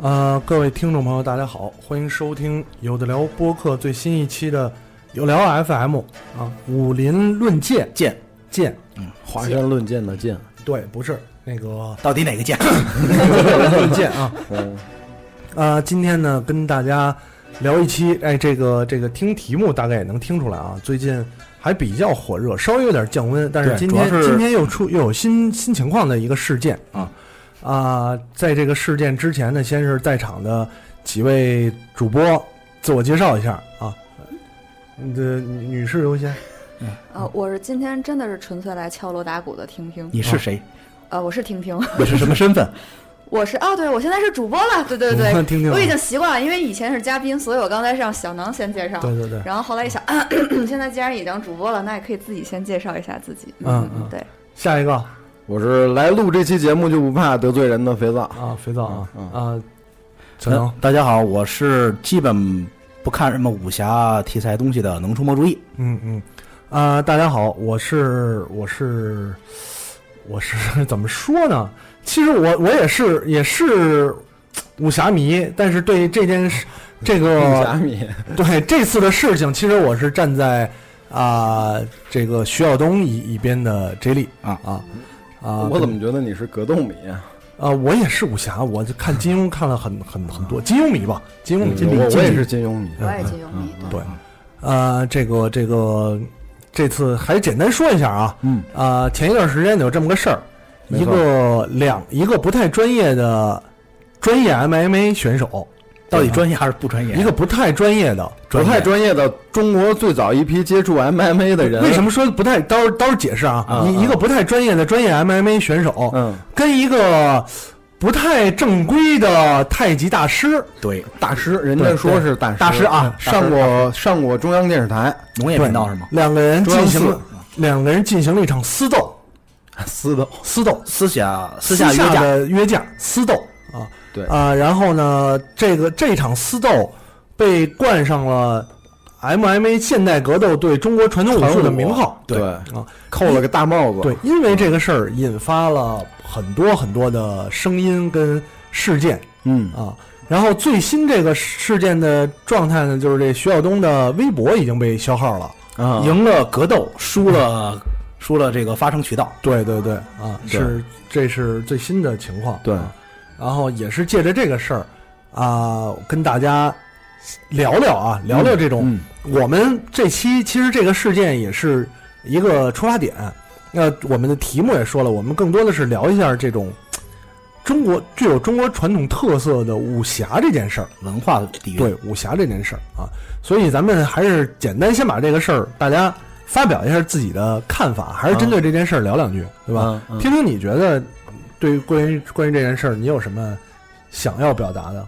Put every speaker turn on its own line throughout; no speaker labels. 呃，各位听众朋友，大家好，欢迎收听有的聊播客最新一期的有聊 FM 啊，武林论剑
剑
剑，
华山论剑的剑，
对，不是那个
到底哪个 剑？
论剑啊，
嗯，
呃，今天呢跟大家聊一期，哎，这个这个听题目大概也能听出来啊，最近还比较火热，稍微有点降温，但是
对
今
主要
天
是
今天又出又有新新情况的一个事件
啊
啊、在这个事件之前呢，先是在场的几位主播自我介绍一下啊，你的女女士优先，
呃，我是今天真的是纯粹来敲锣打鼓的听听。
你是谁？
呃，我是听听，
你是什么身份？
我是啊，对我现在是主播了，对对对，
听啊听吧，
我已经习惯了，因为以前是嘉宾，所以我刚才是让小能先介绍，
对对对，
然后后来一想， 啊、咳咳现在既然已经主播了，那也可以自己先介绍一下自己。
嗯嗯
对，
下一个啊
我是来录这期节目就不怕得罪人的肥皂，
啊，肥皂啊
嗯
啊，小能
哎
呃大家好，我是基本不看什么武侠题材东西的，能出没注意。
嗯嗯，啊、大家好，我是我是我是 怎么说呢？其实我我也是也是武侠迷，但是对这件事，这
陆侠
个
米，
对这次的事情，其实我是站在啊、这个徐晓东一一边的 J 莉
啊
啊啊！
我怎么觉得你是格斗米啊？
啊、我也是武侠，我就看金庸看了很很很多金庸迷吧，金庸迷，
嗯我我也是金庸迷，
嗯
我也金庸迷，
对，
对
呃，啊这个这个，这次还简单说一下啊，
嗯，
呃，前一段时间有这么个事儿，
没
一
错
个两一个不太专业的专业 MMA 选手，
到底专业还是不专业？
一个不太专业的，
不太专业的中国最早一批接触 MMA 的人，
为什？么说不太？到时候到时候解释啊，
嗯
一一个不太专业的专业 MMA 选手，
嗯，
跟一个不太正规的太极大师，
对，
大师，人家说是大师，
大师
嗯
啊
上过上过中央电视台，
农业频道是吗？
两个人进行
中
了两个人进行了一场私斗，
私的，
私斗，
私下私
私
下约架，
的约架私斗啊，
对
啊、然后呢，这个这场私斗被冠上了 MMA 现代格斗对中国传统武术的名号，
对
啊，
扣了个大帽子，
对，因为这个事儿引发了很多很多的声音跟事件
嗯，
啊。然后最新这个事件的状态呢，就是这徐晓东的微博已经被消号了。
啊，
赢了格斗，输了输了这个发声渠道。
对对对，啊，是这是最新的情况。
对
啊然后也是借着这个事儿啊、跟大家聊聊啊，聊聊这种、
嗯
我们这期其实这个事件也是一个出发点。那我们的题目也说了，我们更多的是聊一下这种嘖中国具有中国传统特色的武侠这件事儿。
文化
嗯
底蕴，
对武侠这件事儿啊，所以咱们还是简单先把这个事儿大家发表一下自己的看法，还是针
啊
对这件事儿聊两句，对吧？
嗯嗯
听听你觉得对于关于关于这件事儿，你有什么想要表达的？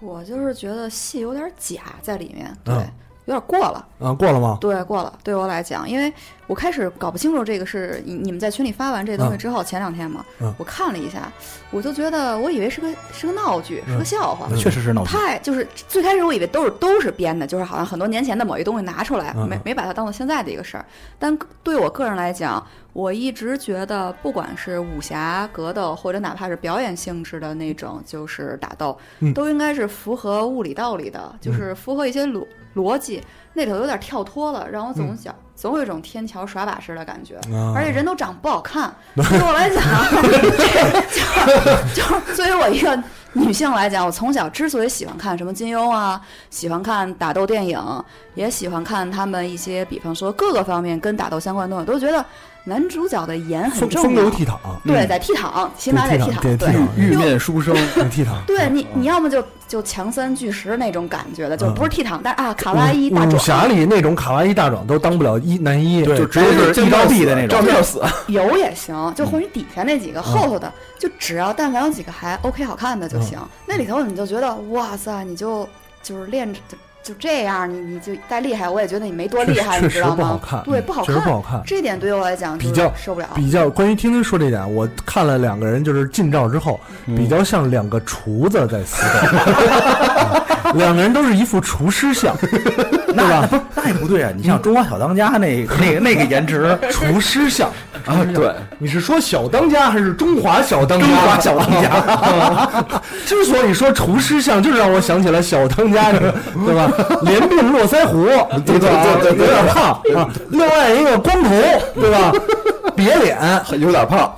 我就是觉得戏有点假在里面，对，
嗯
有点过了。
啊，过了吗？
对，过了。对我来讲，因为我开始搞不清楚这个是你你们在群里发完这东西
嗯
之后，前两天嘛，
嗯
我看了一下，我就觉得我以为是个是个闹剧，是
嗯
个笑话。
确实是闹剧。
太就是最开始我以为都是都是编的，就是好像很多年前的某一东西拿出来，
嗯嗯
没没把它当做现在的一个事儿。但对我个人来讲，我一直觉得，不管是武侠、格斗，或者哪怕是表演性质的那种，就是打斗，
嗯
都应该是符合物理道理的，就是符合一些逻逻辑。那里头有点跳脱了，让我
嗯
总想、总有一种天桥耍把式的感觉。
啊
而且人都长得不好 看，对我来讲， 就是就是作为我一个女性来讲，我从小之所以喜欢看什么金庸啊，喜欢看打斗电影，也喜欢看他们一些，比方说各个方面跟打斗相关的东西，都觉得男主角的颜很
风
重
风
要
流。倜傥，嗯
对，在倜傥，起码在
对
倜
倜傥对倜
傥，
傥
对。
玉面书生，
嗯很倜傥。
对你，你要么就就强三巨石那种感觉的，就
嗯
不是倜傥，但是啊，卡哇伊大
武
壮，
侠里那种卡哇伊大壮都当不了一男一，
对
就
就直接是
一刀毙的那种
照面死。
有也行，
嗯
就或者底下那几个厚厚的，就只要但凡有几个还 OK 好看的就行。
嗯
那里头你就觉得哇塞，你就就是练着就就这样，你你就再厉害，我也觉得你没多厉害，
确
你
实确
知
实
道
不好
吗？
看，嗯
对，不好
确实不
看。
好看。
这一点对我来讲就是
比较
受不了。
比较关于听听说这点，我看了两个人就是近照之后，
嗯
比较像两个厨子在厮 斗，啊两个人都是一副厨师相，对吧？
那也不对啊！你
嗯
像《中华小当家》那那个那个颜值，
厨 师相，
啊，对，
你是说小当家还是中华小当家？
中华小当
家。 之所以说厨师相，就是让我想起了小当家这个，对吧？连鬓络腮胡，对吧？
对对对对
有点胖啊。另外一个光头，对吧？别脸，
有点胖。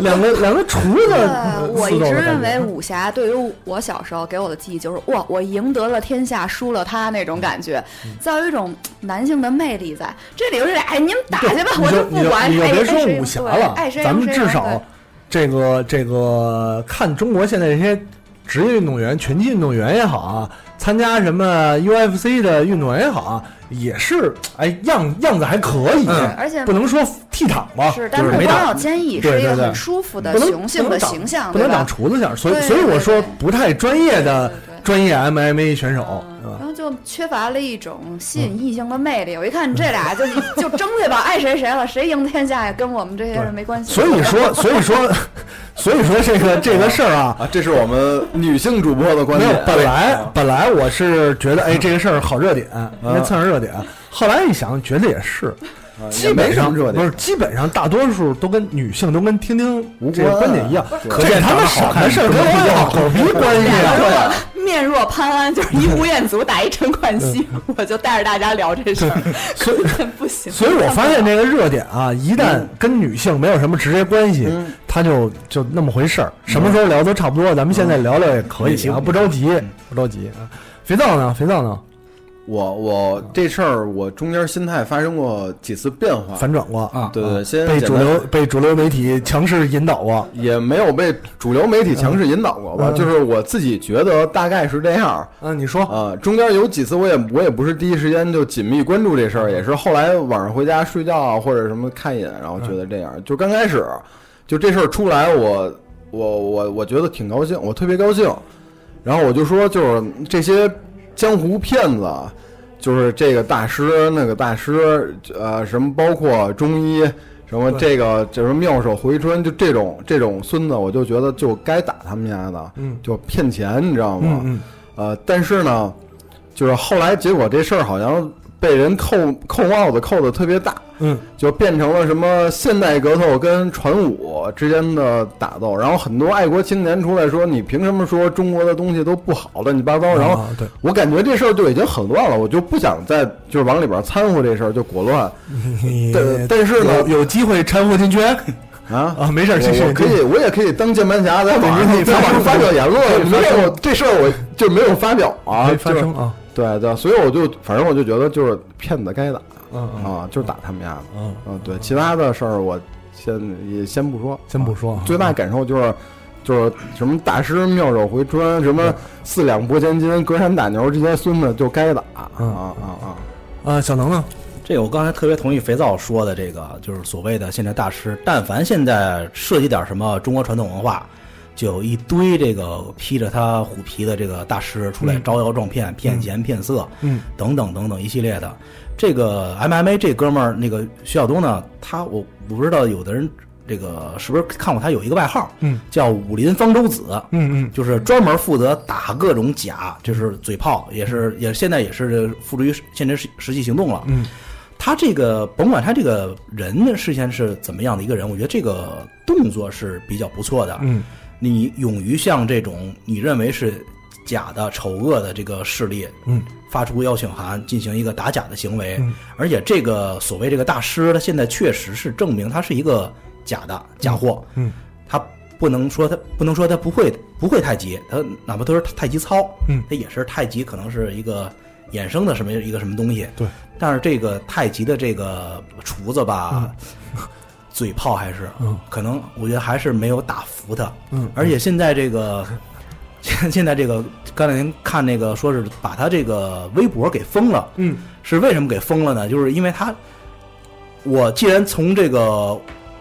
两个两个厨子
对，呃我一
自动
直
的感
认
觉嗯
为武侠对于我小时候给我的记忆就是哇，我赢得了天下，输了他那
嗯
种感觉，再有一种男性的魅力在。这里头是哎，你们打去吧，我
你就
不管，
你就
爱
别
谁
说
谁
武侠
对
了
爱，谁
咱们
谁
至
谁
少这个这个看中国现在这些职业运动员、拳击运动员也好啊，参加什么 UFC 的运动员也好啊，也是哎样样子还可以，
对而且
不能说倜傥吧，
嗯是，但
哦就是
不
没
光
打
有坚毅，
对
是一
对
个
对
很舒服的
不能
雄性
不能
的
长
形象，
不
对
能
吧
长？厨子相，所以
对
所以我说
对对
不太专业的
对对嗯对
专业 MMA 选手，呃是吧
然后就缺乏了一种吸
嗯
引异性的魅力。我一看这 俩就就争去吧，爱谁谁了，谁赢天下也跟我们这些人没关系。
所以说，所以说， 所以说这个这个事儿啊，
啊，这是我们女性主播的观
没有
点。，
本来
啊
本来我是觉得，哎，这个事儿好热点，应该蹭上热点。后来一想，觉得也是，
啊
基本上
热
不
点
是，基本上大多数都跟女性都跟听听这个
关啊
观点一样。
可见
这他妈
长得好
什么
看
事儿跟我有狗屁关系
俩
啊？
人若面若潘安，就是一吴彦祖打一陈冠希， 我就带着大家聊这事儿，
嗯所以，
真不行。
所以我发现这个热点啊，一旦跟女性没有什么直接关系，
嗯
它就就那么回事儿。什么时候聊都差不多，咱们现在聊聊也可以啊，不着急，不着急啊。肥皂呢？肥皂呢？
我我这事儿，我中间心态发生过几次变化。
反转过啊。
对对对，先
被
简
主
单
流被主流媒体强势引导啊过，
也没有被主流媒体强势引导过吧，
嗯
就是我自己觉得大概是这样。
嗯，你说，
啊，中间有几次我也我也不是第一时间就紧密关注这事儿，也是后来晚上回家睡觉啊或者什么看一眼，然后觉得这样。就刚开始，就这事儿出来，我我我我觉得挺高兴，我特别高兴。然后我就说，就是这些江湖骗子啊，就是这个大师那个大师，呃，什么包括中医，什么这个就是妙手回春，就这种这种孙子，我就觉得就该打他们家的，
嗯
就骗钱，你知道吗？
嗯嗯，
呃，但是呢，就是后来结果这事儿好像被人扣扣帽子扣的特别大，
嗯，
就变成了什么现代格斗跟传武之间的打斗，然后很多爱国青年出来说你凭什么说中国的东西都不好，乱七八糟，然后
啊对，
我感觉这事儿就已经很乱了，我就不想再就是往里边掺和这事儿，就裹乱。但但是呢
有有机会掺和进去，
啊
啊没事 儿
我
继续
我可以，我也可以当键盘侠，在网
你
上
可
在
以发
网
声
上发表言论，
对
没
发声
有这事儿我就没有发表啊，
没发
就是
生啊，
对对，所以我就反正我就觉得就是骗子该打
嗯嗯
啊，就是打他们家的。
嗯，
嗯，对，其他的事儿我先也先不说，
先不
啊。
说啊，
最大感受就是就是什么大师妙手回春，什
嗯
么四两拨千斤，隔山打牛，这些孙子就该打啊
嗯
啊啊！
啊，小能呢？
这个我刚才特别同意肥皂说的，这个就是所谓的现在大师，但凡现在涉及点什么中国传统文化，就有一堆这个披着他虎皮的这个大师出来招摇撞骗、骗钱、骗色，
嗯，
等等等等一系列的。这个 MMA 这哥们儿，那个徐晓东呢，他我我不知道有的人这个是不是看过他有一个外号，
嗯，
叫武林方舟子，
嗯嗯，
就是专门负责打各种假，就是嘴炮，也是也现在也是付诸于现实实实际行动了。
嗯，
他这个甭管他这个人呢事先是怎么样的一个人，我觉得这个动作是比较不错的。
嗯，
你勇于向这种你认为是假的、丑恶的这个势力，
嗯，
发出邀请函进行一个打假的行为，
嗯
而且这个所谓这个大师，他现在确实是证明他是一个假的假货，
嗯
他不能说他不能说他不会不会太极，他哪怕他说太极操，
嗯
他也是太极可能是一个衍生的什么一个什么东西，
对，
但是这个太极的这个厨子吧。 嘴炮还是，
嗯
可能我觉得还是没有打服他，
嗯
而且现在这个 现现在这个刚才您看那个说是把他这个微博给封了，
嗯，
是为什么给封了呢？就是因为他，我既然从这个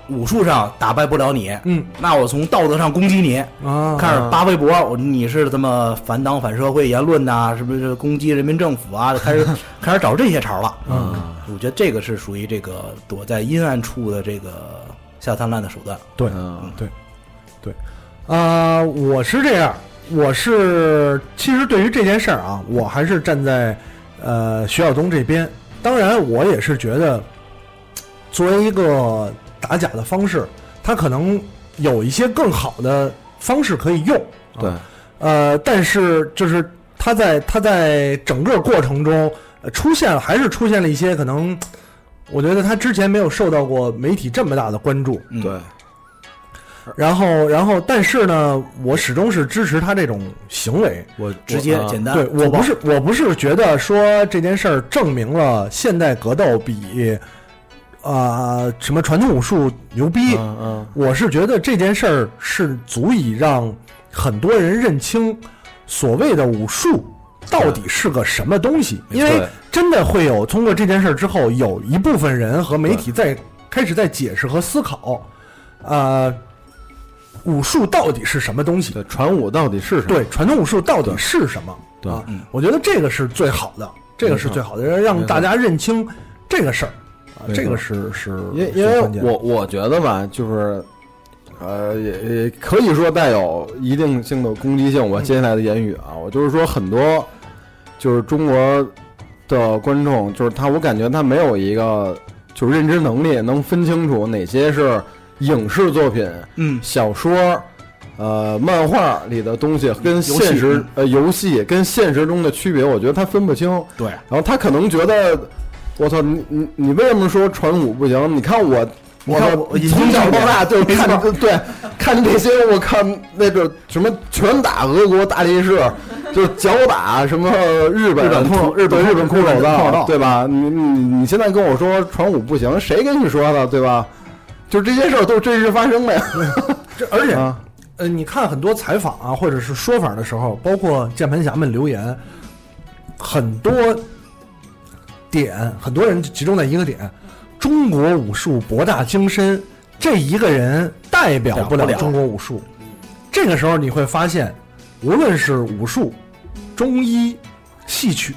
武术上打败不了你，
嗯
那我从道德上攻击你，
啊，
开始扒微博，我你是怎么反党反社会言论呐、是不是攻击人民政府 啊？开始开始找这些茬儿了。
嗯，
我觉得这个是属于这个躲在阴暗处的这个下三滥的手段。
对，
嗯，
啊，我是这样，我是其实对于这件事儿啊，我还是站在呃徐晓东这边。当然，我也是觉得，作为一个打假的方式，他可能有一些更好的方式可以用。啊
对，
呃，但是就是他在他在整个过程中、呃、出现了，还是出现了一些可能，我觉得他之前没有受到过媒体这么大的关注。
嗯
对，
然后，然后，但是呢，我始终是支持他这种行为。
我直接
啊
简单，
对
粗
我
暴
不是，我不是觉得说这件事儿证明了现代格斗比啊、呃什么传统武术牛逼，
嗯嗯，
我是觉得这件事儿是足以让很多人认清所谓的武术到底是个什么东西，因为
对
真的会有通过这件事儿之后，有一部分人和媒体在开始在解释和思考，呃，武术到底是什么东西？
对，传武到底是什么？嗯
对，传统武术到底是什么？
对嗯
啊，我觉得这个是最好的，这个是最好的，让让大家认清这个事儿，啊，
没错
这个是是
因
是
因为
关键的
我我觉得吧，就是，呃，也也可以说带有一定性的攻击性。我接下来的言语啊，我就是说很多，就是中国的观众，就是他，我感觉他没有一个就是认知能力能分清楚哪些是影视作品、
嗯，
小说。呃，漫画里的东西跟
戏
现实
嗯
呃游戏跟现实中的区别，我觉得他分不清。
对，
然后他可能觉得，我操，你你你为什么说传武不行？你看我，
我
你看
我我
从小到大就
没
看
错
对看这些，我看那个什么拳打俄国大力士，就是脚打什么日本
日本空
日本
日
日
本
本
空
空手
手空手
道
道，
对吧？你你你现在跟我说传武不行，谁跟你说的，对吧？就这些事儿都是真实发生的呀，
这而且
啊，
呃，你看很多采访啊，或者是说法的时候，包括键盘侠们留言，很多点，很多人就集中在一个点：中国武术博大精深，这一个人代表不
代表
了
不了
中国武术。这个时候你会发现，无论是武术、中医、戏曲，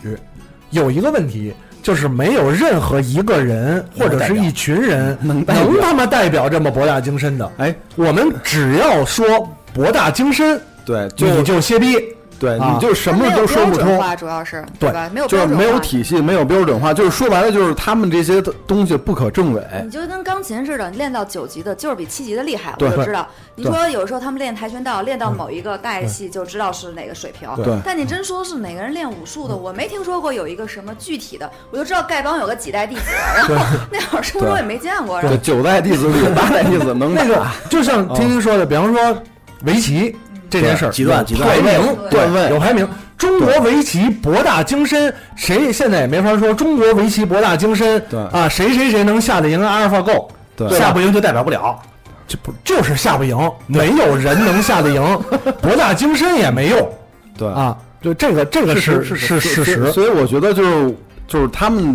有一个问题。就是没有任何一个人或者是一群人能他妈代表这么博大精深的，
哎，
我们只要说博大精深，
对，就
你就歇逼。
对，
啊
你就什么
它没
都
有
说
标
不
准
通。
化，主要是
对
吧？没有
就
标
是
准
没有
化
体系，没有标准化，就是说白了，就是他们这些东西不可证伪。
你就跟钢琴似的，你练到九级的，就是比七级的厉害，我
对
就知道。你
对
说有时候他们练跆拳道，练到某一个代系就知道是哪个水平。
嗯对嗯
但你真说是哪个人练武术的，我没听说过有一个什么具体的，我就知道丐帮有个几代弟 子，然后那会儿初中也没见过。
哎
然
对，
后
九代弟子里八代弟子能打
那个就像听听说的，比方说围棋这件事儿，
对极端
有
极端
排名
对
段位
有排名。中国围棋博大精深，谁现在也没法说中国围棋博大精深。
对
啊，谁谁谁能下得赢阿尔法狗？
对
下
下
不
不赢就代表不了。
就不就是下不赢，没有人能下得 赢，博大精深也没用
对，
啊。就这个这个
是
是是事
所以
实，
所以我觉得就是就是他们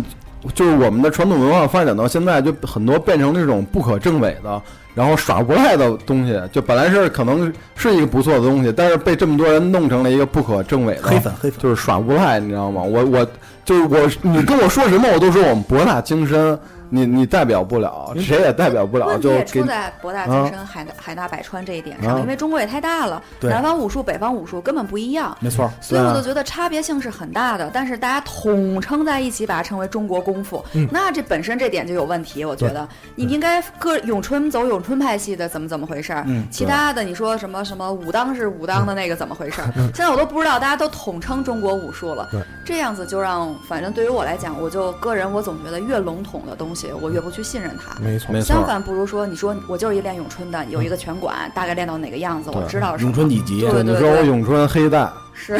就是我们的传统文化发展到现在，就很多变成这种不可证伪的，然后耍无赖的东西。就本来是可能是一个不错的东西，但是被这么多人弄成了一个不可证伪的
黑粉黑粉
就是耍无赖，你知道吗？我我就是我，你跟我说什么，我都说我们博大精深，你你代表不了，
嗯
谁也代表不了，
问题
就
也
给
出
你
在博大精深、海纳海纳百川这一点上，
啊
因为中国也太大了，
对
南方武术、北方武术根本不一样。
没错，
所以
啊
我就觉得差别性是很大的，但是大家统称在一起，把它称为中国功夫，
嗯
那这本身这点就有问题。我觉得你应该各咏春走咏春派系的怎么怎么回事儿，
嗯
其他的你说什么什么武当是武当的那个怎么回事 儿，现在我都不知道，大家都统称中国武术了
嗯对，
这样子就让反正对于我来讲，我就个人我总觉得越笼统的东西，我越不去信任它。
没错
没错
相，反，不如说你说我就是一练咏春的，有一个拳馆，大概练到哪个样子，我知道是什
咏
嗯
么。
春几级？
对
你说我咏春黑带。
是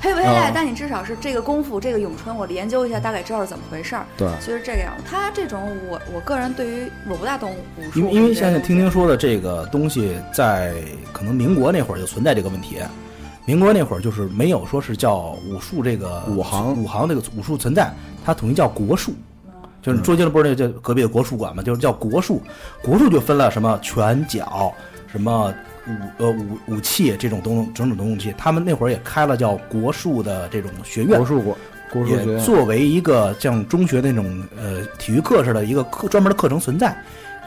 黑不黑
哦
带，但你至少是这个功夫，这个咏春，我研究一下，大概知道是怎么回事儿。
对
嗯
就是这个样子。他这种我我个人对于我不大懂武术，
因为因为
这些
现在
东西
听听说的这个东西，在可能民国那会儿就存在这个问题，民国那会儿就是没有说是叫武术这个
武行
武行这个武术存在，它统一叫国术。
嗯
就是说俱乐部那叫隔壁的国术馆嘛，就是叫国术。国术就分了什么拳脚、什么武呃武武器这种东种种东西。他们那会儿也开了叫国术的这种学院
国，术国国术学
也
院
作为一个像中学那种呃体育课似的一个课专门的课程存在，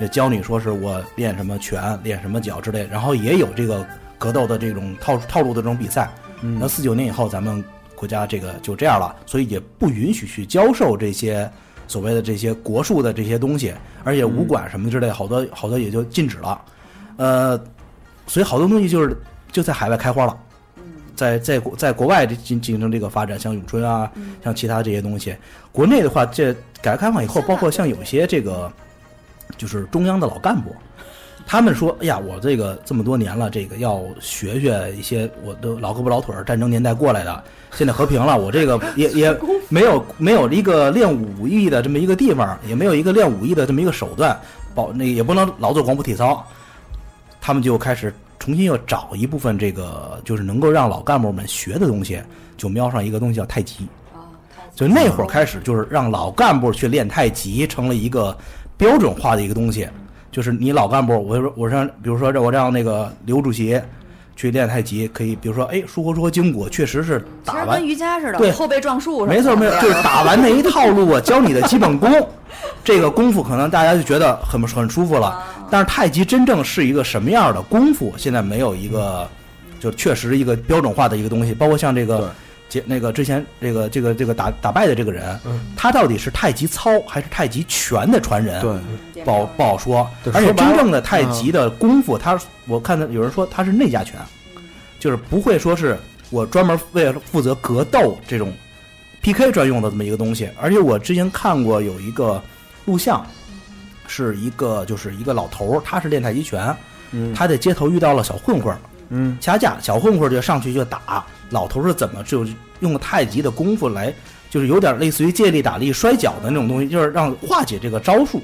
也教你说是我练什么拳、练什么脚之类，然后也有这个格斗的这种套套路的这种比赛。
嗯
那四九年以后，咱们国家这个就这样了，所以也不允许去教授这些所谓的这些国术的这些东西，而且
嗯
武馆什么之类，好多好多也就禁止了。呃，所以好多东西就是就在海外开花了。在在国在国外这进进行这个发展，像咏春啊，像其他这些东西。国内的话，这改革开放以后，包括像有些这个就是中央的老干部，他们说：“哎呀，我这个这么多年了，这个要学学一些我的老胳膊老腿儿，战争年代过来的，现在和平了，我这个也也没有没有一个练武艺的这么一个地方，也没有一个练武艺的这么一个手段，保那也不能老做广播体操。”他们就开始重新又找一部分这个就是能够让老干部们学的东西，就瞄上一个东西叫啊太极。
啊
就那会儿开始，就是让老干部去练太极，成了一个标准化的一个东西。就是你老干部，我说我让，比如说让我让那个刘主席去练太极，可以，比如说，哎，舒活舒活筋骨，确实是
其
打
实
完
跟瑜伽似的，
对
后背撞树什么的。
没错，没 错，就是打完那一套路，我教你的基本功，这个功夫可能大家就觉得很很舒服了。
啊
但是太极真正是一个什么样的功夫，现在没有一个，就确实一个标准化的一个东西。包括像这个，杰那个之前这个这个这个打打败的这个人，他到底是太极操还是太极拳的传人？
对，
不好不好说。而且真正的太极的功夫，他我看到有人说他是内家拳，就是不会说是我专门为了负责格斗这种 PK 专用的这么一个东西。而且我之前看过有一个录像，是一个就是一个老头儿，他是练太极拳，他在街头遇到了小混混儿，
嗯
掐架，小混混就上去就打，老头是怎么就用太极的功夫来，就是有点类似于借力打力、摔跤的那种东西，就是让化解这个招数。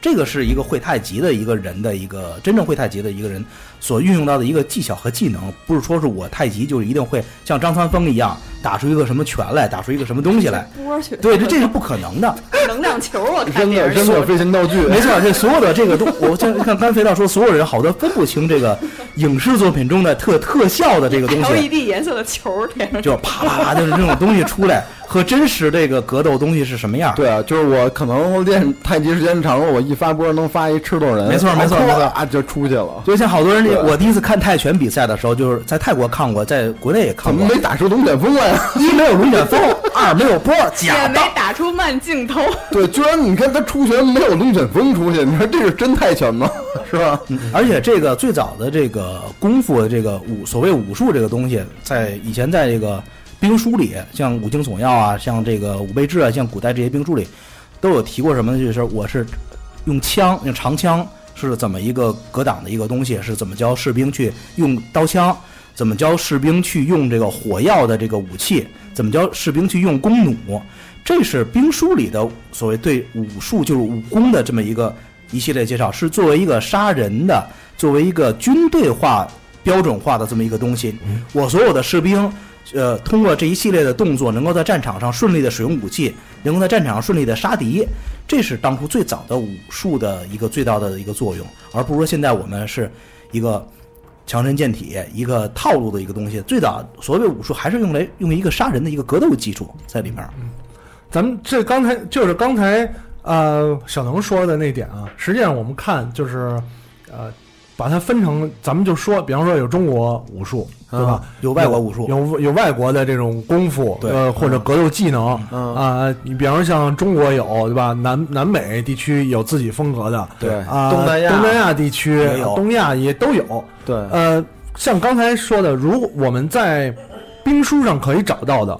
这个是一个会太极的一个人的一个真正会太极的一个人所运用到的一个技巧和技能，不是说是我太极就一定会像张三丰一样打出一个什么拳来，打出一个什么东西来。
波去，
对，这这是不可能的。
能量球，我看
真
别
的
人
真的飞行道具，
没错，这所有的这个都，我现在看刚才肥皂说，所有人好多分不清这个影视作品中的特特效的这个东西。
LED E 颜色的球，天哪！
就啪啦啦，就是这种东西出来，和真实这个格斗东西是什么样？
对啊，就是我可能练太极时间长了，我一发波能发一吃豆人，
没错没错
啊
没错
啊就出去了，
就像好多人，
对
我第一次看泰拳比赛的时候，就是在泰国看过，在国内也
怎
看
么
过。
没打出龙卷风 来呀？
一没有龙卷风，二没有波，假
也
的
没打出慢镜头，
对，居然你看他出拳没有龙卷风出去，你说这是真泰拳吗？是吧？
而且这个最早的这个功夫，这个武所谓武术这个东西，在以前在这个兵书里，像《武经总要》啊，像这个《武备志》啊，像古代这些兵书里，都有提过什么呢？就是我是用枪，用长枪是怎么一个格挡的一个东西，是怎么教士兵去用刀枪，怎么教士兵去用这个火药的这个武器，怎么教士兵去用弓弩。这是兵书里的所谓对武术，就是武功的这么一个一系列介绍，是作为一个杀人的，作为一个军队化、标准化的这么一个东西。我所有的士兵，呃，通过这一系列的动作，能够在战场上顺利的使用武器，能够在战场上顺利的杀敌，这是当初最早的武术的一个最大的一个作用，而不是说现在我们是一个。强身健体一个套路的一个东西，最早所谓武术还是用来用一个杀人的一个格斗技术在里面儿。
咱们这刚才就是刚才呃小能说的那点啊，实际上我们看就是呃把它分成，咱们就说，比方说有中国武术，对吧？
啊有外国武术
有有外国的这种功夫，
对嗯
呃或者格斗技能啊，你比方说像中国有对吧？南南美地区有自己风格的，
对
啊，
东南亚
东南亚地区
也有
东亚也都有，
对
呃，像刚才说的，如果我们在兵书上可以找到的，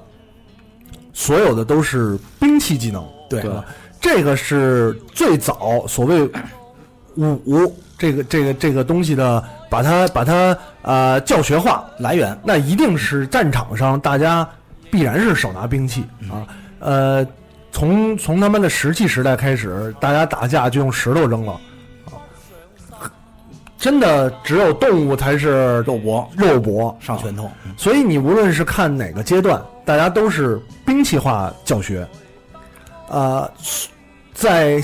所有的都是兵器技能。
对
吧这个是最早所谓武这个这个这个东西的，把它把它呃教学化，
来源，
那一定是战场上大家必然是手拿兵器啊。呃，从从他们的石器时代开始，大家打架就用石头扔了。啊真的只有动物才是
肉搏
肉搏
上拳头，嗯
所以你无论是看哪个阶段，大家都是兵器化教学。呃，在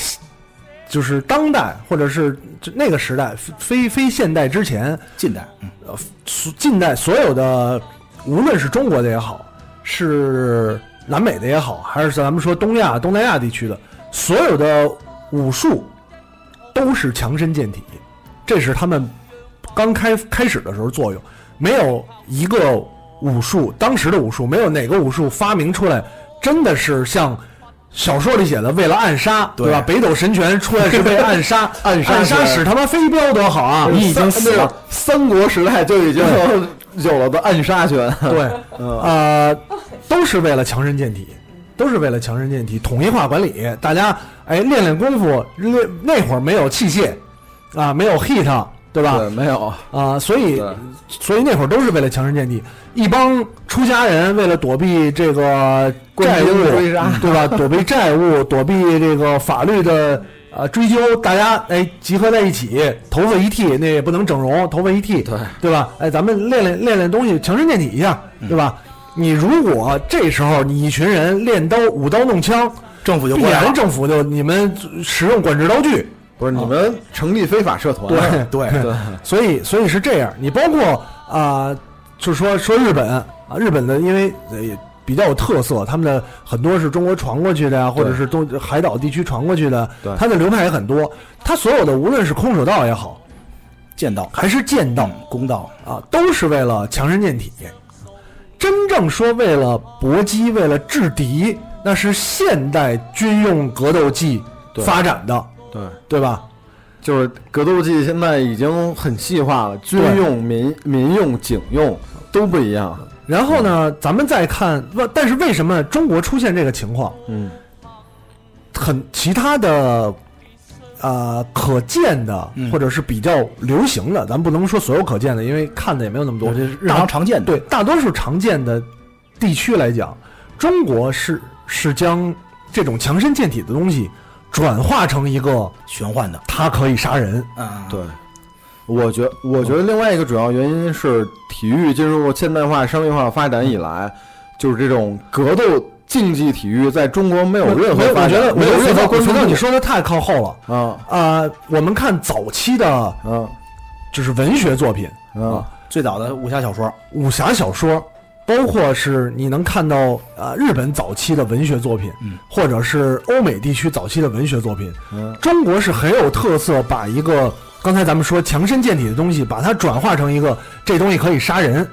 就是当代或者是那个时代，非非现代之前，
近代，嗯
所近代所有的，无论是中国的也好，是南美的也好，还是咱们说东亚、东南亚地区的，所有的武术都是强身健体，这是他们刚开开始的时候作用。没有一个武术，当时的武术没有哪个武术发明出来真的是像。小说里写的，为了暗杀，对吧？北斗神拳出来是为 暗杀，暗
杀
暗杀使他妈飞镖多好啊！
你已经死了，三国时代就已经有了的暗杀拳。
对， 呃，都是为了强身健体，都是为了强身健体，统一化管理，大家哎练练功夫，练那会儿没有器械啊，没有 hit，对吧？
对，没有，
啊，所以
对
所以那会儿都是为了强身健体，一帮出家人为了躲避这个债
官
务嗯
兵，追杀
对吧？躲避债务，躲避这个法律的呃追究，大家哎集合在一起，头发一剃，那也不能整容，头发一剃，
对
对吧？哎，咱们练练练练东西，强身健体一下，
嗯
对吧？你如果这时候你一群人练刀舞刀弄枪，
政府就
必
过来
然
了，
政府就你们使用管制刀具，
不是你们成立非法社团，
对
对
对
所以所以是这样，你包括啊、就说说日本啊，日本的因为呃也比较有特色，他们的很多是中国传过去的呀，或者是东海岛地区传过去的
对，
它的流派也很多。它所有的无论是空手道也好，
剑道、
还是剑道
嗯公道，
啊，都是为了强身健体。真正说为了搏击、为了制敌，那是现代军用格斗技
对
发展的，
对，
对吧？
就是格斗技现在已经很细化了，军用、民民用、警用都不一样。
然后呢，咱们再看，不但是为什么中国出现这个情况？
嗯，
很其他的，呃，可见的
嗯
或者是比较流行的，咱不能说所有可见的，因为看的也没有那么多。
我这是日
大
常常见的，
对大多数常见的地区来讲，中国是是将这种强身健体的东西转化成一个
玄幻的，
它可以杀人，
嗯，
对，我觉我觉得另外一个主要原因是体育进入现代化、商业化发展以来，就是这种格斗竞技体育在中国没有任何
没有
发
我觉得
展，没有任何关注
我觉得
度
你说的太靠后了。
啊
啊、我们看早期的，
啊
就是文学作品，
啊！
最早的武侠小说，
武侠小说，包括是你能看到呃日本早期的文学作品，
嗯
或者是欧美地区早期的文学作品，
嗯
中国是很有特色，把一个刚才咱们说强身健体的东西，把它转化成一个这东西可以杀人，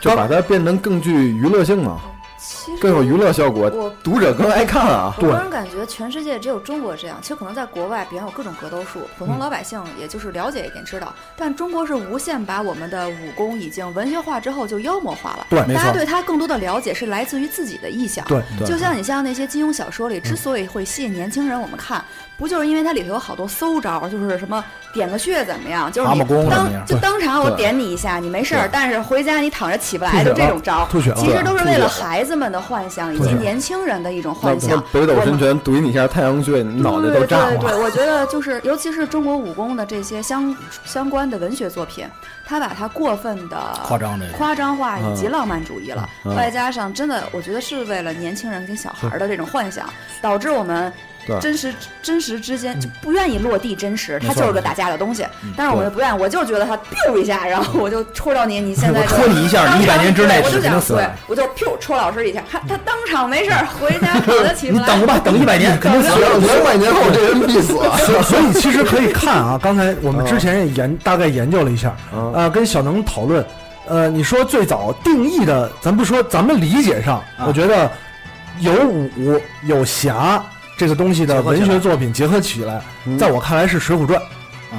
就把它变成更具娱乐性嘛，
其实
更有娱乐效果，
我
读者更爱看啊。
我个人感觉，全世界只有中国这样。其实可能在国外，比方有各种格斗术，普
嗯
通老百姓也就是了解一点，知道。但中国是无限把我们的武功已经文学化之后就妖魔化了。
对没
大家
错
对它更多的了解是来自于自己的臆想。
对
对嗯
就像你像那些金庸小说里，之所以会吸引年轻人我们看，不就是因为它里头有好多馊招，就是什么点个穴怎么样，就是
蛤
你
蟆功怎么
当
样
就当场我
对
点你一下，你没事儿，但是回家你躺着起不来，
吐血
就这
了
种招。
吐血了
其实都是为
对
了孩子们的幻想以
吐
及
血
年轻人的一种
那
幻
那
想。
北斗
我
神
们
拳怼你一下太阳穴，你脑袋都炸
对对
了。
对，我觉得就是，尤其是中国武功的这些相相关的文学作品，他把它过分的
夸张这个
夸张化以及浪漫主义
啊
了，
嗯嗯
外加上真的，我觉得是为了年轻人跟小孩儿的这种幻想，导致我们
对
真实真实之间就不愿意落地真实，
嗯没
它
错嗯
就是个打架的东西。但是我们不愿意，我就觉得他 biu 一下，然后我就戳到你，你现在
我
就
戳你一下
当场
100年之内
对我就
指定
想
死
对
了，
我就 biu 戳老师一下，他他当场没事儿，回家躺着起
嗯你
不来。
等吧，等一百年嗯肯定死
两两百年后这人必死。
所 以所以其实可以看啊，刚才我们之前也研大概研究了一下，
嗯
呃，跟小能讨论，呃，你说最早定义的，咱不说咱们理解上，
啊
我觉得有武有侠这个东西的
结合起
文
来
学作品结合起来，
嗯
在我看来是《水浒传》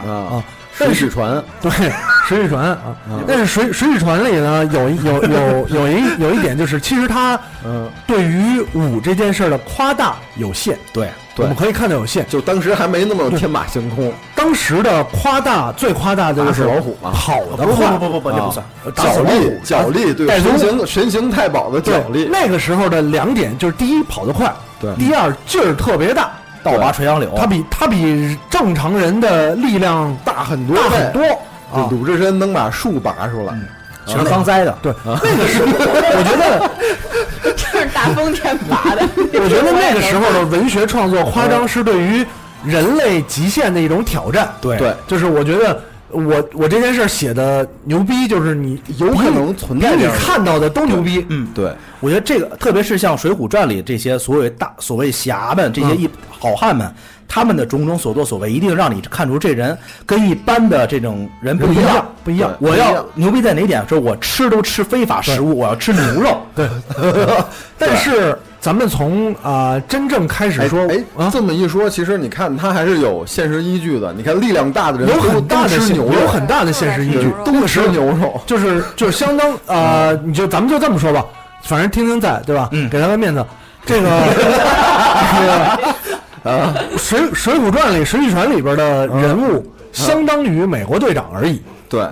啊
啊，
水浒传
对，《水浒传》啊
嗯，
但是水《水浒传》里呢，有一有有有一有一点就是，其实它
嗯，
对于武这件事儿的夸大有限，
对，
我
对
们，可以看到有限。
就当时还没那么天马行空，
当时的夸大最夸大的就
打啊死
啊是啊
老虎 嘛，
跑
不
得
不
快，
不不不，这不算，
脚力，脚力，对，
带
神
龙
行神行太保的脚
对，
力，
那个时候的两点就是：第一，跑得快；
对哦
第二，劲儿特别大。
倒拔垂杨柳，
他比他比正常人的力量
大很多
大
倍，
很多啊。嗯
鲁智深能把树拔出来，
全是刚栽的，
对，那个时候，我 觉得
是大风天 拔的。
我觉得那个时候的文学创作夸张是对于人类极限的一种挑战。
对
对
就是我觉得我我这件事儿写的牛逼，就是你
有可能存在
比
这
你
样的
看到的都牛逼。
嗯
对，
我觉得这个，特别是像《水浒传》里这些所谓大所谓侠们、这些一好汉们，他们的种种所作所为，一定让你看出这人跟一般的这种人不一样，
不一样不一样
我
不一
要
样
牛逼在哪点？说我吃都吃非法食物，我要吃牛肉。对，
但是咱们从啊、呃真正开始
哎
说啊
哎，这么一说，其实你看他还是有现实依据的。你看力量大的人
有
都
很
都
大的
吃
现
牛肉，啊
有很大的现实依据，
都吃牛肉，嗯
就是就是相当呃，你就咱们就这么说吧，反正听听在对吧？
嗯
给他个面子。这个这个啊，《水水浒传》里《水浒传》里边的
嗯
人物相当于美国队长而已，
对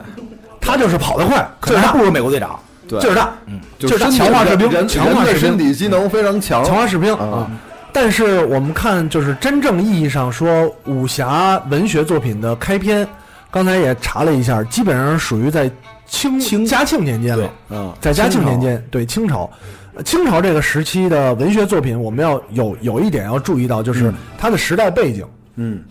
他就是跑得快，
可
劲
能
儿
还
大
不，如美国队长。
对，嗯
劲儿大，
就是
他
身体
强化士兵
人
强化
人的
士
身
兵
体机能非常强，
强化士兵
啊。
但是我们看，就是真正意义上说武侠文学作品的开篇，刚才也查了一下，基本上属于在清
清
嘉庆年间了
对。
嗯，
在嘉庆
清朝
年间，对清朝，呃清朝这个时期的文学作品，我们要有有一点要注意到，就是它的时代背景。
嗯，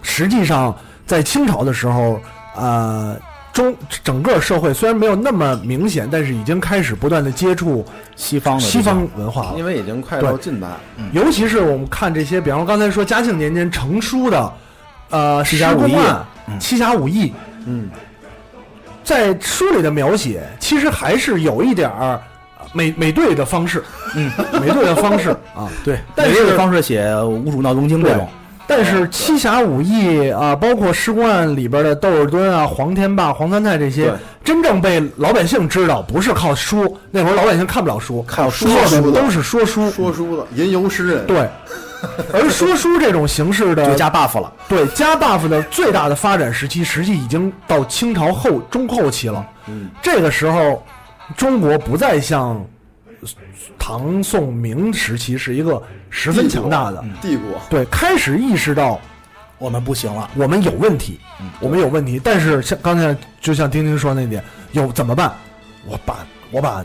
实际上在清朝的时候，呃，中整个社会虽然没有那么明显，但是已经开始不断的接触
西方的
西
这
方
种
文化了
因。为已经快到
对
近代了，
尤其是我们看这些，比方说刚才说嘉庆年间成书的，呃，
七侠
施
五义
公案
嗯
七侠五义，
嗯，
在书里的描写，其实还是有一点儿呃美美队的方式，嗯， 美队的方式啊。
对，
但
美
是
国的方式写《五鼠闹东京》这种，
但是七侠五义啊，包括施公案里边的窦尔敦啊、黄天霸、黄三菜这些
对，
真正被老百姓知道，不是靠书。那会儿老百姓看不了书，
靠书
靠
说书
的
的
都是说书。
说书的吟游诗人，
对，而说书这种形式的
就加 buff 了。
对加 buff 的最大的发展时期，实际已经到清朝后中后期了。
嗯，
这个时候，中国不再像唐宋明时期是一个十分强大的，
帝国，
对，开始意识到
嗯我们不行了，嗯
我们有问题，我们有问题。但是像刚才就像丁丁说那点，有怎么办？我把我把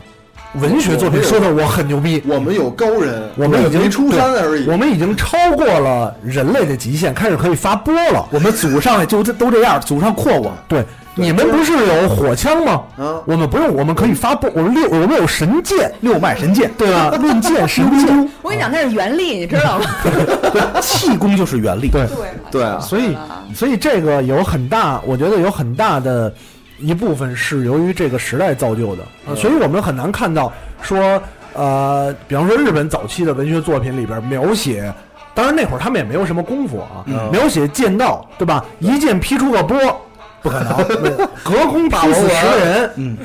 文学作品说的我很牛逼，
我们有高人，
我们已经
没出山
对
而已，
我们已经超过了人类的极限，开始可以发波了。
我们祖上也就这都这样，祖上阔我。嗯
对，你们不是有火枪吗？
啊
我们不用，我们可以发波，我们六，我们有神剑，
六脉神剑，
对吧？论剑 神剑，
我跟你讲，那是原力，你知道吗？
对， 气功就是原力。
对
对，
对啊，
所以，所以这个有很大，我觉得有很大的一部分是由于这个时代造就的，呃所以我们很难看到说，呃，比方说日本早期的文学作品里边描写，当然那会儿他们也没有什么功夫啊，描写剑道，对吧？一剑劈出个波。不可能，隔空劈死十个人，嗯，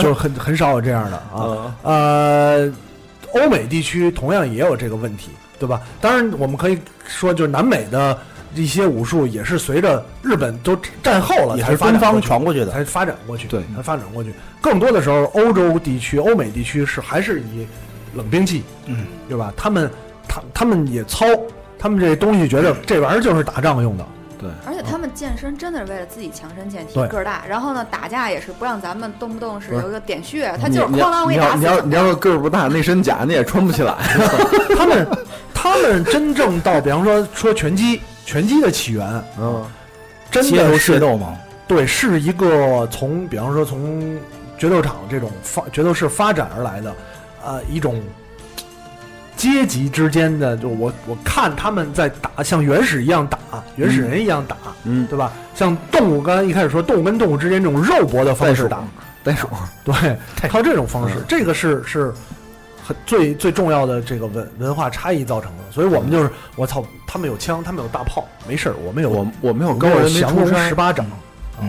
就是很很少有这样的
嗯
啊。呃，欧美地区同样也有这个问题，对吧？当然，我们可以说，就是南美的一些武术也是随着日本都战后了
也
才
是
发展
东
过
方
去
传过去的，
才发展过去，
对
才发展过去。更多的时候，欧洲地区、欧美地区是还是以冷兵器，
嗯，
对吧？他们他他们也糙，他们这东西觉得这玩意儿就是打仗用的，
而
嗯
且他们健身真的是为了自己强身健体，
对
个儿大。然后呢，打架也是不让咱们动不动是
不是
有一个点穴，他
你
就是
你
哐啷
要你
我给你打
要
死
你
你。
要你要是个儿不大，那身甲你也穿不起来，
他们他们真正到，比方说说拳击，拳击的起源
嗯，
真
街头
的
械
是
斗嘛。
对，是一个从比方说从决斗场这种发决斗士发展而来的，呃，一种阶级之间的，就我我看他们在打，像原始一样打，原始人一样打，
嗯
对吧？像动物，刚才一开始说动物跟动物之间这种肉搏的方式打，
袋鼠， 嗯
对，靠这种方式，这个是是很最最重要的这个文文化差异造成的。所以我们就是我操，他们有枪，他们有大炮，没事儿，我们有
我我们有
我
高
们
人
有
没
降
出
龙十
山，
八掌。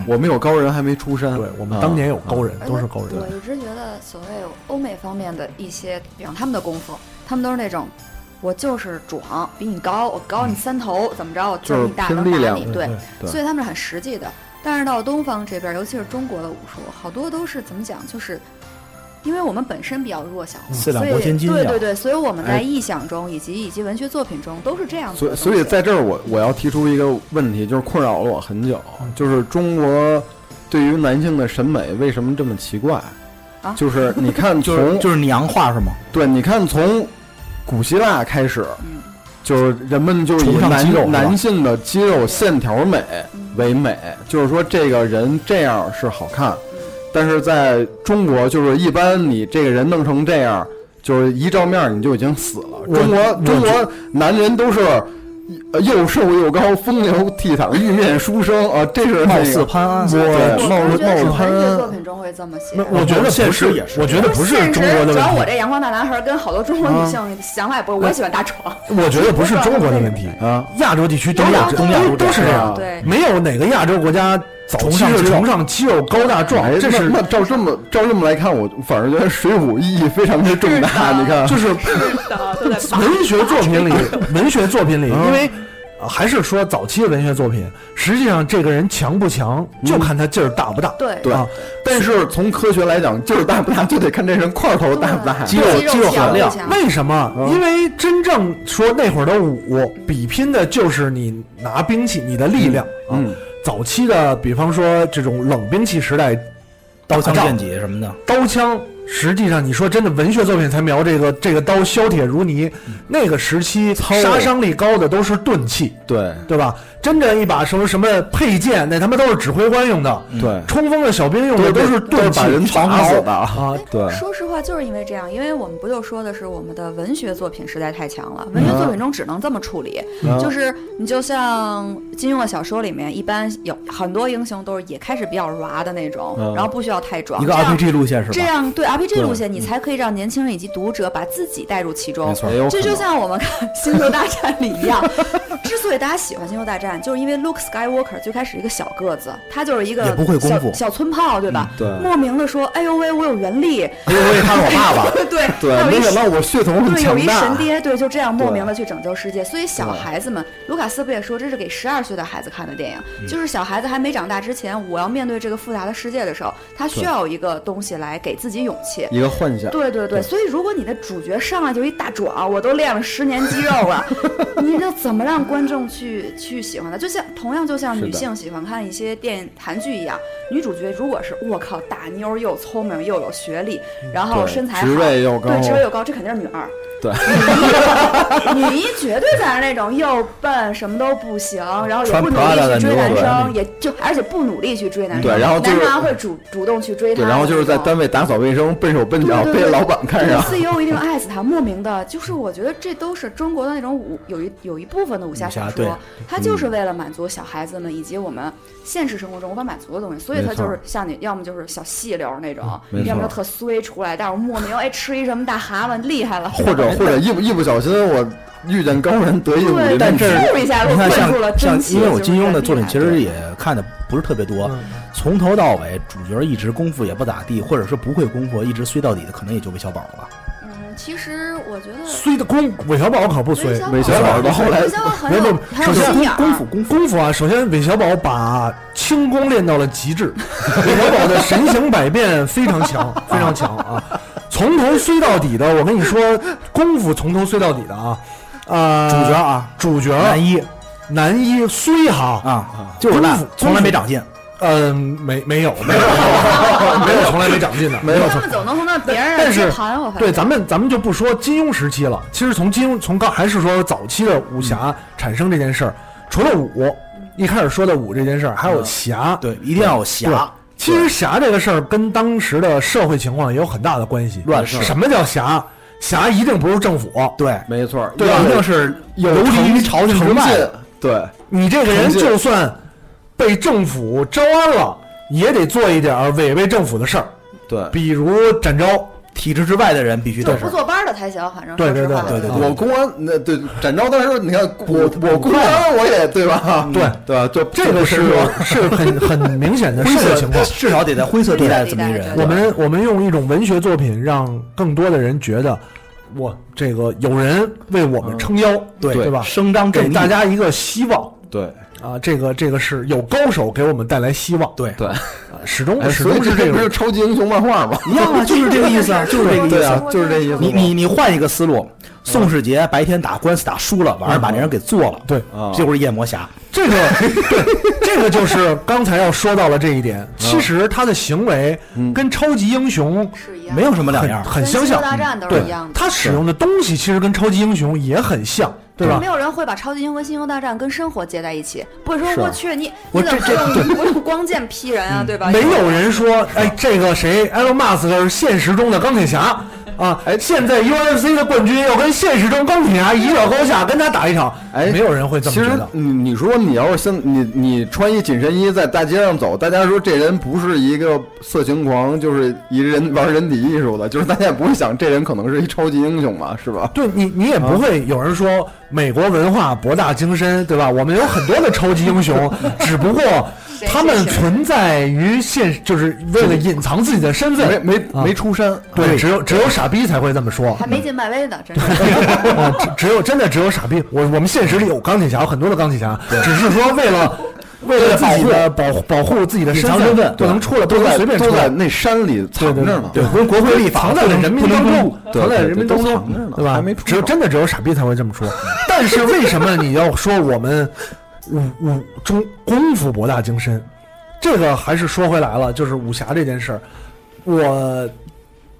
我们有高人还没出山，
对我们
啊
当年有高人，
而且
都是高人。
我一直觉得，所谓欧美方面的一些，比方他们的功夫，他们都是那种，我就是壮，比你高，我高你三头，怎么着，我这么一大
就是
能
拼力
打
量嗯
你。
对
对
对，
对
所以他们是很实际的。但是到东方这边，尤其是中国的武术，好多都是怎么讲，就是因为我们本身比较弱小，
四两
所以
拨千斤
对
呀
对对，所以我们在
哎
臆想中以及以及文学作品中都是这样
嗯
子
所以
的
所以
东西
在这儿我我要提出一个问题，就是困扰了我很久，就是中国对于男性的审美为什么这么奇怪？
啊
就是你 看
就
从
是就是娘化是吗？
对，你看从古希腊开始，
嗯
就是人们就以
崇尚肌肉是
男
吧
男性的肌肉线条美为美，就是说这个人这样是好看，但是在中国就是一般你这个人弄成这样，就是一照面你就已经死了。
我
中国
我
中国男人都是。呃又瘦又高，风流倜傥，玉面书生啊，这是那
貌似
个
潘安，
对
我
貌
我
似
觉得是
貌似潘
文学
安
作品中会这么写。
我觉得
现
不
实
是
也是
我觉得不是
现实
中国的
只要我
问题，
这阳光大男孩儿跟好多中国女性想法也不一样，我也喜欢大床。
我觉得不是中国的问题，
啊，
亚洲地区都
有
有
啊
这
东亚
都
都
都是这样，
对，
没有哪个亚洲国家早期
崇尚
是
肌肉
崇尚肌肉高大壮
哎，
这
那
是
那照这么照这么来看，我反而觉得《水浒》意义非常的重大。
是的
你看，
就是
的，都在拔
文学作 品里，
啊
文学作品里，
嗯
因为呃还是说早期的文学作品，实际上这个人强不强，就看他劲儿大不大。
对
嗯对
啊，
但是从科学来讲，就是大不大，就得看这人块头大不大。
对
肌肉
肌肉
肌肉含量
强不强
为什么？
嗯
因为真正说那会儿的武比拼的就是你拿兵器，你的力量啊。
嗯，
早期的，比方说这种冷兵器时代，
刀枪
打仗
剑戟什么的，
刀枪，实际上你说真的，文学作品才描这个这个刀削铁如泥。
嗯
那个时期
啊
杀伤力高的都是钝器，
对
对吧？真正一把什么什么配件，那他妈都是指挥官用的，
对，
冲锋的小兵用的
都
是
都是
钝器
把人打死的。
啊。
对
说实话，就是因为这样，因为我们不就说的是我们的文学作品实在太强了，文学作品中只能这么处理，就是你就像金庸的小说里面，一般有很多英雄都是也开始比较软的那种，
嗯
然后不需要太壮，
一个
这样
RPG 路线是
这
吧？嗯
样对 RPG 路线，你才可以让年轻人以及读者把自己带入其中。
哎
也有
这
可
就
能
像我们看《星球大战》里 一样，之所以大家喜欢《星球大战》，就是因为 Luke Skywalker 最开始一个小个子，他就是一个
也不会功夫
小小村炮，对吧？
嗯对
莫名的说：“哎呦喂，我有原力。
因为他是我 爸爸，
对”
对
还，有
没
一
想到我血统很
对，有
强
一神
大。
爹，对，就这样莫名的去拯救世界。所以小孩子们，卢卡斯不也说这是给十二岁的孩子看的电
嗯
影？就是小孩子还没长大之前，我要面对这个复杂的世界的时候，他需要有一个东西来给自己勇气。
一个幻想，
对对对，所以如果你的主角上来就一大壮，我都练了十年肌肉 了，你这怎么让观众去去喜欢他？就像同样，就像
是的
女性喜欢看一些电韩剧一样，女主角如果是我靠大妞儿又聪明又有学历，然后
嗯对
身材好
职位又高
对职位又高，这肯定是女二。
对
女一，女一 绝对才是那种又笨什么都不行，然后
嗯
也
穿
不努
Prada
力
的
去追
牛
男
仔
生，也就而且不努力去追男生，
对然后就是
男生还会主主动去追她
对，
的那种，
然后就是在单位打扫卫生，笨手笨
对
脚，
对对
被老板看上。
CEO 一定爱死他，莫名的，就是我觉得这都是中国的那种武有一有一部分的武侠
武侠
小
对
说，它就是为了满足小孩子们以及我们现实生活中无法满足的东西，所以它
没错
就是像你要么就是小细溜儿那种，
没错
要么就特衰出来，但是莫名哎吃一什么大蛤蟆厉害了，
或 者或者一不一不小心，我遇见高人得意武林秘籍，
但这
咻一下
你
就
看
困住了
像像
真，气
因为我
就是
金庸
很
的
厉
作品
害嗯
其实也看的不是特别多，从头到尾主角一直功夫也不咋地，或者说不会功夫，一直衰到底的，可能也就韦小宝了吧。
嗯，其实我觉得
虽的功，韦小宝可不虽。
韦小宝到后来
韦小宝很
不
有
不
很有
首先
心眼儿
功夫功夫功夫啊！首先，韦小宝把轻功练到了极致， 韦小宝的神形百变非常强，非常强啊！从头衰到底的，我跟你说，功夫从头衰到底的啊！啊，
主角啊，
主角
男一
男一虽哈，
啊，就是烂
功夫，
从来没长进。
嗯，没没有没有没有，从来没长进的，没有
他们总能从那别人
但
的
是
地盘，我发
对，
现
咱们咱们就不说金庸时期了。其实从金庸从刚还是说早期的武侠产生这件事儿，除了武，一开始说的武这件事儿，还有侠。
对，一定要有侠，
其实侠这个事儿跟当时的社会情况也有很大的关系。
乱世
什么叫侠？侠一定不是政府。
对，
没错，
对
要
一定
有
是
有
游离于
成
朝廷之
成
外
见
的。
对，
你这个人
成绩
就算被政府招安了，也得做一点儿违背政府的事儿，
对，
比如斩招。
体制之外的人必须
就
得
不
是。
坐班儿的才行，反正
对
说实
对
话嗯
对对
我公安那对展昭，但是你看我我公安我也对吧？
嗯对
对吧？就
这个
不
是
是说
是很很明显的
灰
社会情
色
况。
至少得在灰色地带的这么一
灰色地
人，
带对
我们我们用一种文学作品，让更多的人觉得，我
嗯
这个有人为我们撑腰，
对
对吧？
声张正
给
义
大家一个希望。
对，
啊，这个这个是有高手给我们带来希望，
对
对
啊始终
哎，
始
所以
终是这
不是
种
超级英雄漫画 吗？
一样啊，就是这个意思啊，就是这个意
对
思
啊
啊。，
就是这意思。
你你你换一个思路，宋世杰白天打官司打输了，晚上把那人给做了，
嗯对
啊
这就是夜魔侠。
这个对这个就是刚才要说到了这一点。 其实他的行为
嗯
跟超级英雄
是一样的，
没有什么两样
很
儿。
很
跟
相
星
像，
球
嗯
大战都是
对
一样的。
他使用的东西其实跟超级英雄也很像，对
就
吧
没？有人会把超级英雄和星球大战跟生活接在一起，不会说
啊
是
我去你
我
你怎
这
么用我用光剑劈人
嗯
啊，对吧？
没有人说，哎，这个谁，Elon Musk 是现实中的钢铁侠啊！哎，现在 UFC 的冠军要跟现实中钢铁侠一较高下，跟他打一场，
哎
没有人会这么
其
觉
实
得。
你你说你要是现你你穿一紧身衣在大街上走，大家说这人不是一个色情狂，就是一人玩人体艺术的，就是大家也不会想这人可能是一超级英雄嘛，是吧？
对你，你也
啊
不会有人说美国文化博大精深，对吧？我们有很多的超级英雄，只不过他们存在于现，就是为了隐藏自己的身
没
份。
没
啊
没出山，
对，只有只有傻逼才会这么说。
还没进漫威呢，真 是。
啊，只只有真的只有傻逼。我我们现实里有钢铁侠，有很多的钢铁侠，只是说为了为了保护保护保护自己的身
隐藏身份
不能出来，不
都
能
在
随便出
都在
来，
那山里藏着呢，
对，跟国会立法藏在了人民当中，
对
藏在
对
人民
对都
当中
藏着呢，
对吧？
还没出
只有
手
真的只有傻逼才会这么说。但是为什么你要说我们武武中功夫博大精深？这个还是说回来了，就是武侠这件事儿，我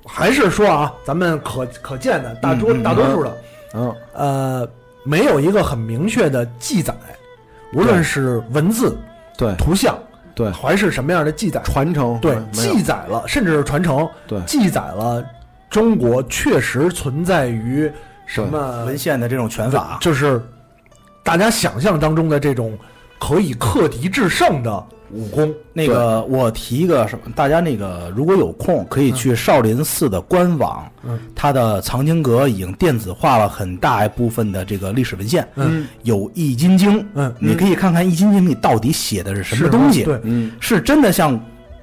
还是说啊，咱们可可见的大多大多数的。
嗯，
呃，没有一个很明确的记载，无论是文字、
对
图像，
对
还是什么样的记载，
传承
对，
没有
记载了，甚至是传承，
对
记载了中国确实存在于什么
文献的这种拳法，啊
就是大家想象当中的这种可以克敌制胜的武功。
那个我提一个什么，大家那个如果有空可以去少林寺的官网，
嗯
它的藏经阁已经电子化了很大一部分的这个历史文献，
嗯，
有《易筋经》，
嗯
你可以看看《易筋经》里到底写的是什么东西，
对，
嗯，
是真的像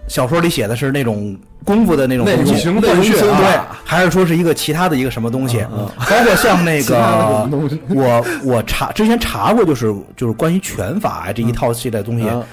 小说里写的是那种功夫的那种
内
东西，
容内容
对
训啊，
还是说是一个其他的一个什么东西？
嗯
包括像 那个
啊
我我查之前查过，就是就是关于拳法啊这一套系列的东西。
嗯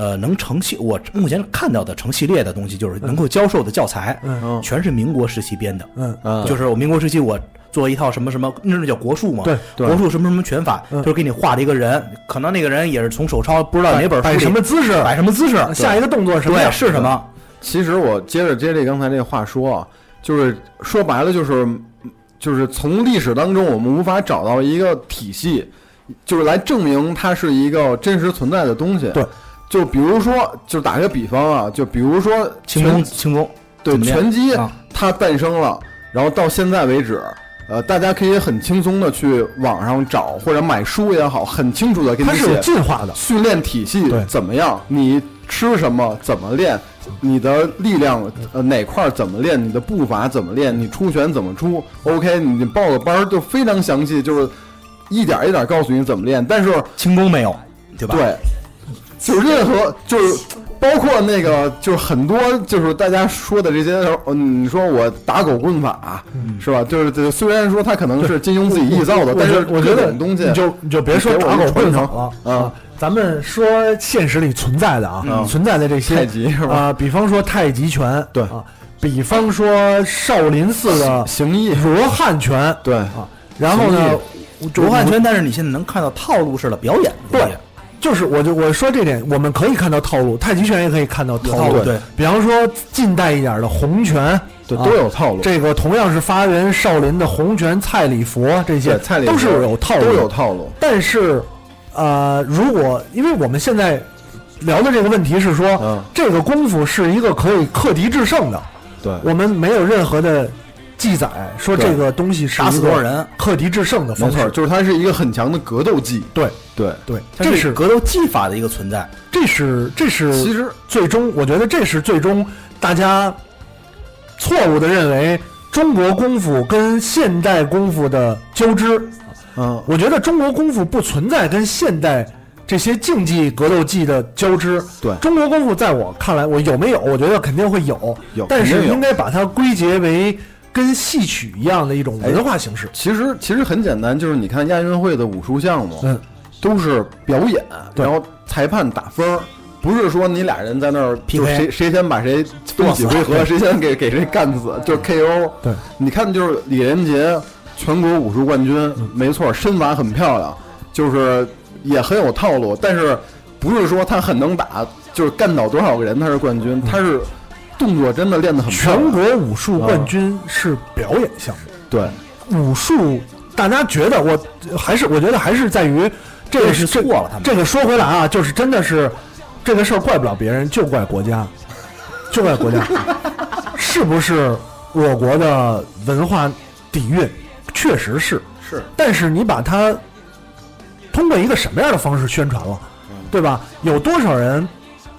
呃，能成系我目前看到的成系列的东西，就是能够教授的教材，
嗯
全是民国时期编的，
嗯
嗯
就是我民国时期我做一套什么什么，那那叫国术嘛，
对对嗯
国术什么什么拳法，就是给你画了一个人，可能那个人也是从手抄不知道哪本书
摆
里
什么姿势，呃
摆什么姿势，
下一个动作什么
对
样嗯
是什么？
其实我接着接这刚才这话说啊，就是说白了就是就是从历史当中我们无法找到一个体系，就是来证明它是一个真实存在的东西。
对，
就比如说，就打个比方啊，就比如说
轻
拳
功轻功，
对
怎么练
拳击
啊
它诞生了，然后到现在为止。呃，大家可以很轻松的去网上找或者买书也好，很清楚的给你
它是
写
有进化的。
训练体系
对
怎么样？你吃什么？怎么练？你的力量呃哪块儿怎么练？你的步伐怎么练？你出拳怎么出？OK，你报个班儿就非常详细，就是一点儿一点儿告诉你怎么练。但是
轻功没有，对吧？
对，就是任何就是包括那个就是很多就是大家说的这些，嗯，你说我打狗棍法啊是吧？就是这虽然说它可能是金庸自己臆造的，
嗯我
但是
我觉
各
得
种东西
你就你就别说
给我
打
一
狗棍
传
法
承
了
啊，
咱们说现实里存在的啊，
嗯
存在的这些
太极是吧
啊，比方说太极拳，
对
啊，比方说少林寺的
形意
罗汉拳，
对
啊，然后呢，
罗汉拳，但是你现在能看到套路式的表演，
对，就是我就我说这点，我们可以看到套路，太极拳也可以看到
有
套
套
路，
路对，
比方说近代一点的洪拳，
对
啊
都有套路。
这个同样是发源少林的洪拳、蔡礼佛这些
对，，蔡礼
都是
佛
有套路，
都有套路。
但是，呃，如果因为我们现在聊的这个问题是说，
嗯
这个功夫是一个可以克敌制胜的，
对，
我们没有任何的记载说
对
这个东西是
打死
一个
多少人
克敌制胜的
没
方
错，
式。
就是它是一个很强的格斗技。
对
对，
对，
它
这
是
是
格斗技法的一个存在。
这是这是
其实
最终，我觉得这是最终大家错误的认为中国功夫跟现代功夫的交织。
嗯，
我觉得中国功夫不存在跟现代这些竞技格斗技的交织。
对
中国功夫在我看来，我有没有？我觉得肯定会有，
有
但
肯
是
定有
应该把它归结为跟戏
哎
曲一样的一种文化形式。
其实其实很简单，就是你看亚运会的武术项目，
嗯，
都是表演，
对
然后裁判打分儿，不是说你俩人在那儿
PK
就谁谁先把谁分几回合，谁先给给谁干死，就是 KO。
对，
你看就是李连杰全国武术冠军，
嗯
没错，身法很漂亮，就是也很有套路，但是不是说他很能打，就是干倒多少个人他是冠军，他是动作真的练得很漂
嗯全
亮。
国武术
嗯
冠军是表演项目。
对，
武术，大家觉得我还是我觉得还是在于这个
这是
这
错了他们
这个说回来啊，就是真的是这个事儿怪不了别人，就怪国家，就怪 国家，是不是我国的文化底蕴？确实是
是，
但是你把它通过一个什么样的方式宣传了，
嗯
对吧？有多少人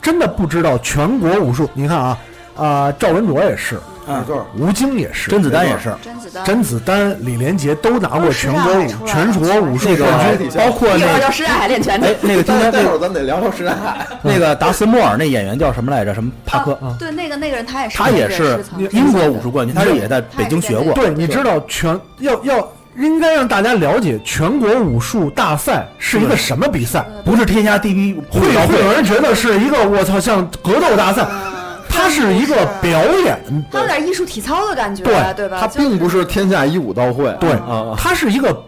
真的不知道全国武术？你看啊啊、赵文卓也是，
没错。
吴京也是，
嗯甄子丹也是，
甄子丹，
甄子丹、李连杰都拿过全国
都是
武
啊
全国武术
那
冠
个
军，包括
一会儿
那
就施爱海练拳击
哎，那个今
待
天
待
那
会儿
个
咱得聊聊石海。
那个达斯莫尔那演员叫什么来着？什么帕克？
啊对，那个那个人他也是，
他也
是
是
曾经
英国武术冠军，他是也在北京学过。
对，你知道全要要应该让大家了解全国武术大赛是一个什么比赛，
不是天下第一
会
道
会有人觉得是一个我操像格斗大赛，它是一个表演，
他有点艺术体操的感觉，啊
对
对吧？
他
就是
并不是天下一武道会，
对
啊，
它是一个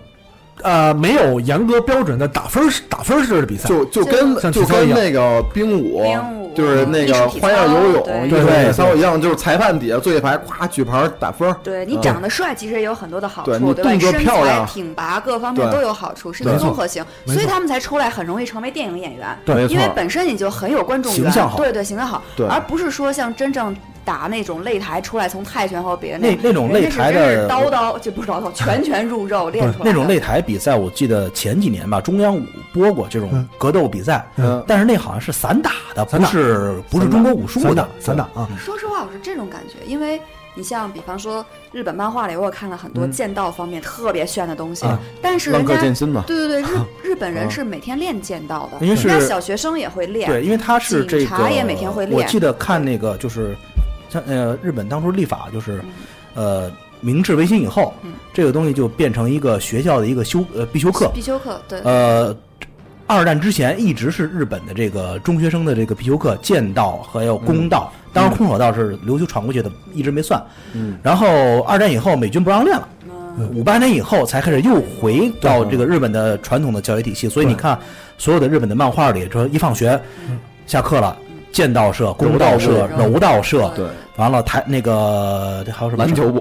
呃没有严格标准的打分儿打分儿制的比赛，
就就跟
像
就
体操
跟
一样
那个冰舞，
冰舞啊
就是那个花样游泳、
艺
艺
术体操
术
对
体操一样，就是裁判底下坐一排，咵举牌打分儿。
对你长得帅，其实也有很多的好
对
处，
你
对吧？
动作
身
漂
材
亮
挺拔，各方面
对
都有好处，是一
没
个
错
综合性，
没
所以
错
他们才出来很容易成为电影演员。
对
没
因为
错，
本身你就很有观众缘，
形象好
对对，形象好，
对
而不是说像真正打那种擂台出来，从泰拳和别的
那那种擂台的
人家是真是刀刀就不是刀刀，拳拳入肉练出来的
那种擂台比赛，我记得前几年吧，中央五播过这种
嗯
格斗比赛，
嗯
但是那好像是散打的，
散
不
打
是不是中国武术
散打
的
散打啊，
说实话，我是这种感觉，因为你像比方说日本漫画里，我有看了很多剑道方面特别炫的东西，
啊
但是
浪
人
客
家
剑心嘛，
对对对，日日本人是每天练剑道的，
因为
人家
是
小学生也会练。
对，因为他是这
警察
个，
也每天会练
我记得看那个就是，像呃，日本当初立法就是，呃，明治维新以后
嗯，
这个东西就变成一个学校的一个修呃必修课，
必修课对，
呃。二战之前一直是日本的这个中学生的这个必修课，剑道还有弓道，当然空手道是琉球传过去的，一直没算。
嗯，
然后二战以后美军不让练了，
嗯，
五八年以后才开始又回到这个日本的传统的教育体系，所以你看，所有的日本的漫画里，说一放学，下课了，剑道社、弓道社、
柔道社
柔道社，
对，
完了台那个这还有什么
篮球部、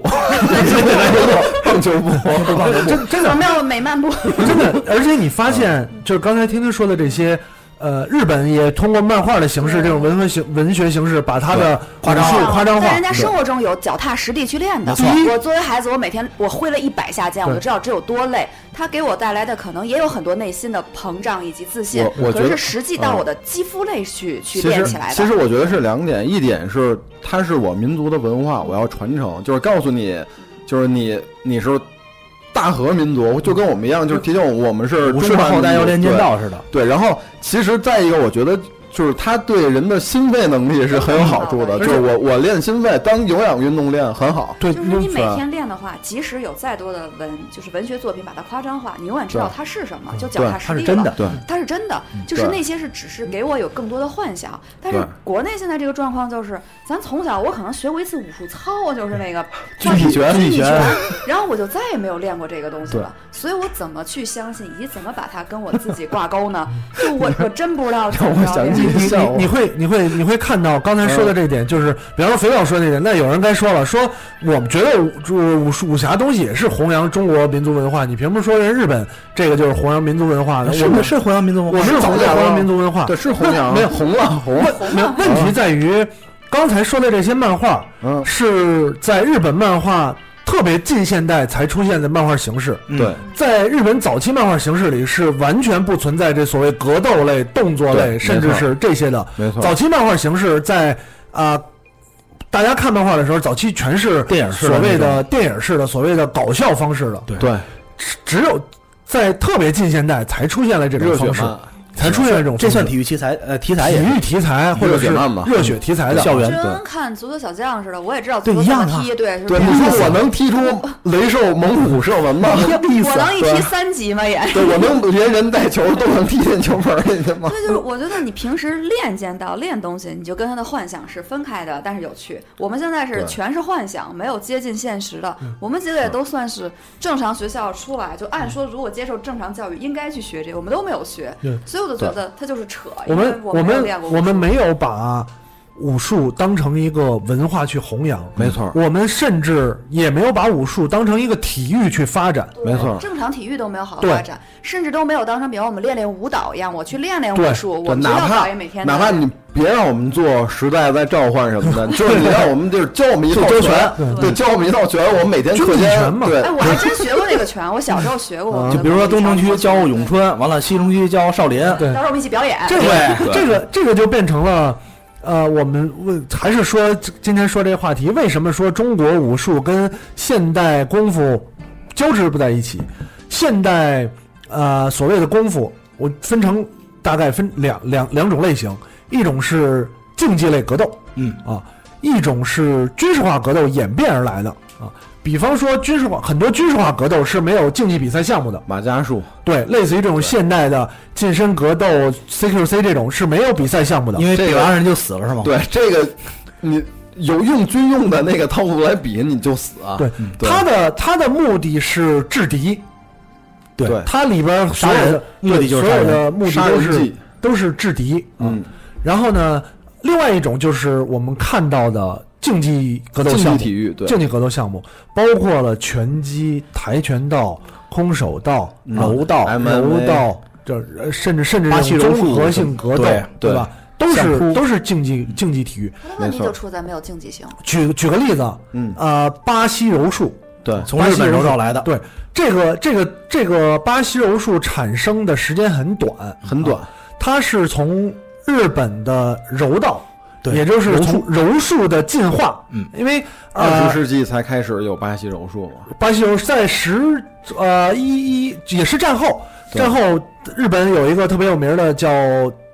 棒球部、 棒球部，
真真的
有没有美漫部？
真的，而且你发现，就是刚才听听说的这些，呃，日本也通过漫画的形式，这种文文形文学形式，把它的夸张夸张
在
化
人。家生活中有脚踏实地去练的。我作为孩子，我每天我挥了一百下剑，我就知道这有多累。它给我带来的可能也有很多内心的膨胀以及自信
我我，觉
可
得
是实际到我的肌肤内去去
其
练
实
起来
其实
的。
我觉得是两点，一点是它是我民族的文化，我要传承，就是告诉你，就是你你是大和民族，就跟我们一样，就是提醒我们是
武
中
术
华
后代
民
要
族
练
对
剑道似的，
对，然后其实再一个，我觉得就是他对人的心肺能力是很有好处的。
而
就
且
是我我练心肺，当有氧运动练很好。
对，
就是你每
是
天练的话，即使有再多的文，就是文学作品把它夸张化，你永远知道它是什么，就脚
它
踏实
是
地
真
了
的。
对，
它是真的，就是
嗯对
那些是只是给我有更多的幻想。但是
对
国内现在这个状况就是，咱从小我可能学过一次武术操，就是 那个
举铁拳举
举
铁
铁拳
拳，
然后我就再也没有练过这个东西了。所以我怎么去相信，以及怎么把它跟我自己挂钩 呢？就我我真不知道怎么
让我
着
想
练
起
你你你会你会你会看到刚才说的这一点，就是比方说肥皂说的这一点，那有人该说了，说我们觉得武武武术武侠东西也是弘扬中国民族文化，你凭什么说人日本这个就是弘扬民族文化呢？我
是
们
的是弘扬民族文化，
我是弘
早
扬
就
弘
了
扬民族文化，
对，是弘扬，
没有
红了红了。
没有问题在于，刚才说的这些漫画，
嗯
是在日本漫画特别近现代才出现的漫画形式，
嗯
对，
在日本早期漫画形式里是完全不存在这所谓格斗类、动作
对
类，
没
甚至
错
是这些的。
没错
早期漫画形式在啊、大家看漫画的时候，早期全是
电影式的
所
那
谓的电影式的、所谓的搞笑方式的，
对
对，
只有在特别近现代才出现了这种
热血
方式。
漫，
才出现这种
这算
风
体育题材呃题
格
材
体
也是
育题材或者是
热血漫吧
热血题材的
校园
就
对
跟看足球小将似的，我也知道
对
足球怎
一样
么
啊
踢，对，是不
对，
是
你？说我能踢出雷兽猛虎射门吗？
我能一踢
对啊
三级吗？也。
对，我能连人带球都能踢进球门里 去吗？
那就是我觉得你平时练剑道、练东西，你就跟他的幻想是分开的，但是有趣。我们现在是
对
全是幻想，没有接近现实的。我们几个也都算是正常学校出来，就按说如果接受正常教育，应该去学这个，我们都没有学
对，
所以我就觉得他就是扯。
我
因为
们
我
我
没有
们
练过武术，
我们没有把武术当成一个文化去弘扬，
没错，
我们甚至也没有把武术当成一个体育去发展。
对
没错
正常体育都没有好好
对
发展，甚至都没有当成，比如我们练练舞蹈一样，我去练练
对
武术，
对，
我们
哪
学校
怕
导演每天
哪怕你别让我们做时代在召唤什么的，就是你让我们就是教我们一套
就
拳，对，教我们一套拳，我们每天课
军体
间
拳嘛
对
哎，，我还真学过那个拳，我小时候学过。
嗯就比如说东城区教咏
春，
春，完了西城区教少林，
对
到时候我们一起表演。
这
对
个这个这个就变成了，呃，我们问还是说今天说这个话题，为什么说中国武术跟现代功夫交织不在一起？现代呃所谓的功夫，我分成大概分两两两种类型，一种是竞技类格斗，
嗯
啊，一种是军事化格斗演变而来的啊。比方说军事化，很多军事化格斗是没有竞技比赛项目的，
马家术，
对，类似于这种现代的近身格斗 CQC 这种是没有比赛项目的。
因为
这个
北洋人就死了是吗？
对这个你有用军用的那个套路来比，你就死啊。
对，
对
它的它的目的是制敌，
对
它里边所
杀
有
人
的
目的就是杀
对所
人
有的目的
杀
都
人
是
计
都是制敌。
嗯，
然后呢，另外一种就是我们看到的竞技格斗
竞
项
技
目，
体育对，
竞技格斗项目包括了拳击、跆拳道、空手道、
嗯
柔道、
MMA
柔道，这呃甚至甚至
巴西
这种
柔术
综合性格斗
对，
对
吧？都
相
是
扑
都是竞技竞技体育。
他的问题
没错
就出在没有竞技性。
举举个例子，
嗯，
呃，巴西柔术，
对，
从日本柔道来的，
对这个这个这个巴西柔术产生的时间很短，
很短
啊，它是从日本的柔道，
对
也就是
柔
从
术
柔术的进化，
嗯，
因为
二十
呃，
世纪才开始有巴西柔术嘛。嗯
巴西柔术在十呃一一也是战后，
对
战后日本有一个特别有名的叫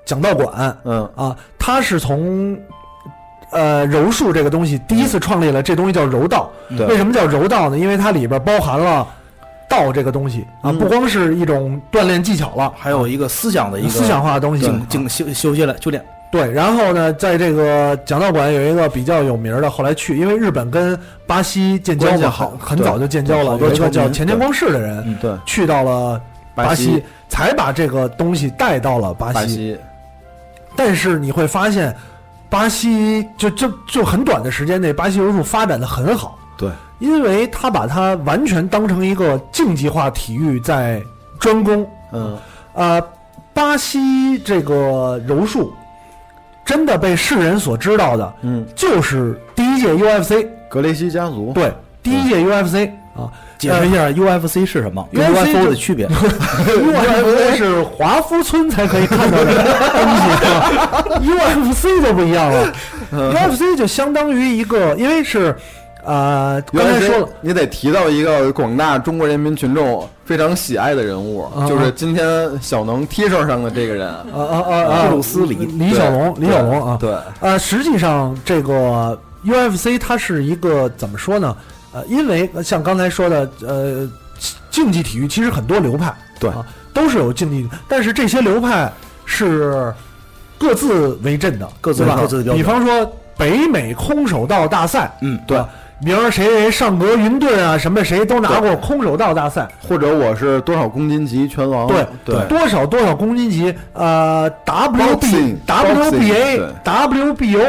讲道馆，
嗯，
啊，它是从呃柔术这个东西第一次创立了，这东西叫柔道。
嗯对
为什么叫柔道呢？因为它里边包含了道这个东西啊，不光是一种锻炼技巧了，
还有一个思想的一个
思想化的东西。
静静修修习了修炼，
对，然后呢，在这个讲道馆有一个比较有名的，后来去，因为日本跟巴西建交
关系
嘛，
好
很很
对
早就建交了，
好多
有一个
球
叫
迷
前田
对
光世的人
嗯
对，
去到了巴
巴西
才把这个东西带到了巴
巴
西。
西，
但是你会发现，巴西就就就很短的时间内，巴西柔术发展的很好，
对，
因为他把它完全当成一个竞技化体育在专攻。
嗯，
呃，巴西这个柔术真的被世人所知道的，
嗯，
就是第一届 UFC，
格雷西家族，
对，第一届 UFC 啊。
解释一下 UFC 是什么，跟
UFC 就
UFO 的区别。
UFC 是华夫村才可以看到的 东西啊，UFC 就不一样了。UFC
嗯
就相当于一个，因为是，呃，刚才说了，
你得提到一个广大中国人民群众非常喜爱的人物，
啊
就是今天小能 T 恤上的这个人，
呃呃呃呃，
布鲁斯李
李小龙，
对
李小龙啊，
对，
呃，实际上这个 UFC 它是一个怎么说呢？呃，因为呃像刚才说的，呃，竞技体育其实很多流派，
对
啊，都是有竞技，但是这些流派是各自为阵的，
各自
对吧
各自的标准
比方说北美空手道大赛，
嗯，
对
啊，比方说谁谁上格云顿啊，什么谁都拿过空手道大赛，
或者我是多少公斤级拳王，
对
哦对
多少多少公斤级，呃，WB
Boxing，、
WBA
对、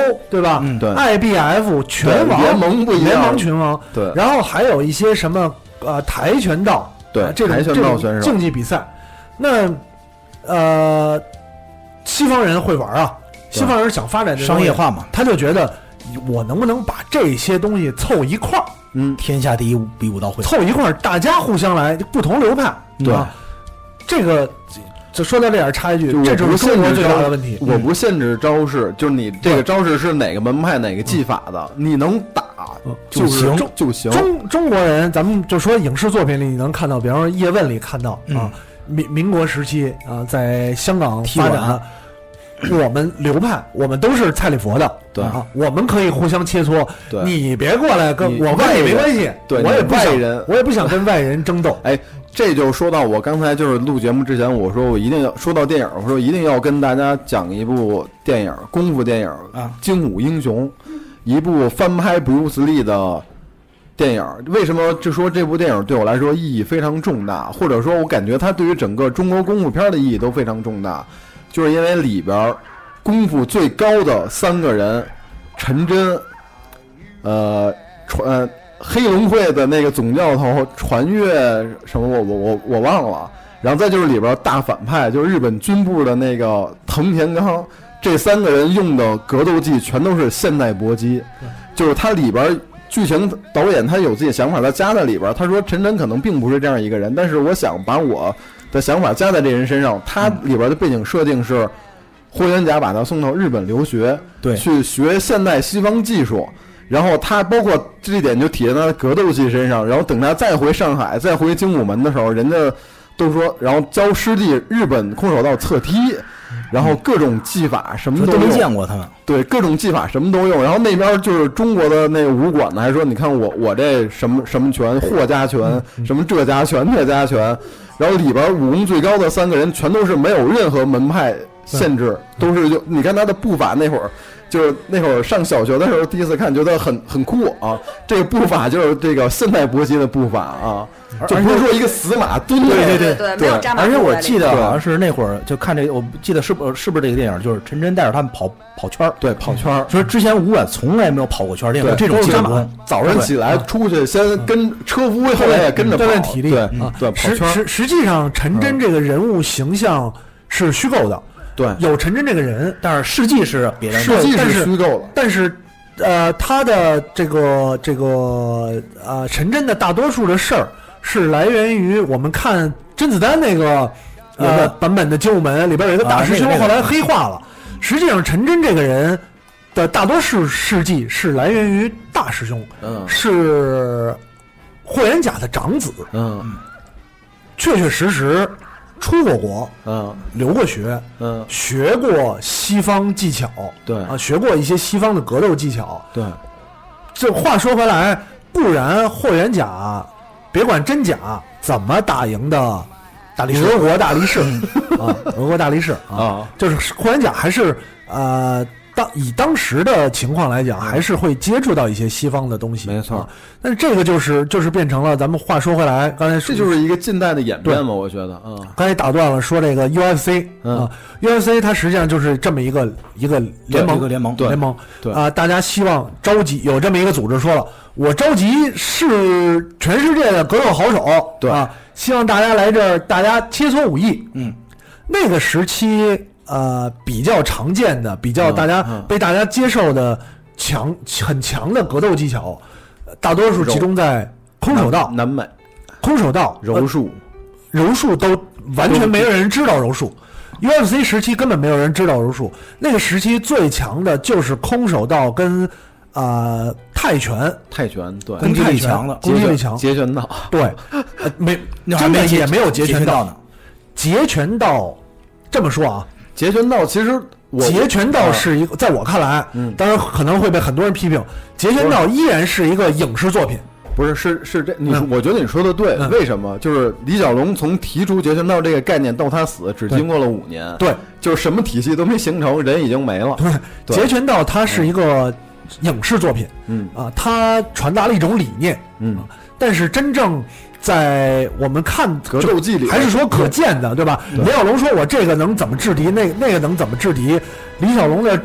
WBO，对吧？
嗯
对
IBF 拳王
联盟不一样
联盟拳王，
对
然后还有一些什么呃跆拳道，
对
啊这种
跆拳道
这
选手
种竞技比赛，那呃，西方人会玩啊，
对
西方人想发展这东
商
西
业，化嘛，
他就觉得我能不能把这些东西凑一块儿，
嗯，
天下第一比武道会。
凑一块儿，大家互相来，不同流派，
对
啊，这个这这说到这点插一句
就，我
这就是
不
中国
限制
最大
招
的问题。嗯
我不限制招式，就是你这个招式是哪个门派哪个技法的，你能打
嗯
就
就是行
就就行，嗯
中中国人，咱们就说影视作品里你能看到，比方说《叶问》里看到啊，民民国时期啊、在香港发
踢馆
展，我们流派，我们都是蔡礼佛的，
对
啊，我们可以互相切磋。
对
你别过来跟
你
我跟
外
你没
人
关系，
对
我
你
也不
外
想
人
我也不想跟外人争斗。
哎，这就说到我刚才就是录节目之前，我说我一定要说到电影，我说一定要跟大家讲一部电影，功夫电影
啊
《精武英雄》，一部翻拍 Bruce Lee 的电影。为什么就说这部电影对我来说意义非常重大，或者说我感觉它对于整个中国功夫片的意义都非常重大，就是因为里边儿功夫最高的三个人，陈真，呃，传呃黑龙会的那个总教头传阅什么我我我我忘了，然后再就是里边大反派就是日本军部的那个藤田刚，这三个人用的格斗技全都是现代搏击，就是它里边剧情导演他有自己的想法，他加在里边，他说陈真可能并不是这样一个人，但是我想把我的想法加在这人身上，
嗯
他里边的背景设定是。霍元甲把他送到日本留学，
对
去学现代西方技术，然后他包括这一点就体现在他格斗技身上。然后等他再回上海，再回精武门的时候，人家都说，然后教师弟日本空手道侧踢，然后各种技法什么
说
都
都没
用
见过他们，
对，各种技法什么都用。然后那边就是中国的那武馆呢，还说你看我我这什么什么拳，霍家
嗯
拳，什么这家拳、那家拳，然后里边武功最高的三个人全都是没有任何门派限制，都是就你看他的步伐那会儿。就是那会儿上小学的时候，第一次看觉得很很酷啊！这个步法就是这个现代搏击的步法啊，就不是说一个死马蹲着。
对
对没有扎马
而且
步
我
在里
记
面
得
对
好像是那会儿就看这个，我不记得是不是不是这个电影，就是陈真带着他们跑跑圈儿。
对跑圈儿，
说之前武馆从来没有跑过圈儿，练过
对，
这种
都是
基
扎
本
马
功。
早上起来出去先跟车夫，后来也跟着
啊嗯锻炼
跑
体力
对嗯
啊
对，呃跑
实
圈儿，
实实际上，陈真这个人物形象是虚构的，
对，
有陈真这个人，
但是事迹是别人的
设计
但
是
是
虚构的，
但是，呃，他的这个这个呃，陈真的大多数的事儿是来源于我们看甄子丹那个
原
呃
本
版本的《精武门》里边有一个大师兄
啊那，个
后来黑化了。实际上，陈真这个人的大多数事迹是来源于大师兄，
嗯
是霍元甲的长子，
嗯
确确实实出过国，
嗯
留过学，
嗯，
学过西方技巧，
对
啊，学过一些西方的格斗技巧。
对，
这话说回来，不然霍元甲，别管真假，怎么打赢的大力士？俄国大力士
嗯
啊，俄国大力士啊
啊，
就是霍元甲还是呃。当以当时的情况来讲，还是会接触到一些西方的东西，
没错
啊。但是这个就是就是变成了咱们话说回来，刚才
这
说
就是一个近代的演
对
变嘛，我觉得啊，
刚才打断了，说这个 UFC
嗯
啊，UFC 它实际上就是这么一个一个联
一
盟
个联盟
联盟
对
啊，大家希望召集有这么一个组织，说了，我召集是全世界的格斗好手，
对
啊，希望大家来这儿，大家切磋武艺。
嗯，
那个时期呃比较常见的，比较
嗯
大家
嗯
被大家接受的强很强的格斗技巧，呃大多数集中在空手道、呃
南美
空手道、
柔术，
柔术都完全没有人知道柔术。UFC 时期根本没有人知道柔术，那个时期最强的就是空手道跟啊、呃泰拳，
泰拳，对，
跟
攻击
泰
力
拳
强的
攻击
截
力
拳
强，
截拳道，
对，呃没
那还
真的
没
也没有截
截
拳
道
道
呢，
截拳道这么说啊，
截拳道其实我啊
截拳道是一个，在我看来，
嗯
当然可能会被很多人批评，截拳道依然是一个影视作品，
不是是是这你说
嗯
我觉得你说的对，
嗯
为什么？就是李小龙从提出截拳道这个概念到他死，只
对
经过了五年，
对，
就是什么体系都没形成，人已经没了，对
截拳道它是一个影视作品
嗯
啊，它传达了一种理念，
嗯，
但是真正在我们看
格斗技里
还是说可见的，对吧？
对
李小龙说我这个能怎么制敌，那那个能怎么制敌？李小龙的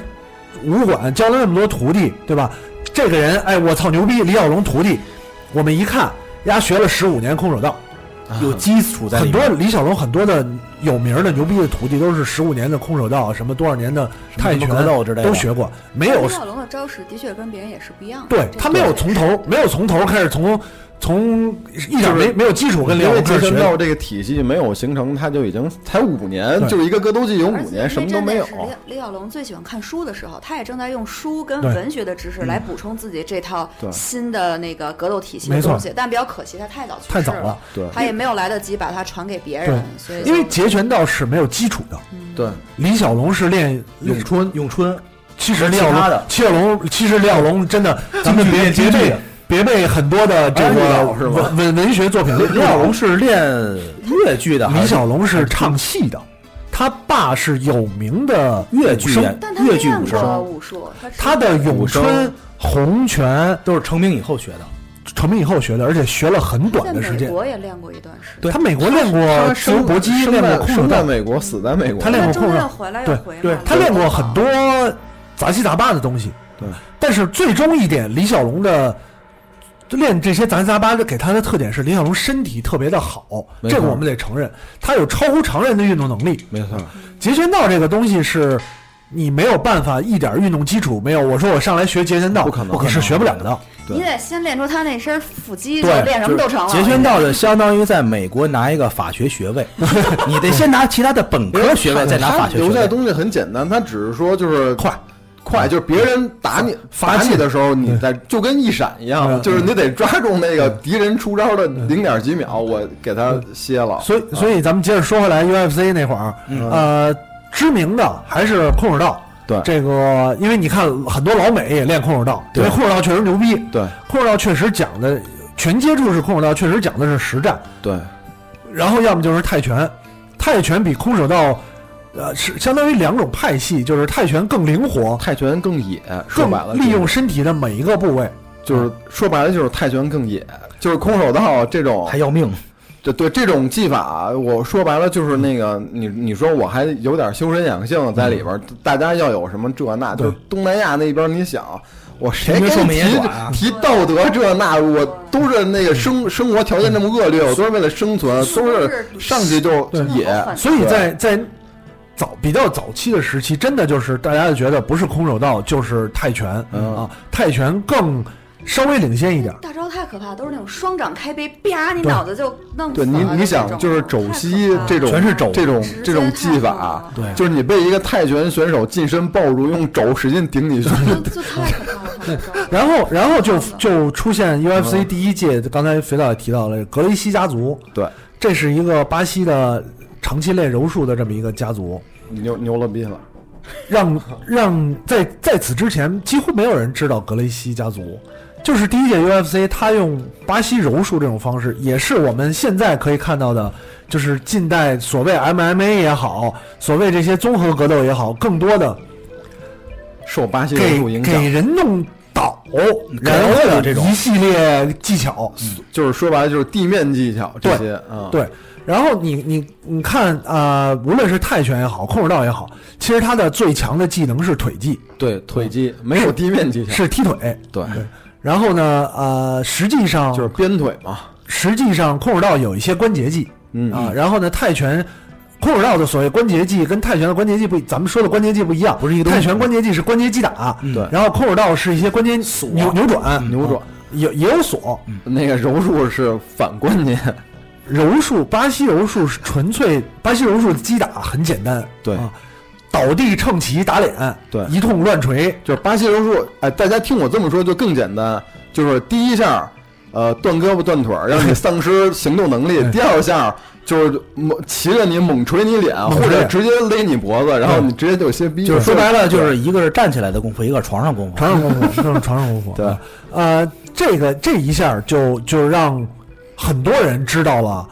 武馆教了那么多徒弟，对吧？这个人，哎，我操牛逼！李小龙徒弟，我们一看，丫学了十五年空手道，
有基础在里
啊很
面
多李小龙很多的有名的牛逼的徒弟都是十五年的空手道，什么多少年的泰拳
什么格斗之类的
都学过，没有
李小龙的招式的确跟别人也是不一样的。
对
这个
他没有从头，没有从头开始从从一点
就
没
是
没有基础跟
因
梁
为
文
截
开始学
拳
的。
道这个体系没有形成，它就已经才五年，
对
就一个格斗技有
而
五
且
年，什么都
因为
没有
这。点是李李小龙最喜欢看书的时候，他也正在用书跟
对嗯
文学的知识来补充自己这套
对
新的那个格斗体系
没
的
错
东西。但比较可惜，他太早去世
太早
了
了，
对
他也没有来得及把它传给别人，所以
因为
就
截拳道是没有基础的。
对，
李小龙是练咏春，咏春。其实李小
其他
龙
的，
其实李小龙，其实李小龙 真的，咱们
京剧练
别别
京剧
被别被很多的这
安利
个
到是吧
文文文学作品。
李小龙呃是练越剧的，
李小龙是唱戏的，他爸是有名的
越
武
剧
生，
但他
越剧
练
武
过
生
武术，他是
他的咏
武
春
生、
洪拳
都是成名以后学的。
成名以后学的，而且学了很
他在
短的时
美
间。
国也练过一段时间。
对，他美国练过
他
自由
生
呃搏击，
生
练
在
过空手
生在
道，
美国，死在美国。
他练
他
过
中
空
间
手
又
道。
回来又
对
回
对
嘛，
他练过很多杂七杂八的东西。
对，
但是最终一点，李小龙的练这些杂七杂八的给他的特点是，李小龙身体特别的好，
没错
这个我们得承认，他有超乎常人的运动能力。
没错，
截拳道这个东西是。你没有办法一点运动基础没有，我说我上来学截拳道，
不可能
你是学不了的。
对
你得先练出他那身腹肌，就
对
练什么都成了。
截拳道就相当于在美国拿一个法学学 位，你得先拿其他的本科学位，再拿
他
法学 学
留下的
位。
东西很简单，他只是说就是
快，
快，就是别人打你
发
打你
气
的时候，你在就跟一闪一样，
嗯
就是你得抓住那个敌人出招的零点几秒，我给他歇了。
嗯所以，所以咱们接着说回来，UFC 那会儿，呃，知名的还是空手
嗯
道。
对
这个，因为你看很多老美也练空手道，因
对
为空手道确实牛逼。
对
空手道确实讲的全接触式空手道确实讲的是实战，
对，
然后要么就是泰拳，泰拳比空手道，呃，是相当于两种派系，就是泰拳更灵活，
泰拳更野，说
更
白了就是
利用嗯身体的每一个部位。
就是说白了就是泰拳更野，就是空手道啊这种
还要命，
对对，这种技法，啊我说白了就是那个，
嗯
你你说我还有点修身养性在里边儿，大家要有什么这那，就是东南亚那边，你想，我谁
平
跟
民
你
受民也管啊
提提道德这那，我都是那个生生活条件这么恶劣，我都是为了生存，都是上去就
对
野，
所以在在早比较早期的时期，真的就是大家就觉得不是空手道就是泰拳、
嗯
啊，泰拳更稍微领先一点。
大招太可怕，都是那种双掌开背，啪，你
对
脑子就弄死
对
了
你
那种。
你想就是肘膝这种
全是肘
这种
直接
这种技
太狠
法啊
了，
对
就是你被一个泰拳选手近身抱住，用肘使劲顶你 胸，
就就太可怕了。那种
然后，然后就
真的
就出现 UFC 第一届，刚才肥皂也提到了格雷西家族，
对，
这是一个巴西的长期练柔术的这么一个家族，
牛牛了逼了，
让让在在此之前几乎没有人知道格雷西家族，就是第一届 UFC，他用巴西柔术这种方式，也是我们现在可以看到的，就是近代所谓 MMA 也好，所谓这些综合格斗也好，更多的
受巴西柔术
给
影响
给。人弄倒，然
搞
后
了这种
一系列技巧，
就是说白了就是地面技巧这些嗯啊，
对，然后你你你看啊、呃无论是泰拳也好，空手道也好，其实他的最强的技能是腿技，
对，腿肌嗯没有地面技巧，
是踢腿。
对，
然后呢，呃，实际上
就是鞭腿嘛，
实际上空手道有一些关节技，
嗯
啊，然后呢，泰拳。空手道的所谓关节技跟泰拳的关节技不一，咱们说的关节技不一样，不是一个泰拳关节技是关节击打，
对
然后空手道是一些关节扭扭转，
扭转
啊也也有锁，
那个柔术是反关节，
柔术，巴西柔术是纯粹巴西柔术的击打很简单，
对
啊，倒地乘旗打脸，
对
一通乱锤，
就是巴西柔术。哎，大家听我这么说就更简单，就是第一下，呃，断胳膊断腿儿，让你丧失行动能力；第二下就是猛骑着你猛捶你脸，
猛
或
捶
者直接勒你脖子，然后你直接就歇逼了。
就是说白了，就
对
是一个是站起来的功夫，一个是床上功夫。
床上功夫，这是床上功夫，
对
啊，呃，这个这一下就就让很多人知道了，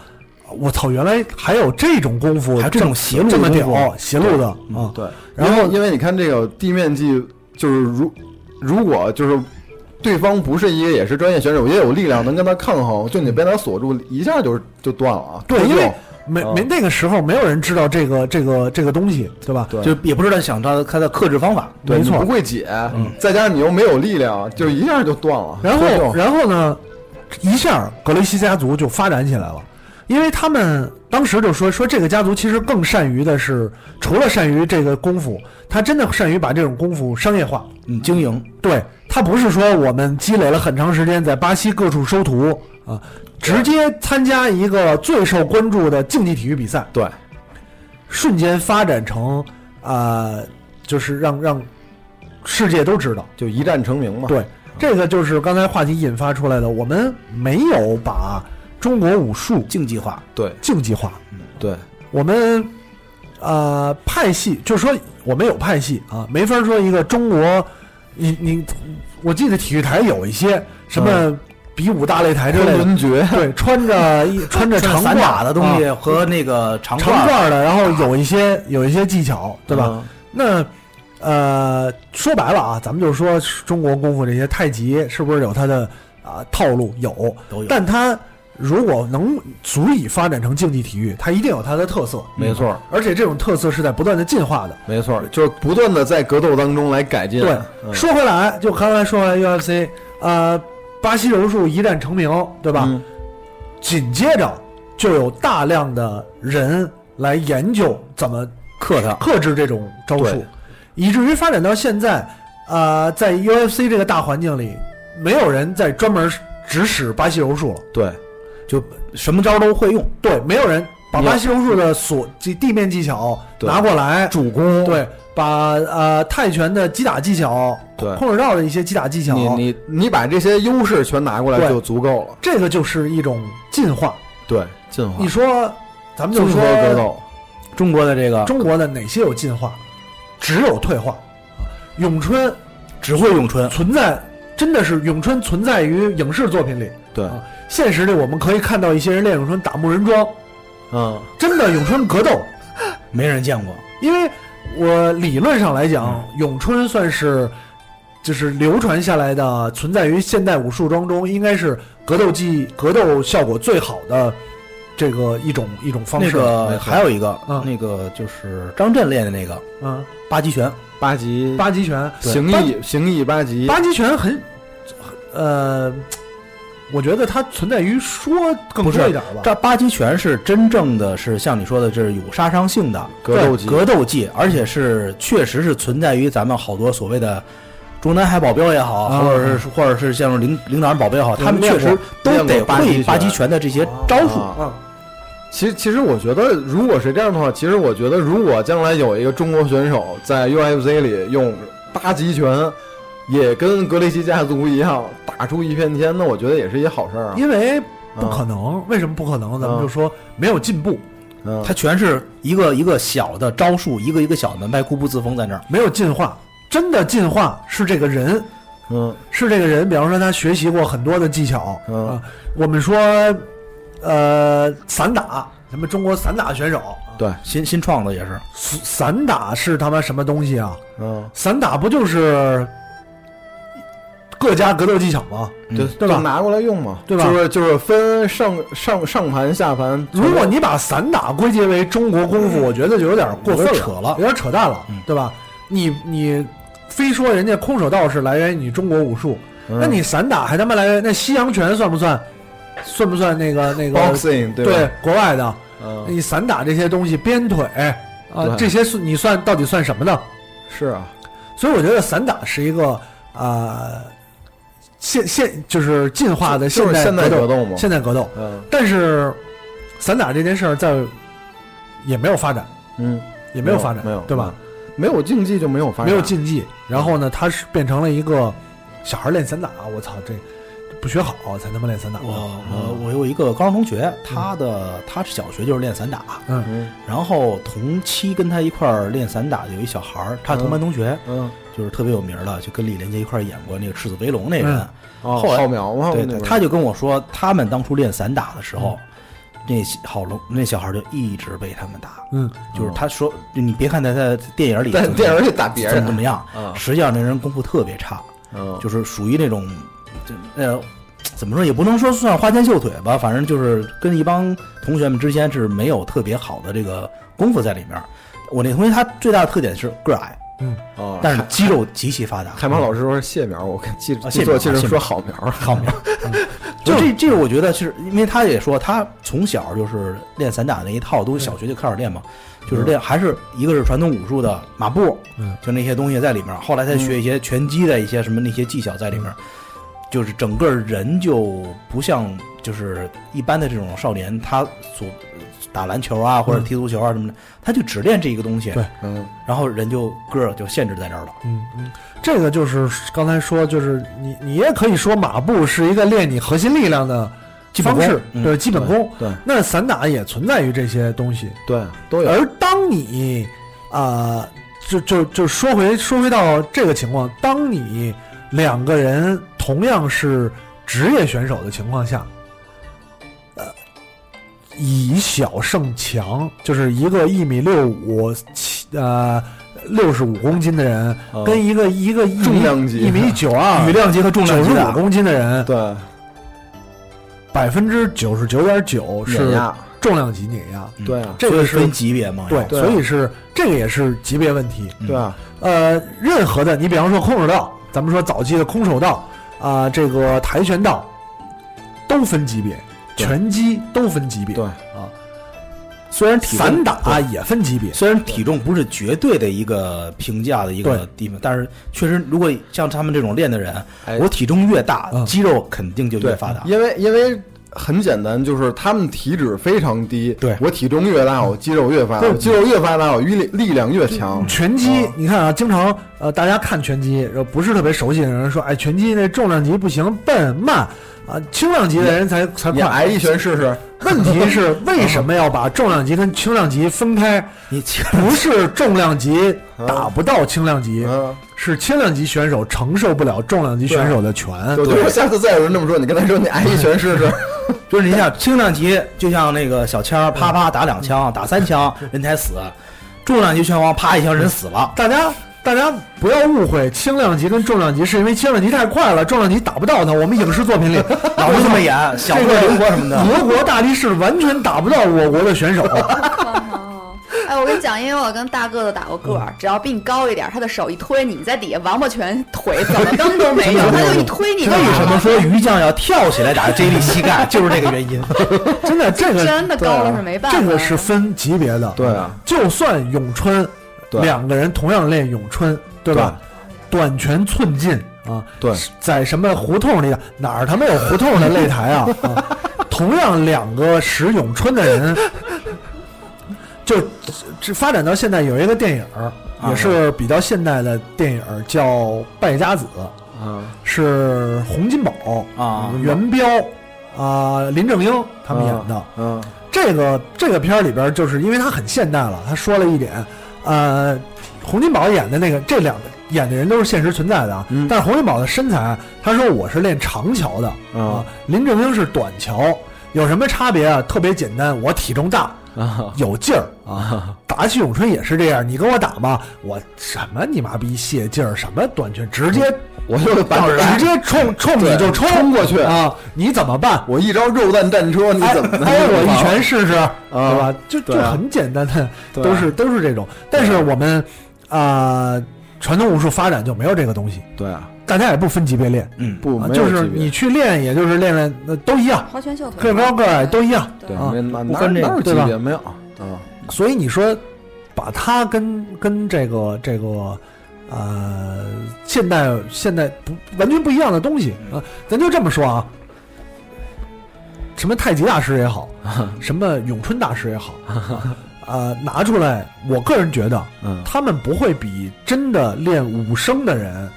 我操，原来还有这种功夫，
还有
这
这种
种
邪路的
这么
功夫
屌，邪路的啊，
哦
对，
然
因
后
为因为你看这个地面技，就是如如果就是对方不是一个也是专业选手，也有力量能跟他抗衡，就你被他锁住，一下就就断了啊。
对，
就
因为
就
没
哦
啊
没那个时候没有人知道这个这个这个东西，对吧？
对
就也不知道想他他的克制方法，
对
没
你
错
不
嗯
会解，再加上你又没有力量，就一下就断了。
然
所以
后，
就
然后呢，一下格雷西家族就发展起来了，因为他们当时就说说这个家族其实更善于的是，除了善于这个功夫，他真的善于把这种功夫商业化。
嗯，经营
对它不是说我们积累了很长时间在巴西各处收徒啊，直接参加一个最受关注的竞技体育比赛，
对，
瞬间发展成啊、呃就是让让世界都知道。
就一战成名嘛。
对，这个就是刚才话题引发出来的，我们没有把中国武术
竞技化，
对
竞技化，
对
我们呃派系，就是说我们有派系啊，没法说一个中国，你你，我记得体育台有一些什么比武大擂台之类
昆
的，
仑决，
对，穿着一 穿着长
散打
褂
的东西
啊
和那个长
长
褂，
褂的，然后有一些有一些技巧，对吧？
啊嗯？
那呃，说白了啊，咱们就说中国功夫这些太极是不是有它的啊、套路？有，
都有
但它如果能足以发展成竞技体育，它一定有它的特色，
没错，
而且这种特色是在不断的进化的。
嗯没错，就是不断的在格斗当中来改进。
对，
嗯
说回来，就刚才说完 UFC，呃，巴西柔术一战成名，对吧？
嗯
紧接着就有大量的人来研究怎么
克他
克制这种招数
对，
以至于发展到现在，呃，在 UFC 这个大环境里，没有人再专门指使巴西柔术了。
对，
就什么招都会用，
对，没有人把
没有
巴西柔术的所地地面技巧
对
拿过来，
主攻，
对，把呃泰拳的击打技巧、
对
空手道的一些击打技巧，
你你你把这些优势全拿过来
啊对
就足够了。
这个就是一种进化。
对，进化
你，说，咱们就
啊综合
说
格斗，
中国的这个
中国的哪些有进化，只有退化。咏春
只会咏春，
存在，真的是咏春存在于影视作品里。
对，
啊现实里我们可以看到一些人练咏春打木人桩，
嗯，
真的咏春格斗，
没人见过，
因为我理论上来讲，咏春算是就是流传下来的，存在于现代武术当中，应该是格斗技格斗效果最好的这个一种一种方
那
式。
个还有一个
嗯，
那个就是张震练的那个
嗯，
八极拳，
八级
八极拳，
形
八
意形意八级，啊
八极拳很呃，我觉得它存在于说更
不
多
是
一点吧。
这八极拳是真正的是像你说的，这是有杀伤性的
格斗技
格斗技，而且是确实是存在于咱们好多所谓的中南海保镖也好，
啊
或者是或者是像领领导人保镖也好，
就
他们确实
练过
都
练
得
过八
会
极
八
拳
极拳的这些招数。
啊
嗯，
其实，其实我觉得，如果是这样的话，其实我觉得，如果将来有一个中国选手在 UFC 里用八极拳，也跟格雷西家族一样打出一片天，那我觉得也是一好事儿啊。
因为不可
啊，
能，为什么不可能？咱们
嗯
就说没有进步，
嗯
它全是一个一个小的招数，一个一个小门派固步自封在那儿。
没有进化。真的进化是这个人，
嗯
是这个人。比方说，他学习过很多的技巧。
嗯
啊我们说，呃，散打，咱们中国散打选手，
新新创的也是，
散散打是他妈什么东西啊？
嗯，
散打不就是各家格斗技巧吗？
就
嗯对吧
就拿过来用嘛，
对吧
就是就是分上上上盘下盘。
如果你把散打归结为中国功夫，我觉得就有点过分
有点扯了
有点扯淡了
嗯，
对吧？你你非说人家空手道是来源于中国武术，
嗯
那你散打还他妈来源那西洋拳算不算？算不算那个那个
嗯 boxing 对
对
吧？
国外的？
嗯，
你散打这些东西，鞭腿啊
对
这些算你算到底算什么呢？
是啊，
所以我觉得散打是一个啊现现就是进化的
就是
代
现代
格
格斗嘛
现代格斗。
嗯
但是散打这件事儿在也没有发展，
嗯，
也没有发展，
没有
对吧？？
没有竞技就没有发展，
没有竞技，然后呢，他是变成了一个小孩儿练散打，我操，这不学好才他妈练散打，
我
哦
呃我我有一个高中同学，他的他小学就是练散打，
嗯
然后同期跟他一块儿练散打的有一小孩儿，他同班同学，
嗯，
就是特别有名儿的，就跟李连杰一块儿演过那个《赤子威龙》那人。
哦
后来
浩苗嘛，
对
那
对，
不是
他就跟我说，他们当初练散打的时候，那好龙那小孩儿就一直被他们打，
嗯，
就是他说，你别看他在电影里
在
怎么
电影里打别
怎么怎
人
么，样，
啊
实际上那人功夫特别差，
嗯，
就是属于那种，就呃，怎么说也不能说算花拳绣腿吧，反正就是跟一帮同学们之间是没有特别好的这个功夫在里面。我那同学他最大的特点是个儿矮，
啊。
但是肌肉极其发达。
海马老师说是蟹苗，我看记
啊
记
蟹
错，
苗
记成
蟹苗
说好苗。
好苗，就这这个我觉得是因为他也说他从小就是练散打那一套东西，小学就开始练嘛，就是练还是一个是传统武术的马步，
嗯，
就那些东西在里面，后来再学一些拳击的一些什么那些技巧在里面，就是整个人就不像就是一般的这种少年，他所打篮球啊或者踢足球啊什么的，他就只练这一个东西，
嗯对
嗯，
然后人就个儿就限制在这儿了。
嗯嗯，这个就是刚才说，就是你你也可以说马步是一个练你核心力量的
基本
方
功
式，
嗯
对基本功。
对对
那散打也存在于这些东西。
对，都
呃
有。
而当你啊、呃就就就说回说回到这个情况，当你两个人同样是职业选手的情况下，呃，以小胜强，就是一个一米六五七呃六十五公斤的人，
嗯
跟一个一个一米
重量级
一米九二
羽。量级和重量
啊九十
级
五
的，
公斤的人，
对，
百分之九十九点九
碾
是
压，
重量级碾压，
嗯
对啊，
这个
所以
是
分级别嘛，
对，
对
所以是这个也是级别问题。
嗯
对啊，
呃，任何的，你比方说空手道，咱们说早期的空手道啊、这个跆拳道都分级别，
对
拳击都分级别，
对
啊，
虽然体重
散打也分级别，
虽然体重不是绝对的一个评价的一个地方，但是确实，如果像他们这种练的人，
哎
我体重越大，
嗯
肌肉肯定就越
对
发达。
因为因为很简单，就是他们体脂非常低，
对
我体重越大，我肌肉越发达，
对
我肌肉越发达，我力力量越强。
拳击，你看啊，经常呃，大家看拳击，然后不是特别熟悉的人说，哎，拳击那重量级不行，笨慢啊，轻量级的人才才
嗯
你
快。
挨一拳试试，
问题是为什么要把重量级跟轻量级分开？
你其
不是重量级
嗯
打不到轻量级，
嗯，
是轻量级选手承受不了重量级选手的拳。
我就说下次再有人这么说，你跟他说你挨一拳试试，
就是你想轻量级，就像那个小
嗯
枪，啪啪打两枪，打三枪人才死；重量级拳王啪一枪人死了。
大家大家不要误会，轻量级跟重量级是因为轻量级太快了，重量级打不到他。我们影视 作品里
老是这么演，小
嗯这
个
个嗯
灵活什么的。
俄国大力士完全打不到我国的选 手。
哦，哎，我跟你讲，因为我跟大个子打过个儿，只要比你高一点，他的手一推你，你在底下王八拳腿怎么蹬都没有，
真的
他
真的
就一推你就
为什
完
么
了。
说鱼酱要跳起来打 J 莉膝盖，就是这个原 因。
真的，这个
真的高了是没办法
这
的。
个是分级别的。
对啊，
就算咏春，
对
两个人同样练咏春，对吧？短拳寸进啊，
对，
在什么胡同里哪儿他妈有胡同的擂台啊？啊同样两个使咏春的人，就这发展到现在有一个电影儿，
啊
也是比较现代的电影儿，叫《败家子》，
嗯，
是洪金宝
啊
元彪啊、林正英他们演的。
嗯，
这个这个片儿里边，就是因为它很现代了，他说了一点，呃，洪金宝演的那个这两个演的人都是现实存在的啊，
嗯
但是洪金宝的身材，他说我是练长桥的啊、
啊
林正英是短桥，有什么差别啊？特别简单，我体重大。
啊
有劲儿
啊！
打起咏春也是这样，你跟我打吧，我什么你妈逼泄劲儿，什么短拳，直接
我就把哎
直接冲冲你就
冲过去
啊！你怎么办？
我一招肉弹战车，你
哎，
怎么能
哎，我
防
一拳试试，对吧？就就
对啊
很简单的，
对啊
都是都是这种。但是我们啊、呃传统武术发展就没有这个东西，
对啊，
大家也不分级别练，
嗯，
不，
啊
没有
就是
区别
你去练，也就是练练，那都一样，
花拳绣腿，
个高个矮都一样。
对，
啊
没哪
不
哪
分这
哪有
个
区
对吧嗯
别没有啊，
所以你说，把它跟跟这个这个呃现代现代不完全不一样的东西啊、咱就这么说啊。什么太极大师也 好，什么咏春大师也好，呃，拿出来，我个人觉得
嗯，
他们不会比真的练武生的人，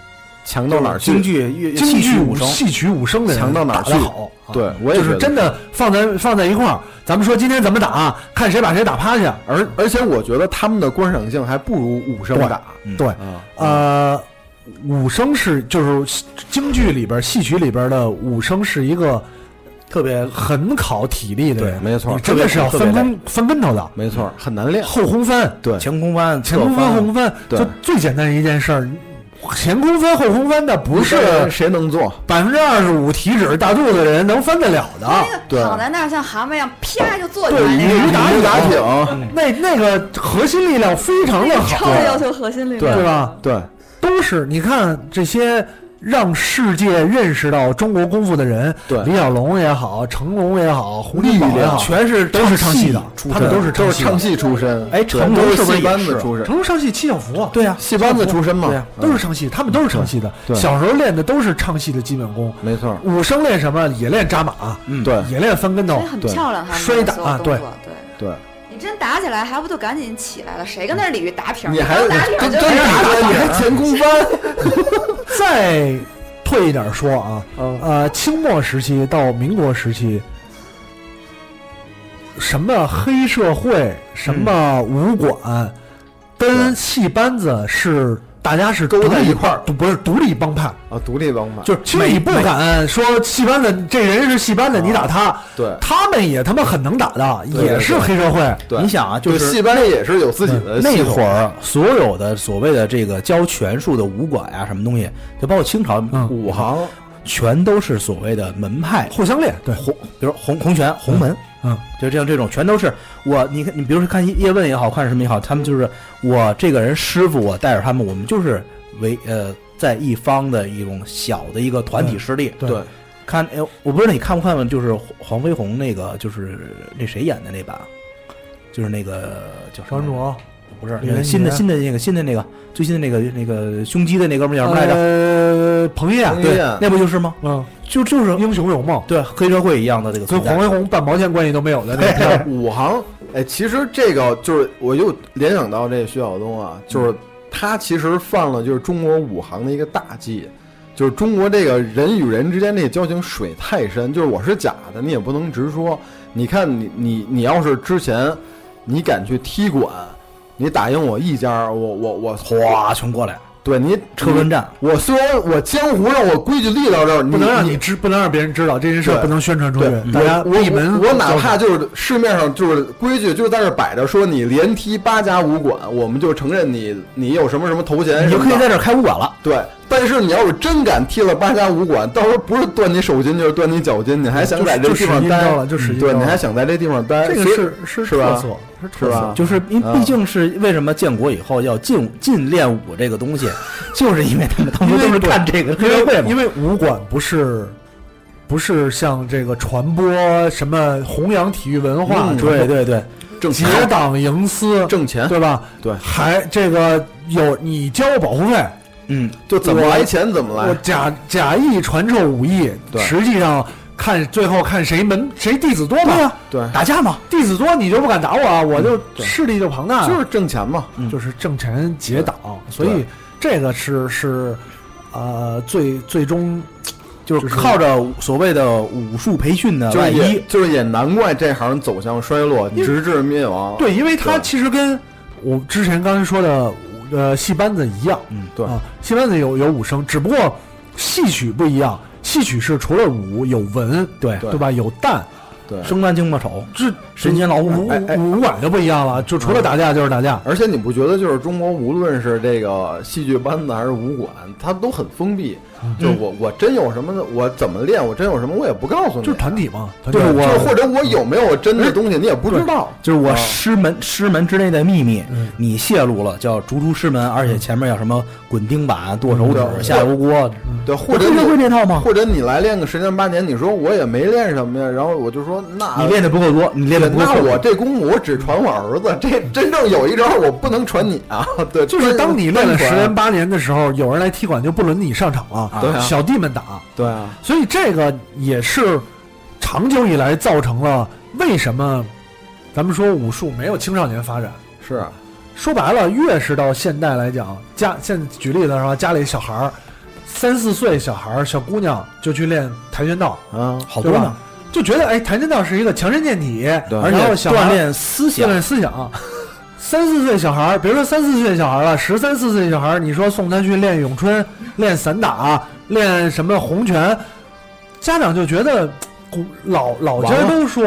强到哪儿
京
去？
剧越
京
戏
剧
曲武生，
戏曲武生的人
强到哪儿
打
去
得好。啊
对我也
就
觉
是
得
真的放在放在一块儿，咱们说今天怎么打，啊看谁把谁打趴下。
而而且我觉得他们的观赏性还不如武生打
对，
啊，
呃，武生是就是京剧里边、戏曲里边的武生是一个
特别
很考体力的人，
没错
你真的是要
特别特
翻
别
跟翻跟头的，
没错，嗯很难练。
后空翻、
对，
前空翻、
前
侧
空翻、后
翻
空翻，
对
就最简单的一件事儿，前空翻后空翻的不是
谁能做？
百分之二十五体脂大肚子的人能翻得了的。
对
躺在那儿像蛤蟆一样啪就坐起
对
来那
鱼
个，
打
鱼打
挺
挺，啊
那那个核心力量非常的好，
超要求核心力量，
对吧？
对，
都是你看这些让世界认识到中国功夫的人，
对
李小龙也好，成龙也好，洪
力
金宝也
量
好，
全
是都是唱戏的，他们
对
都是
都是
唱
唱
戏
戏出身。
的。哎，
对
成
都
龙
是
是不是
戏
也
班
是
子？出身？
成龙唱戏七小福啊，
对呀
戏班子出身嘛
对呀，啊
嗯
都是唱戏，他们都是唱戏的。
对
小时候练的都是唱戏的基本功。
没错，
武生练什么？也练扎马，
对
也练翻跟
所
头
以，很
对
漂亮他们
摔打
所有动
对
作，对。
对，
你真打起来，还不就赶紧起来了？谁跟那儿鲤鱼打挺儿？
你还
刚
真
打挺儿
真
就是是
你还前空翻，
啊 再退一点说啊，
嗯
呃，清末时期到民国时期，什么黑社会、什么武馆，
嗯
跟戏班子是大家是
勾在
独立
一块儿
帮，不是独立帮派，
啊，独立帮派，
就是其实你不敢说戏班子这人是戏班子，你打他，
对
他们也他妈很能打的，
啊对对
也是黑社会，
对，
你想啊，
就是戏班也是有自己的
呃
那
系
啊
统
会儿所有的所谓的这个教拳术的武馆啊，什么东西，就包括清朝
嗯
武行，全都是所谓的门派，
互相练，对，
红，比如红红拳、红门，
嗯，
就这样这种全都是我，你看你，比如说看叶问也好看什么也好，他们就是我这个人师傅，我带着他们，我们就是为呃在一方的一种小的一个团体势力。
对
对
看哎，我不知道你看不看过，就是黄黄飞鸿那个，就是那谁演的那版，就是那个叫什么
张卓，
不是
李连杰
新的新的那个新的那个最新的那个那个胸肌的那哥们儿叫什么来着？
呃，彭于晏，
彭于
对
晏，
那不就是吗？
嗯，
就就是
英雄有梦。
对黑社会一样的这个
跟
存
黄
在。
飞鸿半毛钱关系都没有的那片
哎
儿，
武行，哎，其实这个就是，我又联想到这徐晓东啊，就是他其实犯了就是中国武行的一个大忌，就是中国这个人与人之间这个交情水太深，就是我是假的，你也不能直说。你看你你你要是之前你敢去踢馆，你打赢我一家，我我我
哗，全过来，
对你
车轮战，
我虽然我江湖上我规矩立到这儿，
不能让
你
你知，不能让别人知道这件事儿，
对
不能宣传出去
对，，
大家
我我
闭门
我哪
造
怕
反
就是市面上就是规矩就在这摆着，说你连踢八家武馆，我们就承认你你有什么什么头衔
你
什
就
么
可
的，
以在这儿开武馆了。
对。但是你要是真敢踢了八家武馆，到时候不是断你手筋就是断你脚筋，你还想在这
就
地
是
方
就使阴
待嗯
招了就使阴
对，
招
你
了
还想在这地方待，
这个
所以
是
是
特
吧？
色，是特
是吧
色。
就是因
啊
毕竟是为什么建国以后要禁禁练武这个东西，就是因为他们当初都是看这个黑社
因
会
为
嘛
因。为武馆不是不是像这个传播什么弘扬体育文化，
嗯
对
对对，
挣
结
钱
党营私，
挣钱，
对吧？
对
还这个有你交保护费，
嗯，
就怎么来钱怎么
我
来。
假假意传授武艺，
对
实际上看最后看谁门谁弟子多嘛。
对呀，
对，啊
打架嘛，
弟子多，你就不敢打我啊，我就
对
势力就庞大
就
了，
是挣钱嘛。
嗯
就是挣钱结党，所以这个是是，呃，最最终
就是
就是
靠着所谓的武术培训的
就是
外
也
衣，
就是也难怪这行走向衰落，
因为
直至灭亡。
对，因为它
对
其实跟我之前刚才说的呃戏班子一样，
嗯，
对
啊，戏班子有有武生，只不过戏曲不一样，戏曲是除了武有文，对
对
对吧？有旦，
对，
生旦净末丑，
这
神仙老虎
武
哎哎
武武馆就不一样了，就除了打架就是打架，
而且你不觉得就是中国无论是这个戏剧班子还是武馆，它都很封闭。
嗯
就我我真有什么的，我怎么练，我真有什么我也不告诉你，
就是团体嘛，团体
就是
就是
或者我有没有真的东西你也不知道。
就是我
啊
师门师门之内的秘密
嗯，
你泄露了，叫逐出师门，而且前面要什么滚钉板、剁手
嗯对
指、下油锅，
嗯
对，或者
黑社会
你
这套吗？
或者你来练个十年八年，你说我也没练什么呀，然后我就说那
你练的不够多，你练的不够
那
多
我这功夫我只传我儿子， 这真正有一招我不能传你啊。 对，
就是当你练了十年
年，
八年的时候，有人来踢馆就不轮你上场了，
对啊
小弟们打。
对啊，
所以这个也是长久以来造成了为什么咱们说武术没有青少年发展。
是啊
说白了，越是到现代来讲，家现在举例子的时候，家里小孩儿三四岁小孩儿、小姑娘就去练跆拳道，
啊，
好
对
多
吧
呢，？
就觉得哎，跆拳道是一个强身健体，
对
而
而且
且小孩
锻
儿
炼思
锻
想，
炼思想。 三四岁小孩儿，别说三四岁小孩儿了，十三四岁小孩儿，你说送他去练咏春、练散打、练什么洪拳，家长就觉得嘖古老老
完
家
了
都说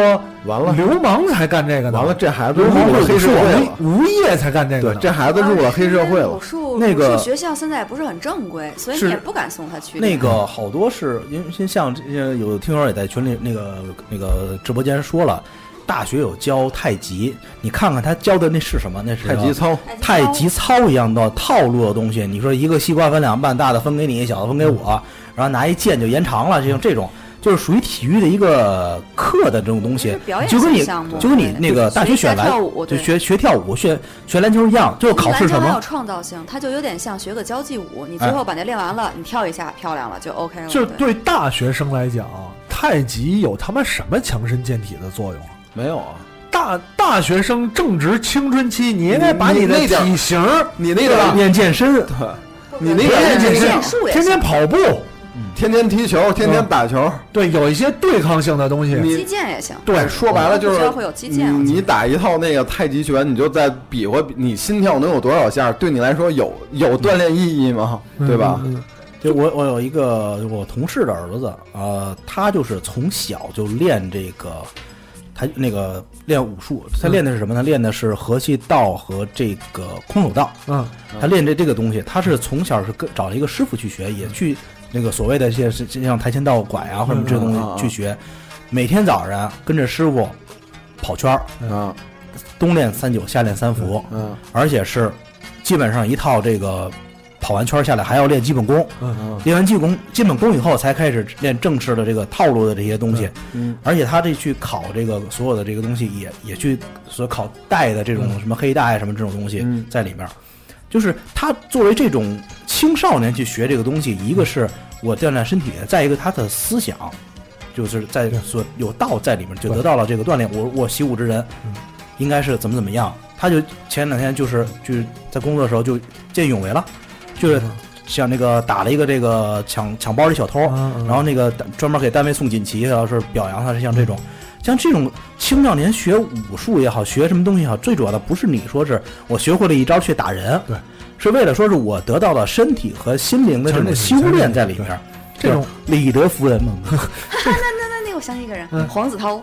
完了
流氓才干这个呢，
完了，这孩子
流
入
氓
了黑社会了。
无无业才干这个
对，
呢。
这孩子入了黑社会了
嗯武。术
那个
武术学校现在也不是很正规，所以
是
你也不敢送他去。
那个好多是因为像这些有听友也在群里那个那个直播间说了，大学有教太极，你看看他教的那是什么？那是
太极操，
哎
太极操一样的套路的东西。你说一个西瓜分两半，大的分给你，小的分给我，然后拿一剑就延长了，这种这种就是属于体育的一个课的这种东
就
西
是，表演
就跟
性
你
项目
就跟你那个大学选
学一下跳
篮
舞，
就
对
学学跳舞、学学篮球一样，最后考试什
篮球它
么
有？创造性，它就有点像学个交际舞，你最后把那练完了，你跳一下漂亮了就 OK 了。
就对
对
大学生来讲，太极有他妈什么强身健体的作用啊？
没有啊？
大大学生正值青春期，你应该把
你
的
那点儿
体型
你那个
练健身，
你那
练
个
健身
练术，也
天天
行
跑步，
天天踢球，天天打球，
对，有一些对啊抗性的东西。
击
你
剑也行。
对，
说白了就
我
是嗯
觉得会有击
啊
剑
你你打一套那个太极拳，你就在比划比你心跳能有多少下，对你来说有有锻炼意义吗？对吧？
嗯？嗯嗯
就我我有一个我同事的儿子，呃，他就是从小就练这个，他那个练武术，他练的是什么呢？练的是合气道和这个空手道。
嗯，
他练这这个东西，他是从小是跟找了一个师傅去学，也
嗯
去那个所谓的像像跆拳道馆呀、或者什么这些
嗯
东
嗯嗯嗯
西去学，每天早上跟着师傅跑圈儿，
嗯
啊
冬练三九，夏练三伏，
嗯
而且是基本上一套这个跑完圈儿下来还要练基本功，
嗯
练完基本功基本功以后才开始练正式的这个套路的这些东西，
嗯，
而且他这去考这个所有的这个东西也也去所考带的这种什么黑带啊什么这种东西
嗯
在里面儿，就是他作为这种青少年去学这个东西，一个是我锻炼身体，再一个他的思想，就是在
对
所有道在里面就
对
得到了这个锻炼。我我习武之人
嗯，
应该是怎么怎么样。他就前两天就是就是在工作的时候就见义勇为了，就是像那个打了一个这个抢抢包的小偷，
嗯嗯
然后那个单专门给单位送锦旗，然后是表扬他，是像这种，像这种青少年学武术也好，学什么东西也好，最主要的不是你说是我学会了一招去打人，
对，
是为了说是我得到了身体和心灵的这种修炼在里边儿。
这种
就是礼德服人嘛，
那那我想起一个人
嗯，
黄子韬、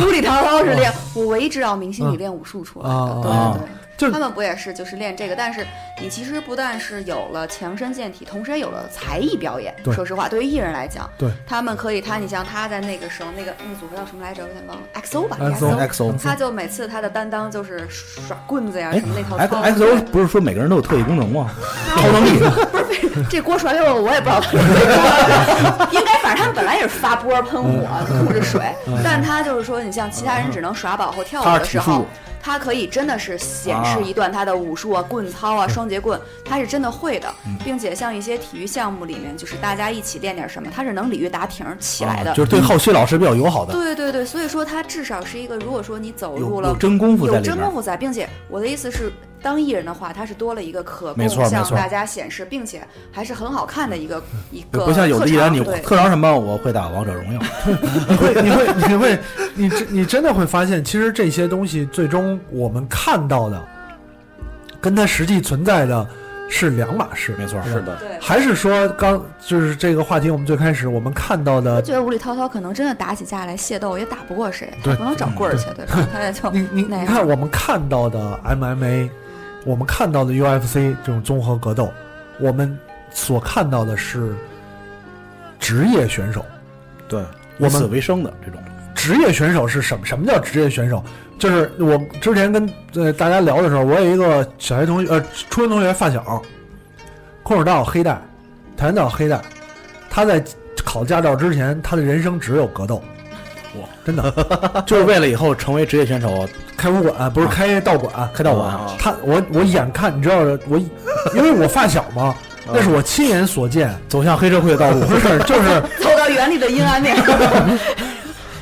陆里涛涛是练武为之道，明星里练武术出来的。
啊
对对
就
对，他们不也是就是练这个？但是你其实不但是有了强身健体，同时也有了才艺表演。
对
说实话，对于艺人来讲，
对
他们可以，他你像他在那个时候，那个那个组合叫什么来着？有点忘了，XO 吧
XO
XO
他就每次他的担当就是耍棍子呀
哎
什么那套
，X
操
X O 不是说每个人都有特异功能 吗？
超能力。不是这锅甩给我，我也不知道他们在说。应该反正他们本来也是发波喷我，吐着水，但他就是说，你像其他人只能耍宝或跳舞的
他
时
是体
候
术。
他可以真的是显示一段他的武术啊、棍操啊、双截棍，他是真的会的，并且像一些体育项目里面，就是大家一起练点什么，他是能鲤鱼打挺儿起来的
啊就。
嗯
是对好奇老师比较友好的。
对对对，所以说他至少是一个，如果说你走
有
入
有
了
真功夫在
有
里
真
边
功，夫在，并且我的意思是，当艺人的话，他是多了一个可
没
供
错没
向
错
大家显示，并且还是很好看的一个
嗯
一个
不像有的艺人，你
特长对
特长什么？我会打王者荣耀，
你会你会你会你真你真的会发现，其实这些东西最终我们看到的，跟它实际存在的是两码事。
没错，
是
的。
对。
还是说刚就是这个话题，我们最开始我们看到的
我觉得无理涛涛可能真的打起架来械斗也打不过谁，
对
他不能找棍儿去，对吧？他也 就
你你
那
你
样
看，我们看到的 MMA，我们看到的 UFC 这种综合格斗，我们所看到的是职业选手。
对，
我
以
们
此为生的这 种，
职业选手是什么？什么叫职业选手？就是我之前跟呃大家聊的时候，我有一个小学同学，呃，初中同学发小，空手道黑带，跆拳道黑带，他在考驾照之前，他的人生只有格斗。哇，真的
就是为了以后成为职业选手
开武馆不是开道馆，
开道馆。
啊
他我我眼看你知道的，我因为我发小嘛，那是我亲眼所见，
走向黑社会的道路。
不是就是
走到园里的阴暗面。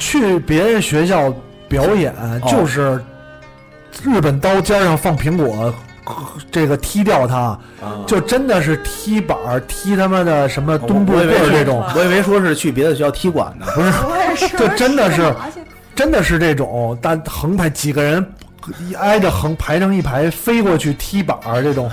去别人学校表演，就是日本刀尖上放苹果，这个踢掉他，就真的是踢板儿踢他妈的什么东部
我以为
棍儿
是
这种，
我以为说是去别的学校踢馆呢，不是
我也 是
这真的是
而且
真的是这种，但 横排几个人一挨着横排成一排飞过去踢板儿这种，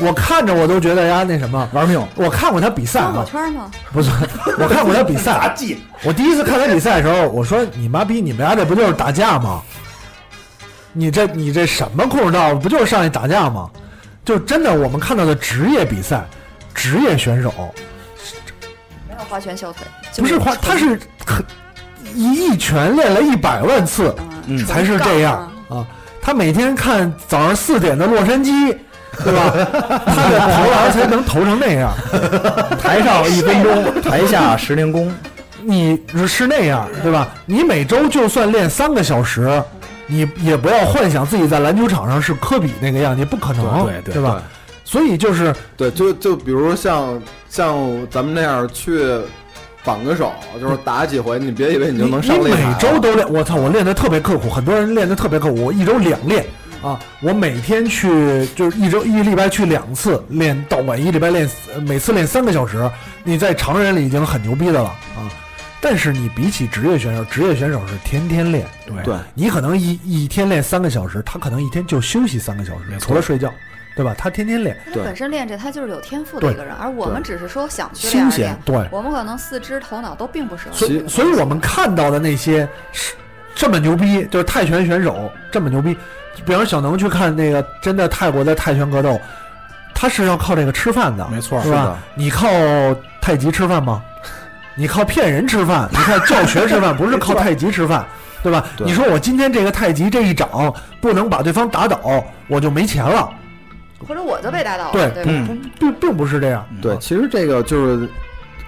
我看着我都觉得呀那什么，
玩命，
我看过他比赛
生火
啊，
圈吗？
不是，我看过他比赛，
技，
我第一次看他比赛的时候，我说你妈逼，你们家这不就是打架吗？你这你这什么空手道不就是上去打架吗？就真的我们看到的职业比赛，职业选手
没有花拳绣腿，就
不是花，他是很一一拳练了一百万次
嗯
才是这样
啊
啊。他每天看早上四点的洛杉矶，对吧？他的投篮才能投成那样。
台上啊一分钟，台下十年 功，
你是那样，对吧？你每周就算练三个小时，你也不要幻想自己在篮球场上是科比那个样，你不可能，
对对对
吧？所以就是
对，就就比如像像咱们那样去绑个手，就是打几回，你别以为你
你
就能上
你
擂台
每
了。
周都练，我操，我练的特别刻苦，很多人练的特别刻苦，我一周两练啊，我每天去就是一周一礼拜去两次练道馆，一礼拜练呃每次练三个小时，你在常人里已经很牛逼的了啊。但是你比起职业选手，职业选手是天天练，对
对
你可能一一天练三个小时，他可能一天就休息三个小时，除了睡觉，对吧？他天天练，
他
对
本身练这，他就是有天赋的一个人，而我们只是说想去练
休
而
闲
练，
对，
我们可能四肢头脑都并不是很
所以
其
所以我们看到的那些是这么牛逼，就是泰拳选手这么牛逼，比方小能去看那个真的泰国的泰拳格斗，他是要靠这个吃饭的，
没错
是吧？你靠太极吃饭吗？你靠骗人吃饭，你靠教学吃饭，不是靠太极吃饭，对吧？
对
你说我今天这个太极这一掌不能把对方打倒，我就没钱了，
或者我就被打倒了，
对
对吧？
嗯，
并并不是这样，
对，其实这个就是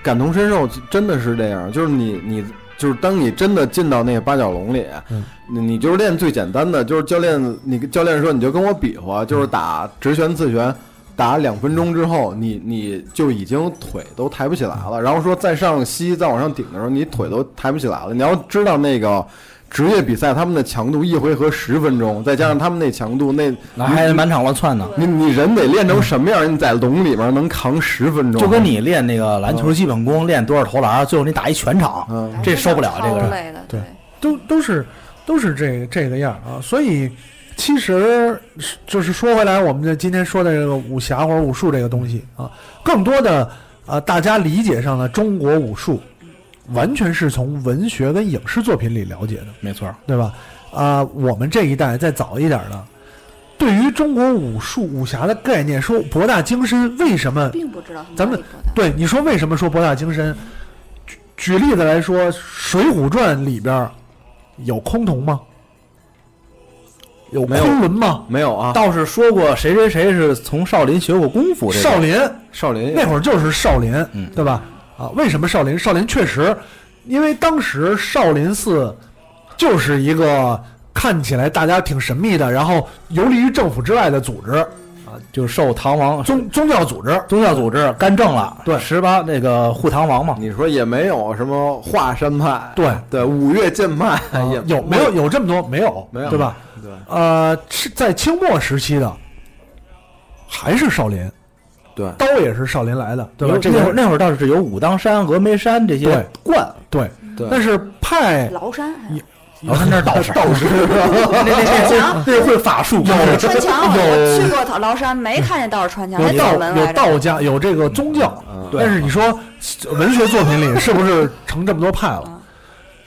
感同身受，真的是这样。就是你你就是当你真的进到那个八角笼里，
嗯
你你就是练最简单的，就是教练你跟教练说你就跟我比划，就是
嗯
打直拳刺拳。打两分钟之后，你你就已经腿都抬不起来
嗯
了。然后说再上膝再往上顶的时候，你腿都抬不起来了。你要知道那个职业比赛他们的强度，一回合十分钟，再加上他们那强度，那
那还满场乱窜呢，
你你人得练成什么样，你在笼里面能扛十分钟，啊
就跟你练那个篮球基本功，练多少投篮，最后你打一全场，
嗯。
哎
这受不了这个
超
人
累的，
对都都是都是这这个样儿啊。所以其实是就是说回来，我们这今天说的这个武侠或者武术这个东西啊，更多的啊，大家理解上的中国武术，完全是从文学跟影视作品里了解的。
没错，
对吧？啊、我们这一代再早一点的，对于中国武术武侠的概念，说博大精深，为什么？
并不知道他
咱们
哪里多大
对你说为什么说博大精深？举举例子来说，《水浒传》里边儿有崆峒吗？有
没有
昆仑吗？
没有啊，
倒是说过谁谁谁是从少林学过功夫，这个
少林
少林
那会儿就是少林，
嗯
对吧？啊，为什么少林？少林确实，因为当时少林寺就是一个看起来大家挺神秘的，然后游离于政府之外的组织，
就是受唐王
宗宗教组织。
宗教组织干政了，
对
十八那个护唐王嘛，
你说也没有什么华山派，
对
对，五岳剑派
啊
也
有没有有这么多？没有，
哎没有
对吧？？
对，
呃，是在清末时期的，还是少林，
对
刀也是少林来的，对吧
有？
这
那会儿
个
那会儿倒是有武当山、峨眉山这些
对
观，
对，
对
但是派
崂山还有
然后他那儿道士，道士，那那那那会法术，
穿墙，啊我去过崂山，没看见道士穿墙，
有
那道
道
门
有
来着。
道家有这个宗教，
嗯
但是你说文学作品 里是不是成这么多派
嗯
了？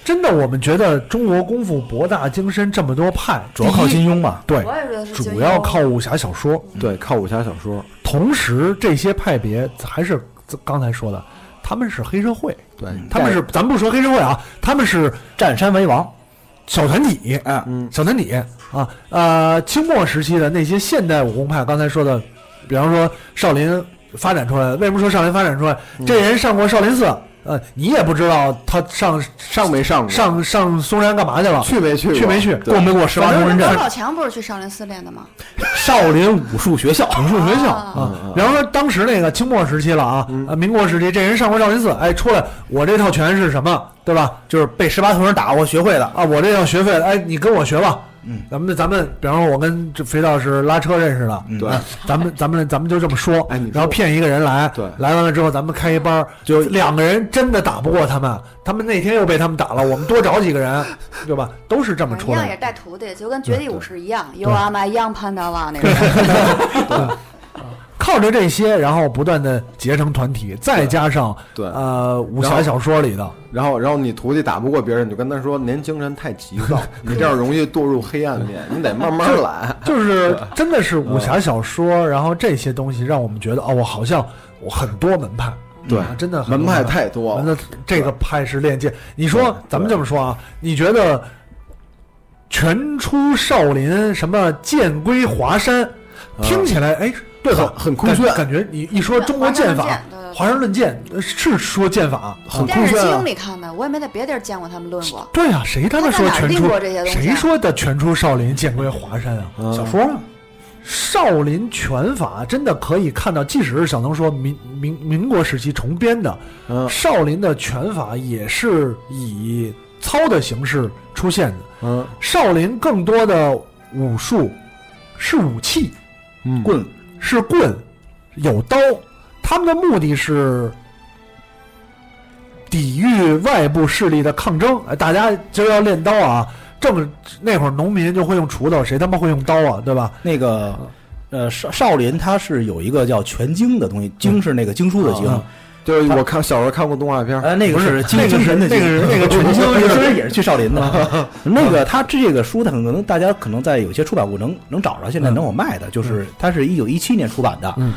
真的，我们觉得中国功夫博大精深，这么多派，
主要靠金庸嘛，
对
我，也觉得是金庸
主要靠武侠小说。
对，靠武侠小说，
同时，这些派别还是刚才说的，他们是黑社会，
对，
他们是咱不说黑社会啊，他们是
占山为王，
小团体，
嗯，
嗯，
小团体啊，呃，清末时期的那些现代武功派，刚才说的，比方说少林发展出来的，为什么说少林发展出来？
嗯
这人上过少林寺，呃，你也不知道他上
上没上过？
上上嵩山干嘛去了，
去没去过？
去没去
对
过没过十八
反
铜
正
人阵
张？宝强不是去少林寺练的吗？
少林武术学校，
武术学校
啊
啊。比方说当时那个清末时期了啊，
嗯
呃，民国时期，这人上过少林寺，哎，出来我这套拳是什么，对吧？
就是被十八铜人打过学会的，
啊，我这要学费，哎，你跟我学吧。
嗯，
咱们咱们，比方说，我跟这肥皂是拉车认识的，
嗯
对
哎咱们咱们咱们就这么说，
哎你说
然后骗一个人来，
对
来完了之后，咱们开一班儿，
就
两个人真的打不过他们，他们那天又被他们打了，我们多找几个人，对吧？都是这么
反正
出
一样
来
也
的
是。带徒弟，就跟绝地武士一样，You are my young Pandawa 那种。
靠靠着这些，然后不断的结成团体，再加上
对
呃武
然后
侠小说里的，
然后，然后你徒弟打不过别人，你就跟他说：“您精神太急 躁，你这样容易堕入黑暗面，你得慢慢来。
就是真的是武侠小说，然后这些东西让我们觉得哦，我好像我很多门派，
对
啊真的”很多
门派太多了，
那这个派是练剑。你说
对，
咱们这么说啊，你觉得全出少林什么剑归华山，听起来哎，对吧？
啊很很酷
感
炫
感觉你一说中国剑法，华山论剑呃是说剑法，很
电视
酷炫啊
经里看的，我也没在别地儿见过他们论过。
对啊，谁他妈说
他在哪儿
全
定
出
过这些？东西啊
谁说的全出少林，剑归华山啊？
嗯
小说啊，少林拳法真的可以看到，即使是小能说民民民国时期重编的，
嗯
少林的拳法也是以操的形式出现的。
嗯，
少林更多的武术是武器，
嗯棍
是棍，有刀，他们的目的是抵御外部势力的抗争。哎大家今儿要练刀啊，正那会儿农民就会用锄头，谁他妈会用刀啊，对吧？
那个呃少少林它是有一个叫全经的东西，经是那个经书的经，
嗯
就是我看小时候看过动画片，
哎
呃，那个是精
那个是
神的精
那个是那个纯经
那个虽然也是去少林的，那个他这个书，他可能大家可能在有些出版物能能找着，现在能有卖的，就是它是一九一七年出版的，
嗯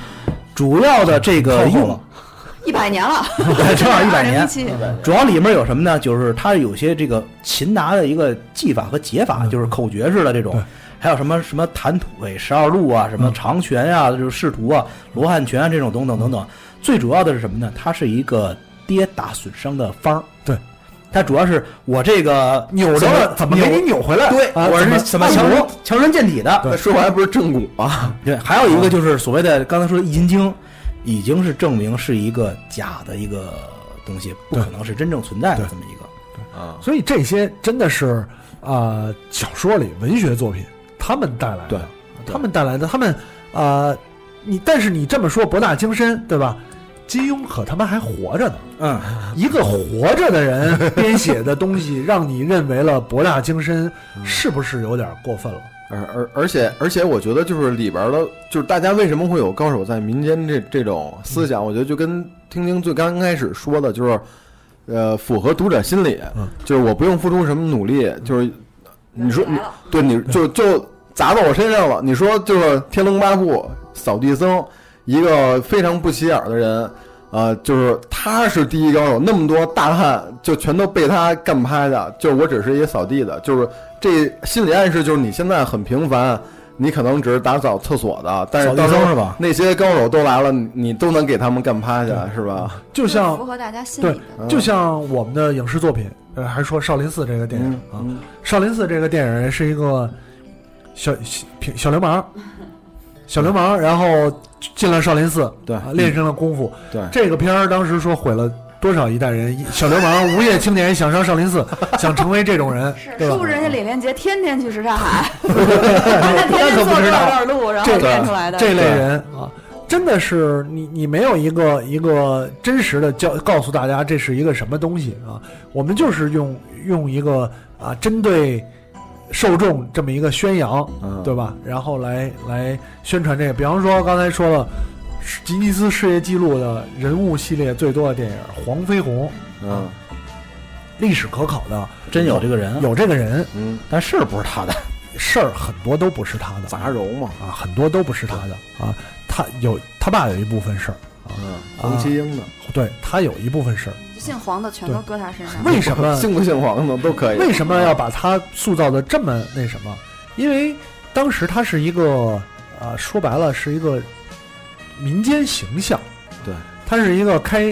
主要的这个
靠后
用
了
一百 年了，，
正好一百年
2017
主要里面有什么呢？就是它有些这个擒拿的一个技法和解法，
嗯
就是口诀式的这种
对，
还有什么什么弹腿十二路啊，什么
嗯
长拳啊，就是试图啊，罗汉拳啊这种等等等
嗯
等。最主要的是什么呢？它是一个跌打损伤的方儿
对，
它主要是我这个
扭
怎
着
么
怎么给你扭回来？
对，
啊
我是
怎
怎
么
么
按
强身
摩？
强身健体的，
那说白了不是正骨啊，
对，还有一个就是所谓的刚才说的《易筋经》，已经是证明是一个假的一个东西，不可能是真正存在的
对
这么一个。
啊，
所以这些真的是啊、呃小说里文学作品他们带来的，
对
他们带来的，他们啊、呃你但是你这么说博大精深，对吧？金庸可他妈还活着呢，
嗯，
一个活着 的人编写的东西，让你认为了博大精深，
嗯
是不是有点过分了？
而而而且而且，我觉得就是里边的，就是大家为什么会有高手在民间这这种思想，我觉得就跟听听最刚开始说的，就是呃，符合读者心理，
嗯
就是我不用付出什么努力，就是你说你
来了
对你就就砸到我身上了，你说就是《天龙八部》扫地僧，一个非常不起眼的人。呃，就是他是第一高手，那么多大汉就全都被他干趴的，就是我只是一个扫地的，就是这心理暗示就是你现在很平凡，你可能只是打扫厕所的，但是
扫地
到时候
僧是吧
那些高手都来了，你你都能给他们干趴下，是吧？嗯
就像
符合大家心
对
里的。
啊就像我们的影视作品，呃，还说《少林寺》这个电影
嗯
啊，
嗯
《少林寺》这个电影是一个小小平小流氓，小流氓，然后进了少林寺，
对嗯
啊练成了功夫。
对
这个片儿当时说毁了多少一代人，一小流氓、无业青年想上少林寺，想成为这种人，对
是
吧
不？是人家李连杰天天去什 刹海， 天天坐多少段路，然后
这
练出来的？
这类人啊，真的是你你没有一个一个真实的教告诉大家这是一个什么东西啊？我们就是用用一个啊针对受众这么一个宣扬，
嗯
对吧？然后来来宣传这个，比方说刚才说了。吉尼斯世界纪录的人物系列最多的电影《黄飞鸿》，
嗯
历史可考的
真有这个人，，啊
有这个人
嗯，
但是不是他的？
事儿很多都不是他的，
杂糅嘛，
啊，很多都不是他的啊。他有他爸有一部分事儿，
嗯，洪七英的，
对他有一部分事儿。
姓黄的全都搁他身上。
为 什么
姓不姓黄的都可以，啊
为什么要把他塑造的这么那什么？因为当时他是一个啊、说白了是一个民间形象，
对，
他是一个开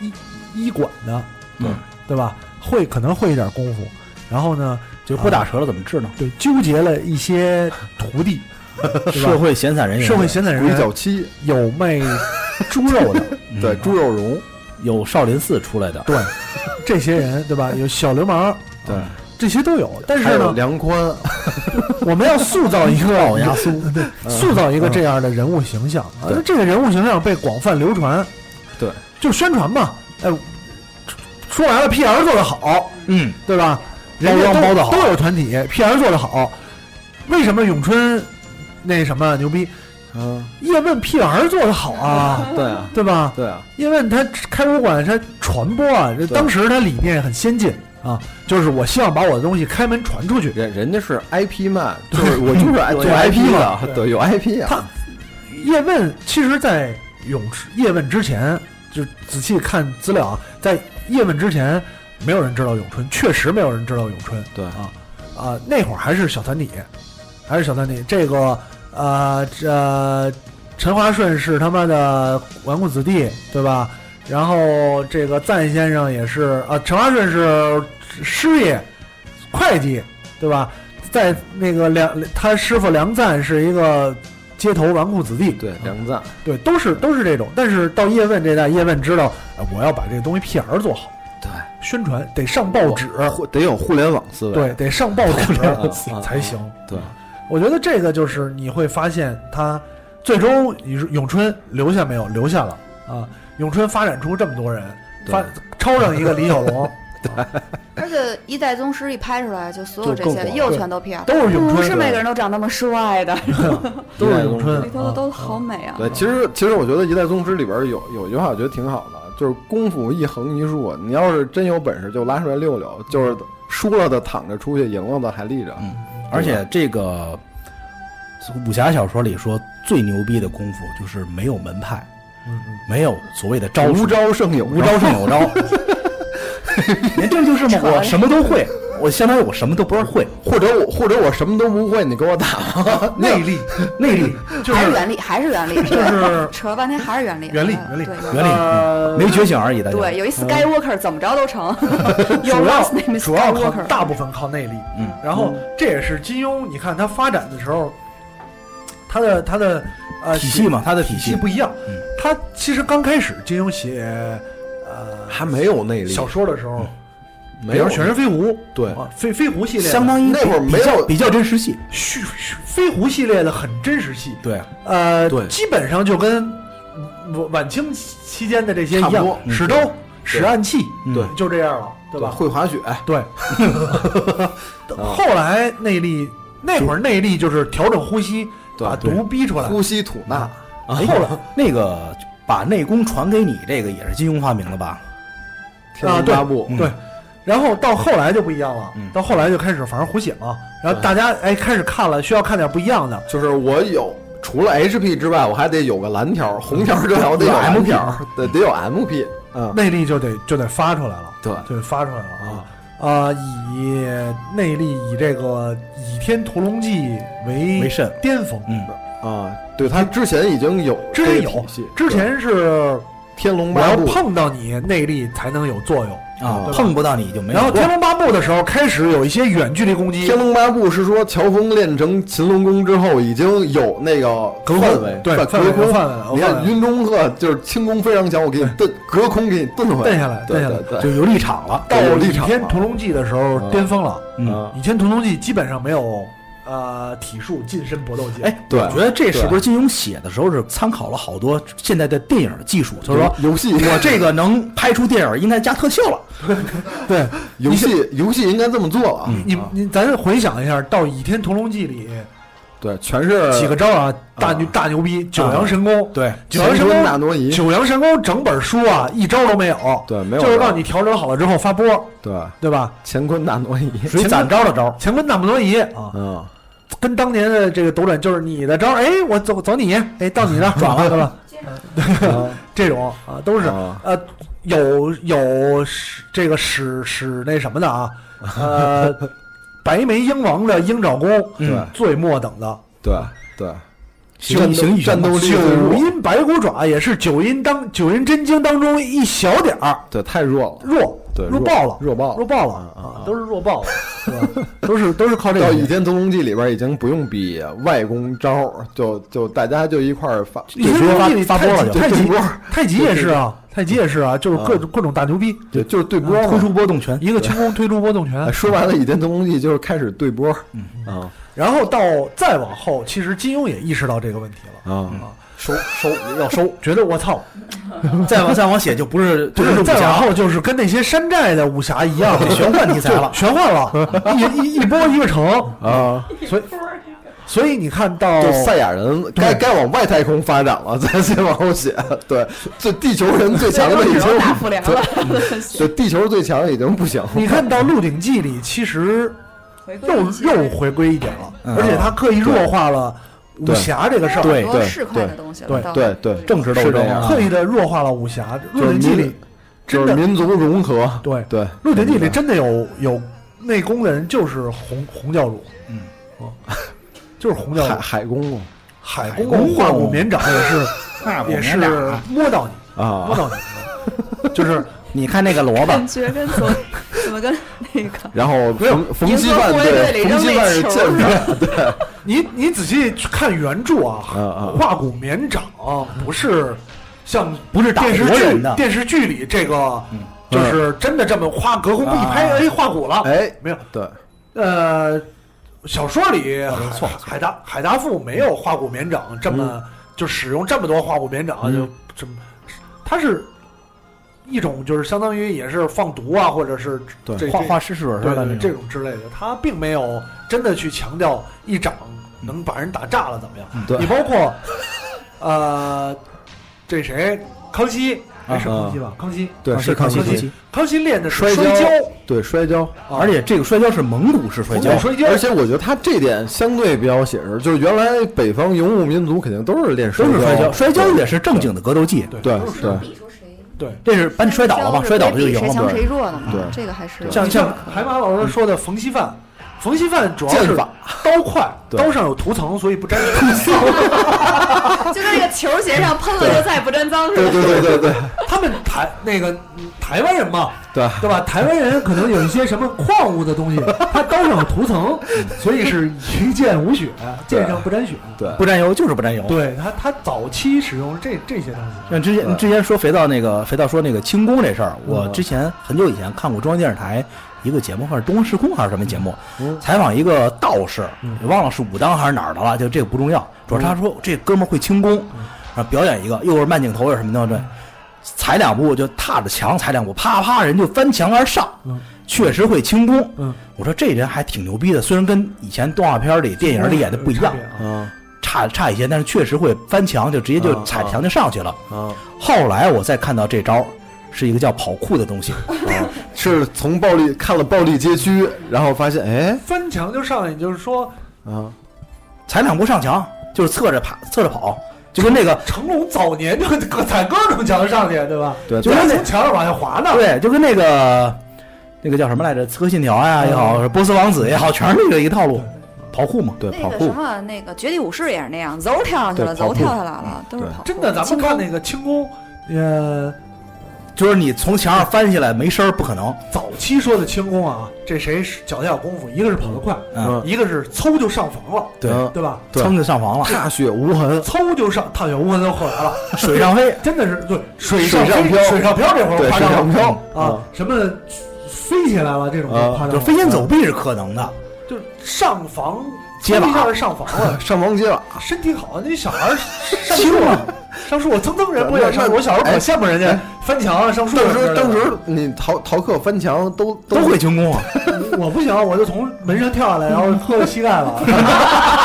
医医馆的，
对
对吧？会可能会一点功夫，然后呢
就不打折了怎么治呢？
对纠结了一些徒弟，
啊
对吧
社会闲散人员，
社会闲散
哎鬼脚
人
七？
有卖猪肉的。
嗯
对，猪
啊
肉蓉，
有少林寺出来的，嗯
对，这些人对吧？有小流氓，
对，
这些都有。但
还
是
有
呢，
梁宽，
我们要塑造一个 老牙苏，对，塑造一个这样的人物形象。啊
对
那这个人物形象被广泛流传，
对，
就宣传嘛。哎，说白了，PR 做的好，
嗯，
对吧？人家
包装包
都
得好
都有团体，PR 做的好。为什么咏春那什么牛逼？
嗯，
叶问屁玩意儿做的好 啊，
对啊，
对吧？
对啊，
叶问他开博物馆，他传播啊，这
对
当时他理念很先进啊，就是我希望把我的东西开门传出去。
人人家是 IP 漫， 就是我就是做
有 IP
IP
嘛
的，对，有 IP 啊，
他叶问其实，在泳池叶问之前，就仔细看资料啊，在叶问之前，没有人知道咏春，确实没有人知道咏春。
对
啊啊，那会儿还是小团体，还是小团体。这个呃，这陈华顺是他妈的纨绔子弟，对吧？然后这个赞先生也是啊，陈华顺是师爷，会计，对吧？在那个梁，他师傅梁赞是一个街头纨绔子弟，
对，梁赞，
对，都是都是这种。但是到叶问这代，叶问知道，呃我要把这个东西 PR 做好，
对，
宣传得上报纸，
呃互得有互联网思维，
对，得上报纸
啊
才行。
对，
我觉得这个就是你会发现，他最终你是咏春留下没有？留下了啊！咏春发展出这么多人，
对
发超上一个李小 龙，
而且一代宗师一拍出来，就所有
就
这
更
些
火了
又全都 P R，
都是咏春
不是每个人都长那么帅的，
都是咏春
里头的都好美啊。
对，其实其实我觉得《一代宗师》里边有有句话，我觉得挺好的，就是功夫一横一竖，啊你要是真有本事就拉出来溜溜，就是输了的躺着出去，赢了的还立着。
嗯而且这个武侠小说里说最牛逼的功夫就是没有门派，没有所谓的招
嗯
数
无，招胜有
无招胜 有招。您这就是嘛，我什么都会，我相当于我什么都不是会，
或者我或者我什么都不会，你给我打吧。
内力，内力就
还是
是
原力，还是原力，
就是
扯了半天还是原力，
原力
嗯
原力
对
呃
原嗯理、嗯没觉醒而已。大家
对，有一 Skywalker 怎么着都成。Your
主
last name
要
is
主要靠
Skywalker。
大部分靠内力，
嗯，
然后这也是金庸，你看他发展的时候，他的他的呃
体系嘛，他的体
体系
系
不一样
嗯。
他其实刚开始金庸写呃
还没有内力，
小说的时候，
没
比
有
如《全身飞狐》
对
啊，飞飞狐系列的
相当于
那会儿
比
没
较
有
比较真实戏，
虚虚飞狐系列的很真实戏，
对，
呃，
对
基本上就跟晚晚清期间的这些一
差不
样
多，嗯
使刀使暗器，
对
就这样了，对吧？
会滑雪，
对，后来内力那会儿内力就是调整呼吸，
对
把
对
毒逼出来。
呼吸吐纳，
啊
后来那个把内功传给你，这个也是金庸发明的吧？
天龙
对
八部，
对，然后到后来就不一样了
嗯，
到后来就开始反正胡写嘛，然后大家哎开始看了，需要看点不一样的。
就是我有。除了 HP 之外，我还得有个蓝条、红条之外，我得有 M 条，对，得有 MP。嗯，
内力就得就得发出来了，
对嗯
就得发出来了啊！啊，以内力以这个《倚天屠龙记》为
为甚
巅峰，
嗯，
啊，对他之前已经有
之前
这个
有
体系，
之前是
对天龙
我
八
要
部
碰到你内力才能有作用，
啊
对，吧
碰不到你就没有。
然后《天龙八部》的时候开始有一些远距离攻击
天，龙八部是说乔峰练成擒龙功之后，已经有那个
隔空
范围，
对
隔
范围
空
有范围了
你
有范
看
围
云中鹤就是轻功非常强，我给你顿隔空给你顿回来，
蹬下来
对
蹬下来
对
就
对，
有立场了，
到
到《
立
倚
场
天
了
屠龙记》的时候巅峰了，
嗯，
啊
《倚天屠龙记》基本上没有呃体术近身搏斗技，
哎，
对
我觉得这是不是金庸写的时候是参考了好多现在的电影技术？就是说，
游游戏
我这个能拍出电影，应该加特效了。
对，
游戏游戏应该这么做了啊，
你
啊
你咱回想一下，到《倚天屠龙记》里
对，全是
几个招啊，大牛大牛
啊
逼，九阳神功，
对
九阳神
乾坤大挪
功，
移
九阳神功整本书啊，一招都没有，
对没有
就是
招
让你调整好了之后发波，
对
对吧？
乾坤大挪移，
属于攒招的招，
乾坤大挪移啊，
嗯，
跟当年的这个斗转就是你的招，哎，我走走你，哎，到你那儿 转了， 对吧？
嗯
这种啊，都是
啊
呃，有有使这个使使那什么的啊，呃，白眉鹰王的鹰爪功，
嗯
最末等的。
对对，
行行以
战斗力最
九
弱，
阴白骨爪也是九阴当九阴真经当中一小点儿
对太弱了。
弱，
对
弱
弱
爆了，
弱爆了
弱爆了
嗯嗯
啊
嗯，
都是弱爆 了，是吧？都是都是靠这
到《
个
倚天屠龙记》里边已经不用比外功招，就就大家就一块儿发，
倚天屠龙记里
发发波了就
太
对
极
波，
太极也是啊，太极也是啊，就是各种各种大牛逼，
嗯对，就是对波
啊
推出
嘛。
波动拳。
一个轻功推出波动
哎
拳，
说白了，《倚天屠龙记》就是开始对波，
嗯
啊
然后到再往后，其实金庸也意识到这个问题了，
啊，
收收要收，觉得我操，
再往再往写就不是
不
就是是武
再往
侠，
后就是跟那些山寨的武侠一样，
玄幻题材了
玄幻了，一一一波一个城，
啊！
所以所以你看到
就赛亚人该
对
该往外太空发展了，咱先往后写。对，这地球人最强的
只
已经
能打复联了，
对，地球最强已经不行了。
你看到《鹿鼎记》里，其实
回归
又
一些
又回归一点了，
嗯
而且他刻意弱化了武
对
侠这个事儿，
对
很多市侩的东西了，
对
到
对对
这个
政治斗
是
争
的
啊，
刻意的弱化了武侠。《
就
鹿
是
鼎记》
民
里，
就是
真的
民族融合。
对
对，《
《鹿鼎记》里真的有有内功的人，就是洪洪教主，
嗯
哦，就是洪教主
海，海公公
海
公
公
公
公化骨绵掌也是
那啊我
也是啊
没打。
摸到你，摸
啊，
到你，就是
你看那个萝卜，
感觉跟怎么怎么跟那个
然后冯冯
银
羁
河
绊
护卫
对
队里
冯
扔
羁
那
绊是
球
舰
儿
长，
你你仔细去看原著啊，
嗯嗯
化骨绵掌不是像
不是打
电视
活人
剧
的
电视剧里这个，就是真的这么夸隔空一拍，
啊
哎，化骨了，
哎，
没有。
对，
呃，小说里海海达海达富没有化骨绵掌这
嗯
么就使用这么多化骨绵掌，就这么，它是一种就是相当于也是放毒啊，或者是
对
这
画
这
画试水似
对
的
对，
那
这
种。
种之类的，他并没有真的去强调一掌能把人打炸了怎么样。
嗯对
你包括呃，这谁康熙？哎，
啊
是康熙吧？康熙，
对
啊
是
康
康
熙
熙
康熙，
康熙练的是
摔
摔
跤
跤，
对摔跤。
啊
而且这个摔跤是蒙古式摔跤
对，摔跤
而且我觉得他这点相对比较写实，就是原来北方游牧民族肯定都是练
都是摔跤，
跤，
摔跤也是正经的格斗技。
对
对对
比出谁？
对。
这是把你摔倒了吧？摔倒了就赢
谁强
了。
谁弱的嘛？
对
这个还是
像像海马老师说的冯锡范，冯锡范主要
剑
是
法
刀快，
对
刀上有涂层，所以 不沾血。
就跟那个球鞋上喷了就再也不沾脏似
对
的。
对对对对
他们台那个嗯台湾人嘛，
对。
对吧？台湾人可能有一些什么矿物的 东西，他刀上有涂层，
嗯
所以是一剑无血，剑上不沾血。
对
不沾油就是不沾油。
对他，他早期使用这这些东西，
像之前之前说肥皂那个肥皂说那个轻功这事儿，
嗯
我之前很久以前看过中央电视台一个节目，还是中央时空还是什么节目，
嗯
采访一个道士，也忘了是武当还是哪儿的了，就这个不重要。主要是他
嗯
说这哥们儿会轻功，然后表演一个，又是慢镜头又是什么的，
嗯
对，踩两步就踏着墙踩两步，啪啪人就翻墙而上，确实会轻功。
嗯
我说这人还挺牛逼的，虽然跟以前动画片里、电影里演的不一
嗯
样，
啊
差差一些，但是确实会翻墙，就直接就踩墙就上去了。
啊！
后来我再看到这招，是一个叫跑酷的东
啊
西，
是从暴力看了《暴力街区》，然后发现哎
翻墙就上来，也就是说
啊，
踩两步上墙，就是侧着爬，侧着跑，就跟那个
成龙早年就各踩各种墙上去，对吧？
对
就
对
是
对
从墙上往下滑呢。
对，就跟那个那个叫什么来着，《刺客信条》
啊
呀也好，是波斯王子也好，全是那个一个套路，跑酷嘛。
对
那
跑
个
酷
什，么，那个《绝地武士》也是那样，嗖跳上去了，
对跑酷
嗖跳下来了，都是
对
跑酷。
真的，咱们
轻
看
功
那个轻功，呃，
就是你从墙上翻下来没声儿不可能，
早期说的轻功啊，这谁是脚下有功夫？一个是跑得快，
嗯，
一个是嗖就上房了，
对，
嗯
对吧？
对
噌就上房了，
踏雪无痕，
嗖就上，踏雪无痕就后来了，
水上飞，
真的是对水
上
上
飘
水上飘这会儿
对，
夸
水
张
上
了
漂
啊，，什么飞起来了这种 就
啊
夸张
就
了，
飞檐走壁是可能的，
就是上房，
接
一
瓦
下是上房了
嗯。上房揭瓦，
身体好，那小孩儿上
轻
树
啊，
上树，我蹭蹭人不也
那
上树？我小时候可
哎
羡慕人家
哎
翻墙啊上树什
当
么之类
时
的。
当时你逃逃课翻墙都
都会轻 功啊。
我不行，我就从门上跳下来，然后磕到膝盖了。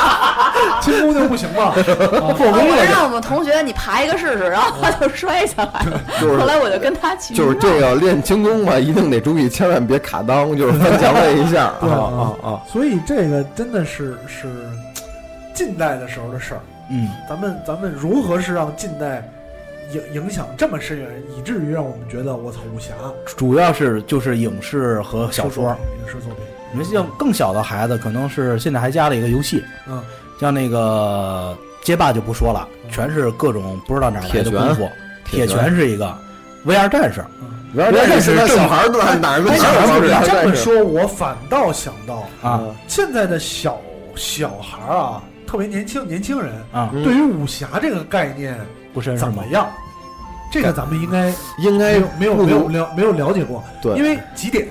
轻功就不行了，破
啊我让我们同学你爬一个试试，然后他就摔下来了。
就是
后来我就跟他去，
就是这个练轻功吧，一定得注意，千万别卡裆，就是翻墙那一下
对
哦
啊啊啊！
所以这个真的是是近代的时候的事儿。
嗯，
咱们咱们如何是让近代影影响这么深远，以至于让我们觉得我操武侠
主要是就是影视和小说，
影视作品，
你们像更小的孩子，可能是现在还加了一个游戏，
嗯，
像那个街霸就不说了，全是各种不知道哪儿来的功夫，
铁拳
铁拳是一个，VR 战士，
然后这是
原来是
小孩儿都哪哪儿跟小孩
哎你
儿
这么说，我反倒想到
啊
现在的小小孩儿啊，特别年轻年轻人，
啊，
嗯
对于武侠这个概念
不深是
怎
吗
么？样？这个咱们应该
应
没
该
有没有
哎不
没有
如
了没有了解过，
对
因为几点？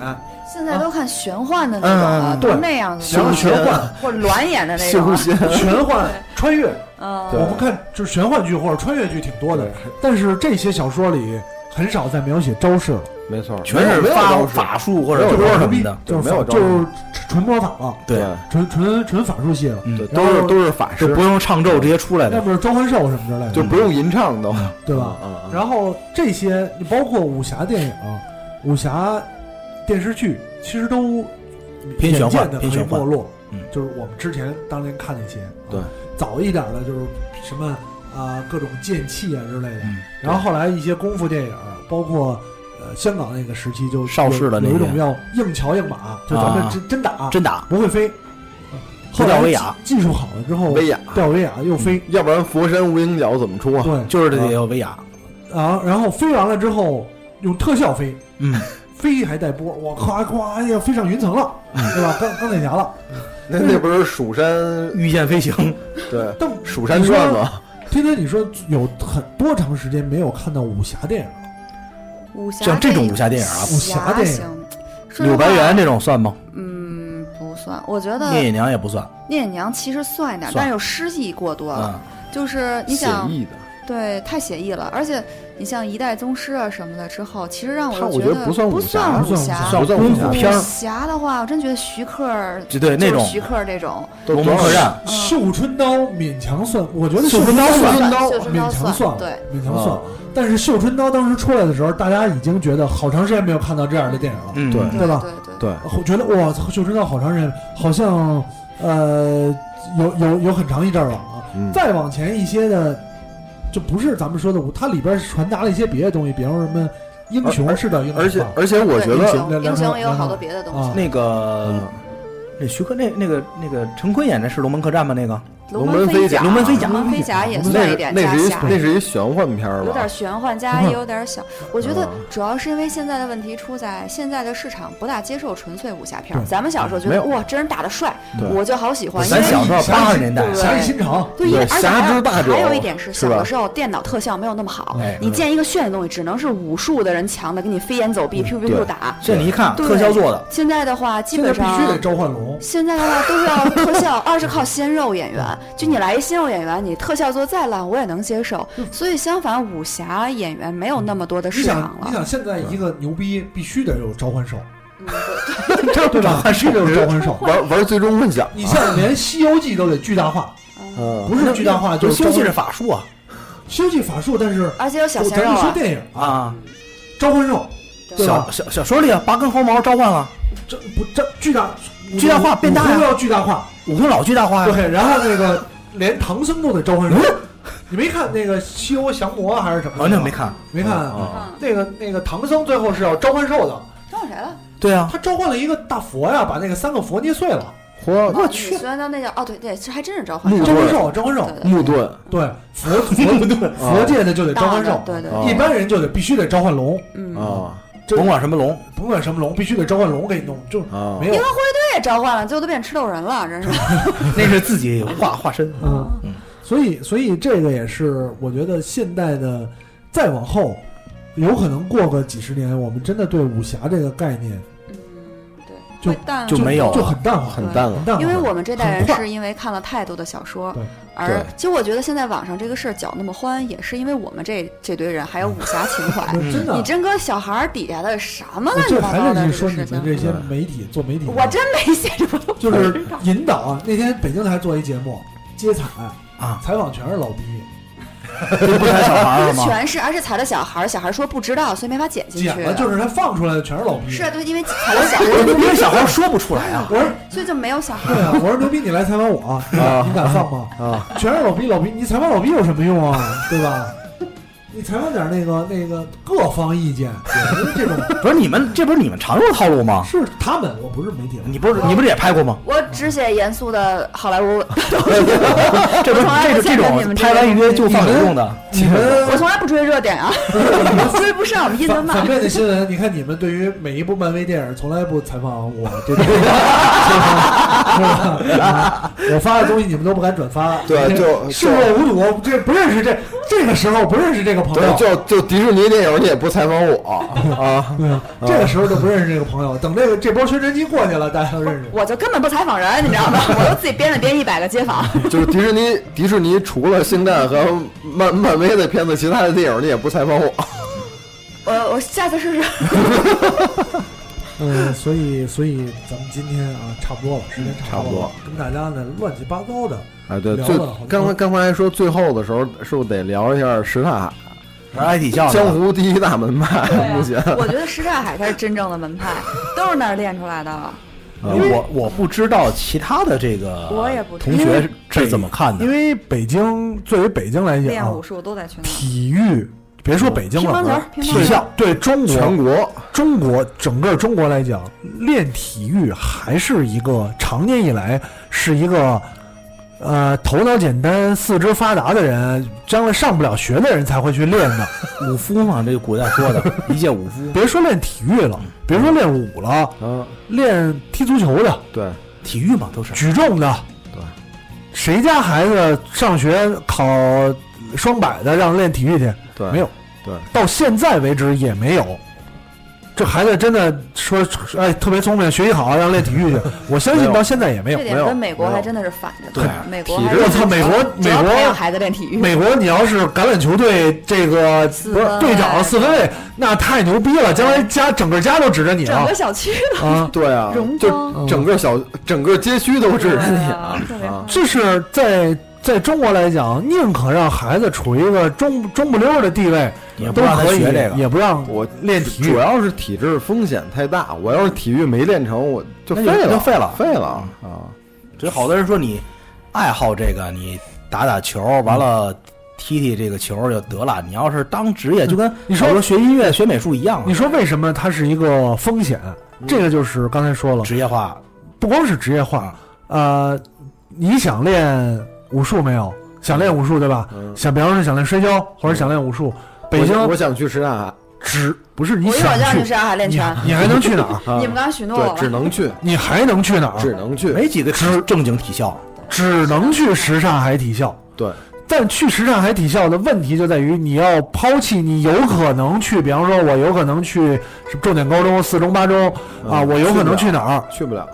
现在都看玄幻的那种了，
嗯
都
对
那样的
玄
了
玄幻
或者卵眼的那
谢
种
不
了，
谢？
玄幻穿越，
嗯，
我们看就是玄幻剧或者穿越剧挺多的，但是这些小说里很少再描写招式了，
没错，
全是
没有
法
招式
法术或
就
者
是
咒
玩
什
儿
么
逼
的，
就是
对没有
法
招式
就是纯魔法了，
对，
纯纯纯法术系了，
嗯
对，
然
都
后
是都是法
就
师
不，用唱咒直接出来
要
的，
不是召唤兽什么之类的，
就不用吟唱都，
对吧？
嗯嗯
然后这些，你包括武侠电影、武侠电视剧，其实都
偏玄幻
渐渐地
偏玄幻
没没落。
嗯
就是我们之前当年看那些，
对
啊，早一点的就是什么啊，各种剑气啊之类的。
嗯
然后后来一些功夫电影，啊包括呃香港那个时期就
邵氏的那
有有一种
些
叫硬桥硬马，就咱们
啊
真真打，
真打
不会飞。后
不
来
叫威亚
技技术好了之后，
威亚，
吊威亚又飞，
要不然佛山无影脚怎么出啊？
对，
就是得有威亚，
啊，然后飞完了之后用特效飞，
嗯，
飞还带波，我夸夸哎呀飞上云层了，
嗯
对吧？钢钢铁侠了，
那那不是蜀山
御剑飞行，
对
但
蜀山传吗？
天天你说有很多长时间没有看到武侠电影了？
武侠
像这种武
武
侠电影啊，
武侠电影
啊
柳白猿这种算吗？
嗯，不算，我觉得
聂隐娘也不算，
聂隐娘其实算一点，
算
但是有诗意过多
嗯
了。，就是你
写
想，
意的，
对，太写意了。而且你像一代宗师啊什么的之后，其实让
他
我
我
觉
觉得不算武
不
侠
算
不算武
侠。
不算武
功
侠
夫
武
片儿
侠的话，我真觉得徐克儿
就对
就
那
是
种
徐克儿这种，
龙门客栈，
嗯
绣春刀勉强算，我觉得
绣
绣
春
春
刀
刀
算哦
刀绣春
勉
刀
强算，
对，
勉强算
啊。
但是绣春刀当时出来的时候，大家已经觉得好长时间没有看到这样的电影了，
嗯
对
对
对吧？
对
对，
我觉得哇，就知道好长时间，好像呃，有有有很长一阵儿了啊。
嗯
再往前一些的，就不是咱们说的武，它里边传达了一些别的东西，比方说什么英雄式的英雄啊
而且
吧
而且我觉
对
得
行
英雄英雄也有好多别的东西，
啊，
那个那徐克那那个那个陈坤演的是龙门客栈吗？那个
龙
龙门
飞
飞甲
龙门飞甲
龙门飞甲也
那
算一
是
点
那
加
是一
侠。
那是一玄幻片儿
有点
吧？
玄幻加也有点小，我觉得主要是因为现在的问题出在现在的市场不大接受纯粹武侠片儿。
对
咱们小时候觉
没
得
有
哇，真人打的帅
对，
我就好喜欢。因
咱
为
小时候
侠
八
义
十年代
对
侠义心肠，
对，因为
对
而且
侠
还
之大者
有还有一点是，
是
小
吧
的时候电脑特效没有那么好
哎，
你建一个炫的东西，只能是武术的人强的给你飞檐走壁，噗噗
对
噗打。
这你一看
对
啊特效做的，
现在的话，基
现在
本
必须得
上。
召唤龙，
现在的话都是要特效，二是靠鲜肉演员。就你来一鲜肉演员，你特效做再烂我也能接受。所以相反，武侠演员没有那么多的
嗯你
市
想
场
你
了。
想现在一个牛逼必须得有召唤兽，
嗯对
对吧？必须得有召唤兽。
玩玩最终幻想，
你现在连《西游记》都得巨大化，
嗯，
不是巨大化就是
修
召
戏
唤
是法术啊
修记法术，但是
而且有小鲜
咱
肉
就说
啊，
电影啊，
啊！
召唤兽，对吧
小？小小说里啊，拔根毫毛召唤了，
这不这巨大
巨大化变大呀哎
悟空要巨大化，
悟空老巨大化呀，
对，然后那个连唐僧都得召唤
嗯
兽，你没看那个西游降魔还是什么的吗？
完全哦没看，哦
没看
啊，
那个那个唐僧最后是要召唤兽的，
啊
招谁了？
对啊，
他召唤了一个大佛呀，把那个三个佛捏碎了，嗯
嚯，
我去，虽然到那叫哦，对对，这还真是召唤
木
召
棍
唤
儿
兽，召唤兽，
对
木盾，
对，佛 佛佛界的就得召唤兽，
对对
啊
哦
对，
一般人就得必须得召唤龙，
嗯，
啊
对
甭管什么 龙，
甭管什么龙，必须得召唤龙给你弄，就
啊
哦
没，有
这也召唤了，最后都变吃豆人了，真是。
那是自己化化身，
嗯，所以所以这个也是我觉得现代的再往后，有可能过个几十年，我们真的对武侠这个概念
嗯，对，
就
会淡
就没有了
就很淡化，
很淡了
很。淡化。
因为我们这代
很
人
快
是因为看了太多的小说
对，
而其实我觉得现在网上这个事儿搅那么欢，也是因为我们这这堆人还有武侠情怀。
对嗯真的，
你真搁小孩儿底下的什么
我
乱七
这
八
还
糟
得是
的这
说
个
你
事
们
情，
这些媒体做媒体的，
我真没写什么。
就是引导啊。那天北京台做一节目，接彩
啊，
采访全是老逼，
这不才小孩儿了吗？
全是，而且踩了小孩儿，小孩儿说不知道，所以没法剪进
剪
去。
了就是他放出来的全是老逼。
是啊，对，因为踩了小孩儿，
因为小孩儿说不出来啊，
我说
所以就没有小孩
对
儿。
啊，我说牛逼，你来采访我，你敢你敢放吗？
啊，
全是老逼，老逼，你采访老逼有什么用啊？对吧？你采访点那个那个各方意见，我觉得 这种
不是你们这不是你们常用套路吗？
是他们，我不是媒体人。
你不是你不是也拍过吗？
我只写严肃的好莱坞，
这不是这这种拍完约就放流用的，
你们
我从来不追热点啊， 追不上，阴的
反
慢
反。面的新闻，你看你们对于每一部漫威电影从来不采访我 这种，是吧是吧我发的东西你们都不敢转发，
对
你
就
视若无睹，这不认识这这个时候不认识这个朋
对，
友，
就就迪士尼电影你也不采访我啊，
对啊，这个时候就不认识这个朋友。等这个这波宣传期过去了，大家都认识。
我就根本不采访人，你知道吗？我就自己编着编一百个街访。
就是迪士尼迪士尼除了星战和漫漫威的片子，其他的电影你也不采访我。
我我下次试试。
嗯，所以所以咱们今天啊，差不多了，时间差了，跟大家呢乱七八糟的
啊，对，
聊
最
了好多
刚才刚才说最后的时候，是不是得聊一下什刹
玩 IT
海
教
江
的，
湖第一大门派？
啊
目前
我觉得什刹海才是真正的门派，都是那儿练出来
哎
的。
呃我我不知道其他的这个
我也不知
同
道
学是怎么
嗯
看的
因。为北京作为北京来
练
讲啊
武，术都在去那儿。
体育别说北京
乒乓球
了，，啊
乒
体
乓球，
校对中
全
嗯国
国
中国整个中国来讲，练体育还是一个常年以来是一个，呃，头脑简单、四肢发达的人，将来上不了学的人才会去练 的。
武夫嘛，这个古代说 的，一介武夫，
别说练体育了，别说练武了，
啊，
练踢足球的、
对，
体育嘛都是。
举重的，
对，
谁家孩子上学考双百的让练体育去？
对
没有，
对，
到现在为止也没有。这孩子真的说，哎，特别聪明，学习好，让练 体育去。我相
没
信
有
到现在也没有
这。点跟美国还真的是反着
对
的。美国
体
还
制
是
我操美国
主要
美国
培养孩子练体育。
美国，你要是橄榄球队这个
四
不是
分啊
队
卫
长四分卫，那太牛逼了，将来家整个家都指着你
整
了
个小区
啊！
对啊
荣，
就
光
整个小整个街区都支持你啊
对啊特别好
啊！
这是在在中国来讲，宁可让孩子处于一个中中不溜儿的地位，
也不
都
让他
可以，
学这个
也不让
我
练体育
主。要是体制风险太大，我要是体育没练成，我就废
那就
了，
就废了
废了啊！
只是好多人说你爱好这个，你打打球，完了踢踢这个球就得了。你要是当职业，就跟
嗯你说
好多学音乐、学美术一样啊，
你说为什么它是一个风险？这个就是刚才说了，
职业化
不光是职业化，呃，你想练武术没有？想练武术对吧？
嗯
想，比方说想练摔跤，或者想练武术，北
我想
京
我想去啊什刹海，
只不是你
我一会
想
儿就让你去
去，
上海练
你
拳。
你还能去哪儿？
啊
你们刚刚许诺我
对，只
了，
能去，
你还能去哪
只
儿？
能去，
没几个正经体校，
只能去什刹海体校。
对，
但去什刹海体校的问题就在于，你要抛弃你有可能去，比方说，我有可能去重点高中、四中、八中啊，
嗯
我有可能
去
去
不了
哪儿？
去不了，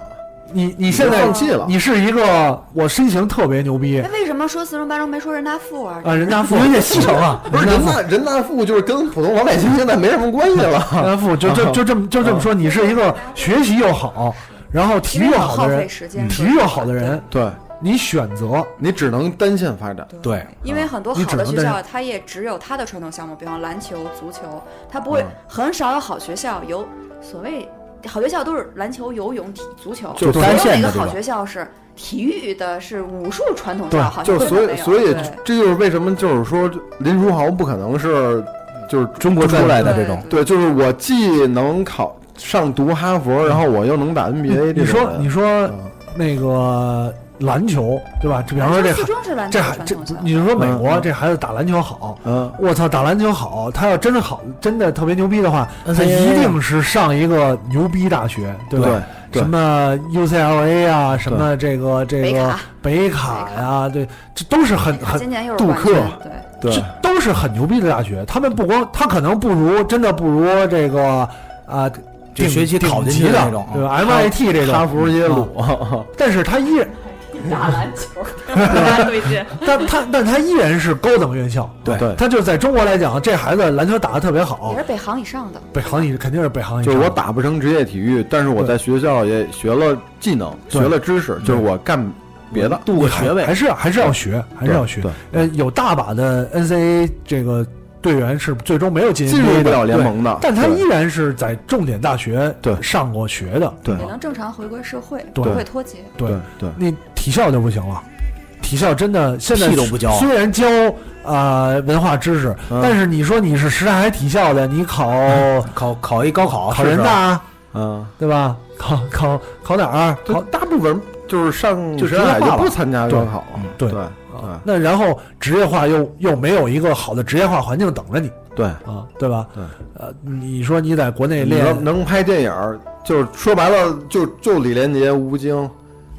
你你现在
放弃了
你是一个我身形特别牛逼
哎，为什么说四中八中没说人大附啊？
啊，人大附人家西城啊，
不是人大人大附就是跟普通老百姓现在没什么关系了。
人大附就就就这么就这么说，你是一个学习又好，然后体育
因为
又
很
好
耗
的
费
人，嗯
时间，
体育又好的人，
对
你选择
你只能单线发展，
对，
因为很多
啊你
好
只
的
能
学
在
校，它也只有它的传统项目，比方篮球、足球，它不会
啊
很少有好学校有所谓好学校都是篮球、游泳、体足球，
就
没
单
有哪
线
个
的这
好
种。
学校是体育的，是武术传统
对
校，好像
就是
根
所
本
以
没有
所以
对
这就是为什么就是说林书豪不可能是就是
中国出来的这种，
对，就是我既能考上读哈佛，然后我又能打 NBA
你
这种
说
人。
你说
嗯
那个篮球对吧？就比方说这孩
四中是篮球
这
的
孩
传
这
统
不
校，
你就说美
嗯
国
嗯
这孩子打篮球好，
嗯，
我操，打篮球好，他要真的好，真的特别牛逼的话，他
NCAA
一定是上一个牛逼大学，对吧？
对
什么 UCLA 啊，什么这个这
北
个
卡
北卡呀，对，这都是很很
今年又是
杜
冠
克
军，对，
对
这都是很牛逼的大学。他们不光，他可能不如，真的不如这个啊，
就
顶
学习
顶
考进
级
去的
的
那种
对吧
啊
？MIT 这种啊
哈佛耶鲁，
但是他依然，
打篮球，大家对劲。
但他但他依然是高等院校。
对
对
他就在中国来讲，这孩子篮球打得特别好
也，是北航以上的，
北航也肯定是北航以
就
上
是
的。
我打不成职业体育，但是我在学校也学了技能，学
对
了知识，就是我干别的，
你还还是还是要学，还是要学
对。
呃，有大把的 NCAA 这个队员是最终没有进
进
NBA
入
的
不了联
对
盟的。
但他
对
依然是在重点大学
对
上过学的。
对
也能正常回归社会，不
哦对
会脱节。
对，
对
那体校就不行了。体校真的现在
屁都不教
虽然教呃文化知识，
啊嗯
但是你说你是什刹海体校的，你考
考考一高考，
考人
是不是
大啊
嗯，
对吧？考考考哪儿？啊
好，
考
大部分就是上
就职业
上海
化
就不
了
参加高考
嗯，
对
对
啊那然后职业化又又没有一个好的职业化环境等着你
对，
啊，对吧？
对
呃，你说你在国内
你
练
能能拍电影儿，就是说白了，就就李连杰、吴京，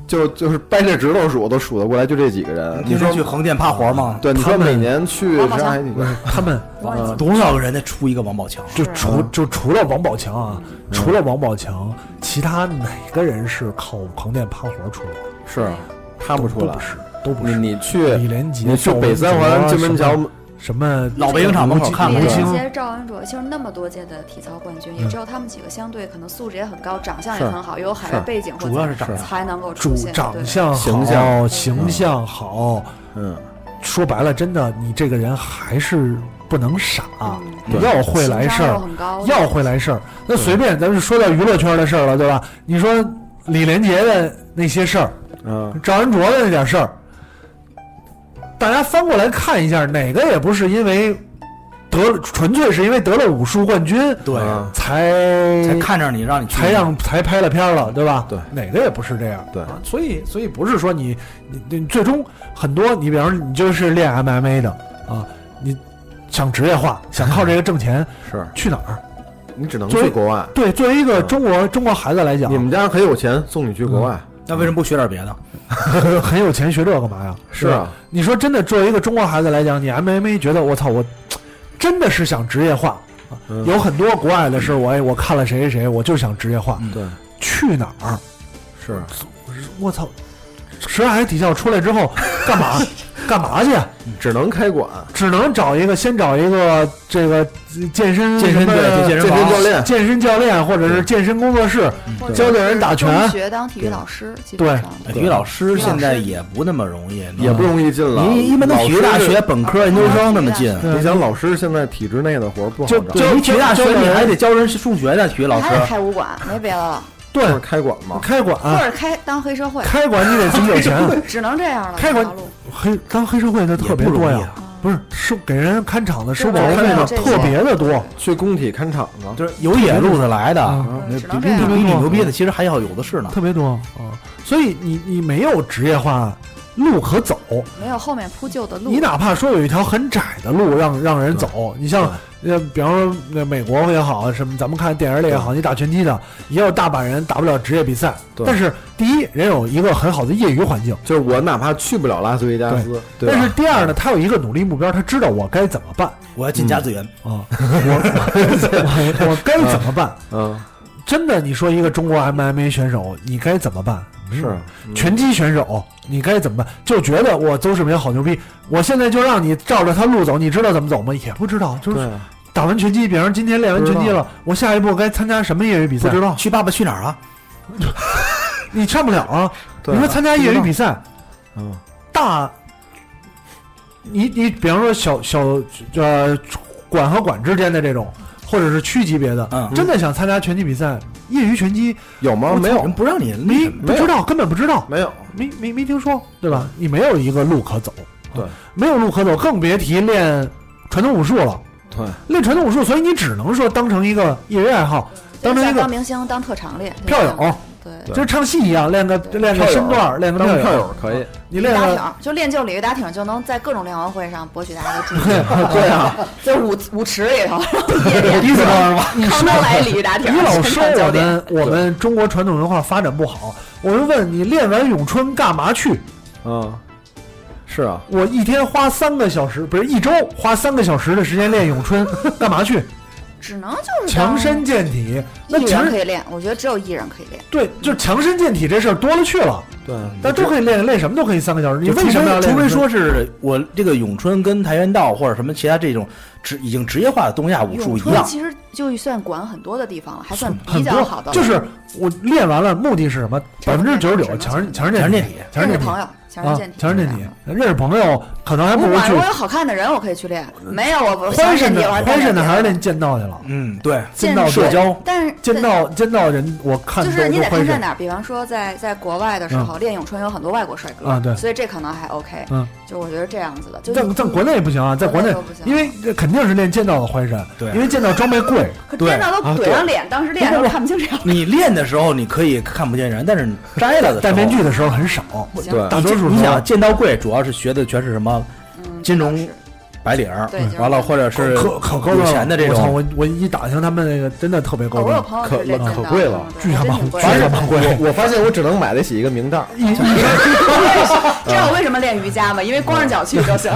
就就是掰着指头数都数得过来，就这几个人。你
天
说
天去横店趴活吗？
对，你说
他们
每年去
王宝
上
强
海，你
不是他们
我忘记
多少个人得出一个王宝强？
就除就除了王宝强啊，
嗯
除了王宝强，其他哪个人是靠横店趴活出来的？
是他
都
不出来
不，是，都不
你
是。
你去
李连杰、
你去
赵文
北三环
卓
金门桥
什么什么
老北影厂门口看
李
过
明
连
星
杰、赵安卓，就是那么多届的体操冠军，
嗯
也只有他们几个相对可能素质也很高，长相也
是
很好，也有海外
是
背景，
主要是长相
才能够出
主
现。
长
对
相好
形象
形象好，
嗯，
说白了，真的，你这个人还是不能傻，
嗯
你要会来
情
事
商又
儿，
很高，
要会来事儿。那随便，咱们说到娱乐圈的事儿了，对吧？你说李连杰的那些事儿，
嗯，
赵安卓的那点事儿，大家翻过来看一下，哪个也不是因为得了纯粹是因为得了武术冠军
对，啊
嗯
才
才看着你让你去
才让才拍了片儿了，对吧？
对
哪个也不是这样。
对
啊，所以所以不是说你你你最终很多，你比方说你就是练 MMA 的啊，你想职业化，想靠这个挣钱，
是
去哪儿？
你只能
作为
去国外。
对，作为一个中国中国孩子来讲，
你们家很有钱，送你去国外，
那为什么不学点别的？
很 很有钱学这干嘛呀？
是
对吧
啊，
你说真的，作为一个中国孩子来讲，你 MMA 觉得我操，我真的是想职业化。啊
嗯
有很多国外的事儿，我也我看了谁谁谁，我就是想职业化。
嗯
对，
去哪儿？
是
我操，十二海体校出来之后干嘛？ 干嘛去？
只能开馆，
只能找一个，先找一个这个健身
健身
什么
对健
健
身
身
房
教练
健身教练或者是
对
健身工作室，
或者
教给人打拳
是中学当体育老师，基本上
哎体育老师现在也不那么容易，
也不容易进了。
嗯你一般都
老
体育大
师是
学本科研究生那么进，
对
你想老师现在体制内的活儿不好
就
找，
就
对你体育大学
教人
你还得教人数学呢，体育老
你还得
师。
开武馆，没别的了，
对
就是开馆嘛。
开馆、
或者开当黑社会，
啊开馆你得挺有 钱，
只能这样了。
开
这
馆
条路
黑当黑社会的特别
也不
多
容易
呀
啊。
不是收给人看场子收保护
对
费
对
的
对
特别的多，
去工体看场子，
就是有野路子来的，
啊
嗯
那
只
比
能
比
这样
你比你
了
牛逼的其实还要有的是呢。
特别多啊、所以你你没有职业化路可走，
没有后面铺就的路。
你哪怕说有一条很窄的路让让人走，你像呃，比方说那美国也好，什么咱们看电影里也好，你打拳击的也有大把人打不了职业比赛，
对
但是第一人有一个很好的业余环境，
就是我哪怕去不了拉斯维加斯，对吧
啊
但是第二呢，他有一个努力目标，他知道我该怎么办
我要进甲子园，
啊， 我我我该怎么办？
嗯，
真的，你说一个中国 MMA 选手，你该怎么办？
是
嗯拳击选手，你该怎么办？就觉得我邹市明好牛逼，我现在就让你照着他路走，你知道怎么走吗？也不知道，就
对
是，打完拳击，比方今天练完拳击
不知
了，我下一步该参加什么业余比赛？
不知道，
去《爸爸去哪儿》啊？
你上不了啊！
对
你说参加业余比赛，
嗯，
大，你你比方说小小呃馆和馆之间的这种，或者是区级别的，
嗯
真的想参加拳击比赛，业余拳击
有吗？
我
没
人
有，
不让你那
没
什么
不知道，根本不知道，
没有，
没没没听说，对吧？你没有一个路可走，啊
对，
没有路可走，更别提练传统武术了。
对，
练传统武术，所以你只能说当成一个业余爱好，当成一
像
个
当明星当特长练，
票友，
对，
对
就是唱戏一样，练个练个
票友
身段，练个
当
票
票友，可以，
你练
打
个
挺就练就鲤鱼打挺，就能在各种联欢会上博取大家的注意。
对啊，
在舞舞池里头，然后夜练，
意思是吧？你
康
说
当来鲤鱼打挺，
你老说
全场
我
焦点
们我们中国传统文化发展不好，我就问你练完咏春干嘛去？
嗯，是啊，
我一天花三个小时，不是一周花三个小时的时间练咏春，干嘛去？
只能就是当
强身健体。那
艺
强
人可以练，我觉得只有艺人可以练。
对，就强身健体这事儿多了去了，
对，
但都可以练，练什么都可以三个小时。你
就除
为
非
什么要练？
除非说是我这个咏春跟跆拳道或者什么其他这种职已经职业化的东亚武术
咏
一
春
样，
其实就算管很多的地方了，还算比
很
较
多
好的了，
就是我练完了，目的是什么？百
强
分
身
之
健体
九十九
什
强
么
身强身
强身
健
健
体
体，
强身
认
健
识
体
朋友，强身
啊
健，体，
强身健
这
体
样。
认识朋友可能还
不
不如
管
去
如果有好看的人，我可以去练；没有，我不
欢神
的
的，欢神的还是练剑道去了。
嗯，对，
剑
见
道
识
社交，
但是
剑道剑道人，我看
就
都
是你
都
得看
欢
在
神。
哪儿，比方说在在国外的时候练咏春有很多外国帅哥
嗯啊对
所以这可能还 OK，
嗯，
就我觉得这样子的，就
在
你
在国内不行啊，在国内
国内都不行，
因为这肯定是练剑道的欢神，
对
因为剑道装备贵，
可真的都
啊
怼
对
上脸，当时练
不
都
不
看不清脸。
你练的时候你可以看不见人，但是你摘了的时候
戴面具的时候很少。
行
对
大多数
你
时候
想剑道贵主要是学的全是什么
嗯
金融
是
白白领儿，
对就是
完了或者是
可可高
有
端
钱的这
我操，
种，
我我一打听他们那个真的特别高
哦我有
端，
朋友
可
啊是这样
可
的
贵了
对
巨他
真
妈
挺
嗯贵，
贵
巨
的。
他妈贵。
我我发现我只能买得起一个明袋儿，
知道我为什么练瑜伽吗？因为光着脚去就行，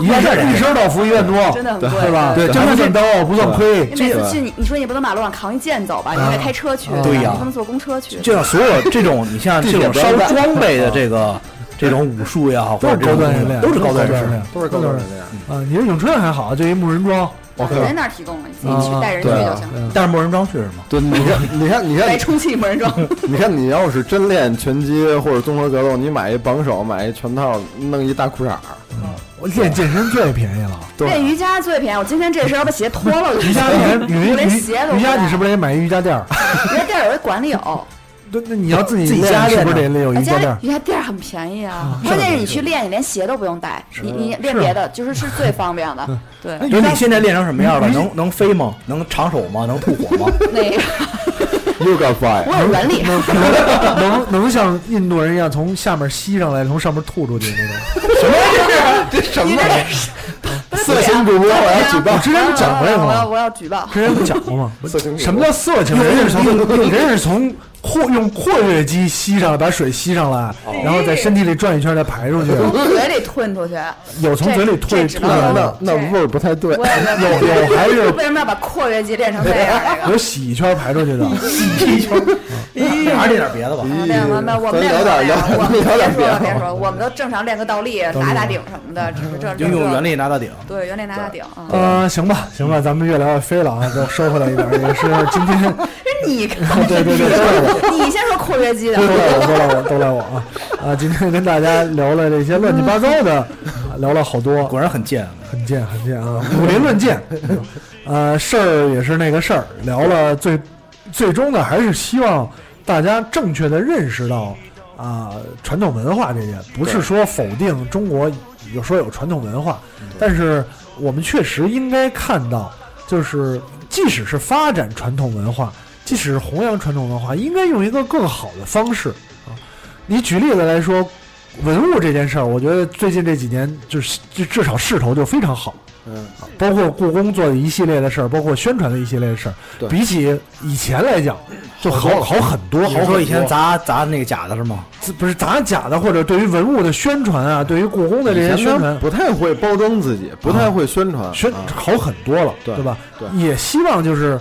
一身一身到服一万多，
真的很贵，
对吧？
对
就算挣刀不算亏，
你每次去，你你说你不能马路上扛一剑走吧？你得开车去，
对呀
你不能坐公车去。
就像所有这种，你像这种
地铁
烧
不让干
装备的这个这种武术也好，
都是
或者这
高
种
端人练，
都是高端
人
人士。
练，
都是高端人这样。
啊！你这咏春还好，就一木人桩，
人家那儿提供了，你自己去带人去就行。
但是莫人庄是什么？
对，啊你看，你看，你
带
看，
充气木人桩，
你看，你要是真练拳击或者综合格斗，你买一绑手，买一拳套，弄一大裤衩儿，
我练健身最便宜了。
对啊
练瑜伽最便宜。我今天这身要把鞋脱了，我就
瑜 伽你
我连
瑜
鞋都不
瑜伽
带
你是不是得买一瑜伽垫儿？
瑜伽店有一管理有，
对，那你要自己
自己
练
家
是不是得
练
有
而
瑜伽垫
且
儿？
瑜伽店很便宜啊。关键是你去练，你连鞋都不用带，你你练别的就是是最方便的。对，
就是你现在练成什么样了？能能飞吗？能长手吗？能吐火吗？
那个
又干 fly
我。有原理，
能能能像印度人一样从下面吸上来，从上面吐出去那种？
这什么玩意儿？色
对啊
情主播，我要举
我
报！
之前不讲过这个
我要
吗？
我要举报。
之前不讲过吗？
色情主播
什么叫色情？人是从人是从括用括约肌吸上来，把水吸上来，
哦
然后在身体里转一圈再排出去。
从 嘴里吞出去，
有从嘴里
哦这
退
这只
吐
能
出
那
来
那那味儿不太对
我，也没
有有还是
为什么要把括约肌练成这样？啊 这个
有洗一圈排出去的。
还是练点别的吧。
嗯
嗯
啊练完吧，我们练
咱聊点聊
我 们
聊点
别
别的
说了，别说了，我们都正常练个倒立、打打顶什么的，只是这
就用原
理，
力拿到顶。
对原理拿打顶啊。
呃，行吧，行吧，咱们越来越飞了啊，给我收回来一点儿，也是今天
是你看，
对对对都赖我，
你先说括约肌的
都，赖我，都赖我，都赖我啊！啊，今天跟大家聊了这些乱七八糟的，啊聊了好多，
果然很贱，
很贱很贱啊，武林论剑，呃，事儿也是那个事儿，聊了最最终呢，还是希望大家正确的认识到啊、传统文化这些，不是说否定中国有说有传统文化，但是我们确实应该看到，就是即使是发展传统文化，即使是弘扬传统文化，应该用一个更好的方式啊。你举例子来说，文物这件事儿，我觉得最近这几年就是就至少势头就非常好。
嗯，
包括故宫做的一系列的事儿，包括宣传的一系列的事儿，
对
比起以前来讲，就好好很多。好
好说以前
咱
砸砸那个假的是吗？
不是咱假的，或者对于文物的宣传啊，对于故宫的这些
以前
宣
呢
传，
不太会包装自己，不太会宣传，
宣
啊
好很多了，
对
吧？
对
也希望就是，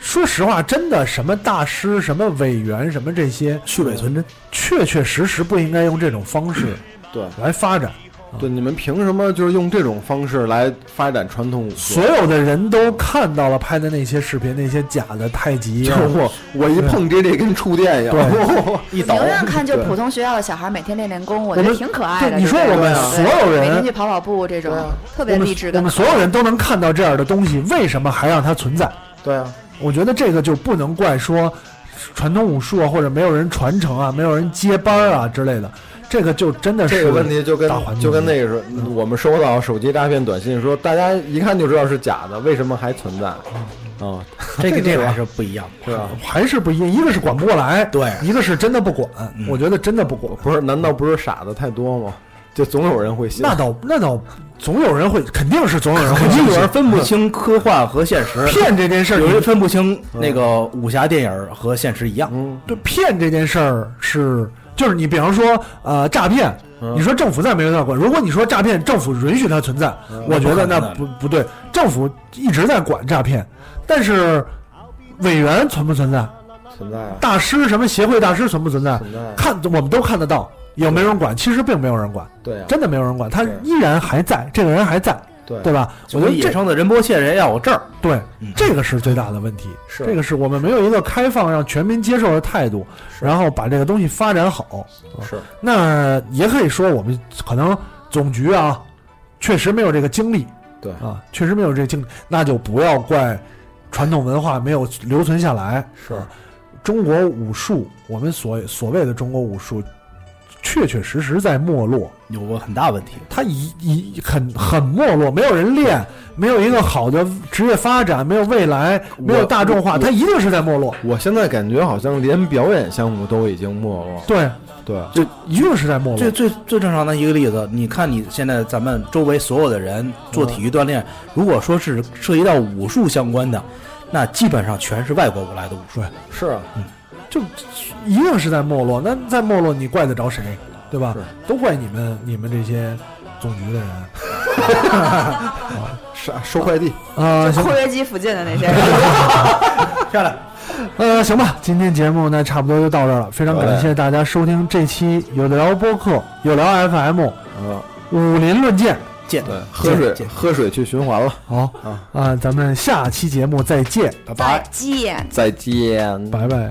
说实话，真的什么大师、什么委员、什么这些，
去伪存真，
确确实实不应该用这种方式
对
来发展。
对，你们凭什么就是用这种方式来发展传统武术
所？有的人都看到了拍的那些视频，那些假的太极
就
啊
是，我我一碰这这跟触 电一样，
一
我
倒
宁愿看就
对
普通学校的小孩每天练练功，我
我
觉得
们
挺可爱的。
对你说
这种
我们
对
所有人啊
每天去跑跑步这种，特别
我们
励志
我
跟
们所有人都能看到这样的东西，为什么还让它存在？
对啊，
我觉得这个就不能怪说传统武术啊，或者没有人传承啊，没有人接班儿啊之类的，这个就真的是
这个问题就跟
大环境嗯
就跟那个时候，我们收到手机诈骗短信说，大家一看就知道是假的，为什么还存在？啊，
这个这
这
个
个
还是不一样。
对吧？
还是不一样，一个是管不过来，
对
一个是真的不管，
嗯
我觉得真的不管。
不是，难道不是傻子太多吗？就总有人会信。
那倒那倒，总有人会，肯定是总有人会
肯定
信
有人
息。
分不清科幻和现实，
骗这件事儿，
有人分不清那个武侠电影和现实一样。
对骗这件事儿是，就是你比方说呃诈骗，你说政府在没有在管？如果你说诈骗，政府允许它存在，我觉得那
那不
不不对，政府一直在管诈骗，但是委员存不存在？
存在啊，
大师什么协会大师存不存在
存在？啊
看我们都看得到，有没有人管？其实并没有人管，
对啊，
真的没有人管，他
对
依然还在，这个人还在，
对
对吧？我觉
我
得
野
这
生的仁波切人要有证儿，
对，这个是最大的问题。
是
这个是我们没有一个开放让全民接受的态度，然后把这个东西发展好。
啊是
那也可以说，我们可能总局啊，确实没有这个精力
对
啊，确实没有这个精力，那就不要怪传统文化没有留存下来。啊
是
中国武术，我们所所谓的中国武术，确确实实在没落。
有个很大问题。
他一一很很没落，没有人练，没有一个好的职业发展，没有未来，没有大众化，
我
他一定是在没落。
我现在感觉好像连表演项目都已经没落，
对，
对，
就一定是在没
最
落。
最最正常的一个例子，你看你现在咱们周围所有的人做体育锻
嗯
炼，如果说是涉及到武术相关的，那基本上全是外国过来的武术。
是啊，
就一定是在没落。那在没落，你怪得着谁？对吧？都怪你们，你们这些总局的人啊、
是啊收快递，
呃行吧
括约肌附近的那些 人，
呃，行吧，今天节目呢差不多就到这儿了，非常感谢大家收听这期有的聊播客，有聊 FM，
嗯，
武林论剑。
见
嗯
对，喝水
见
喝水去循环了，
好啊、咱们下期节目再见，
拜
再，见。
再见。
拜拜。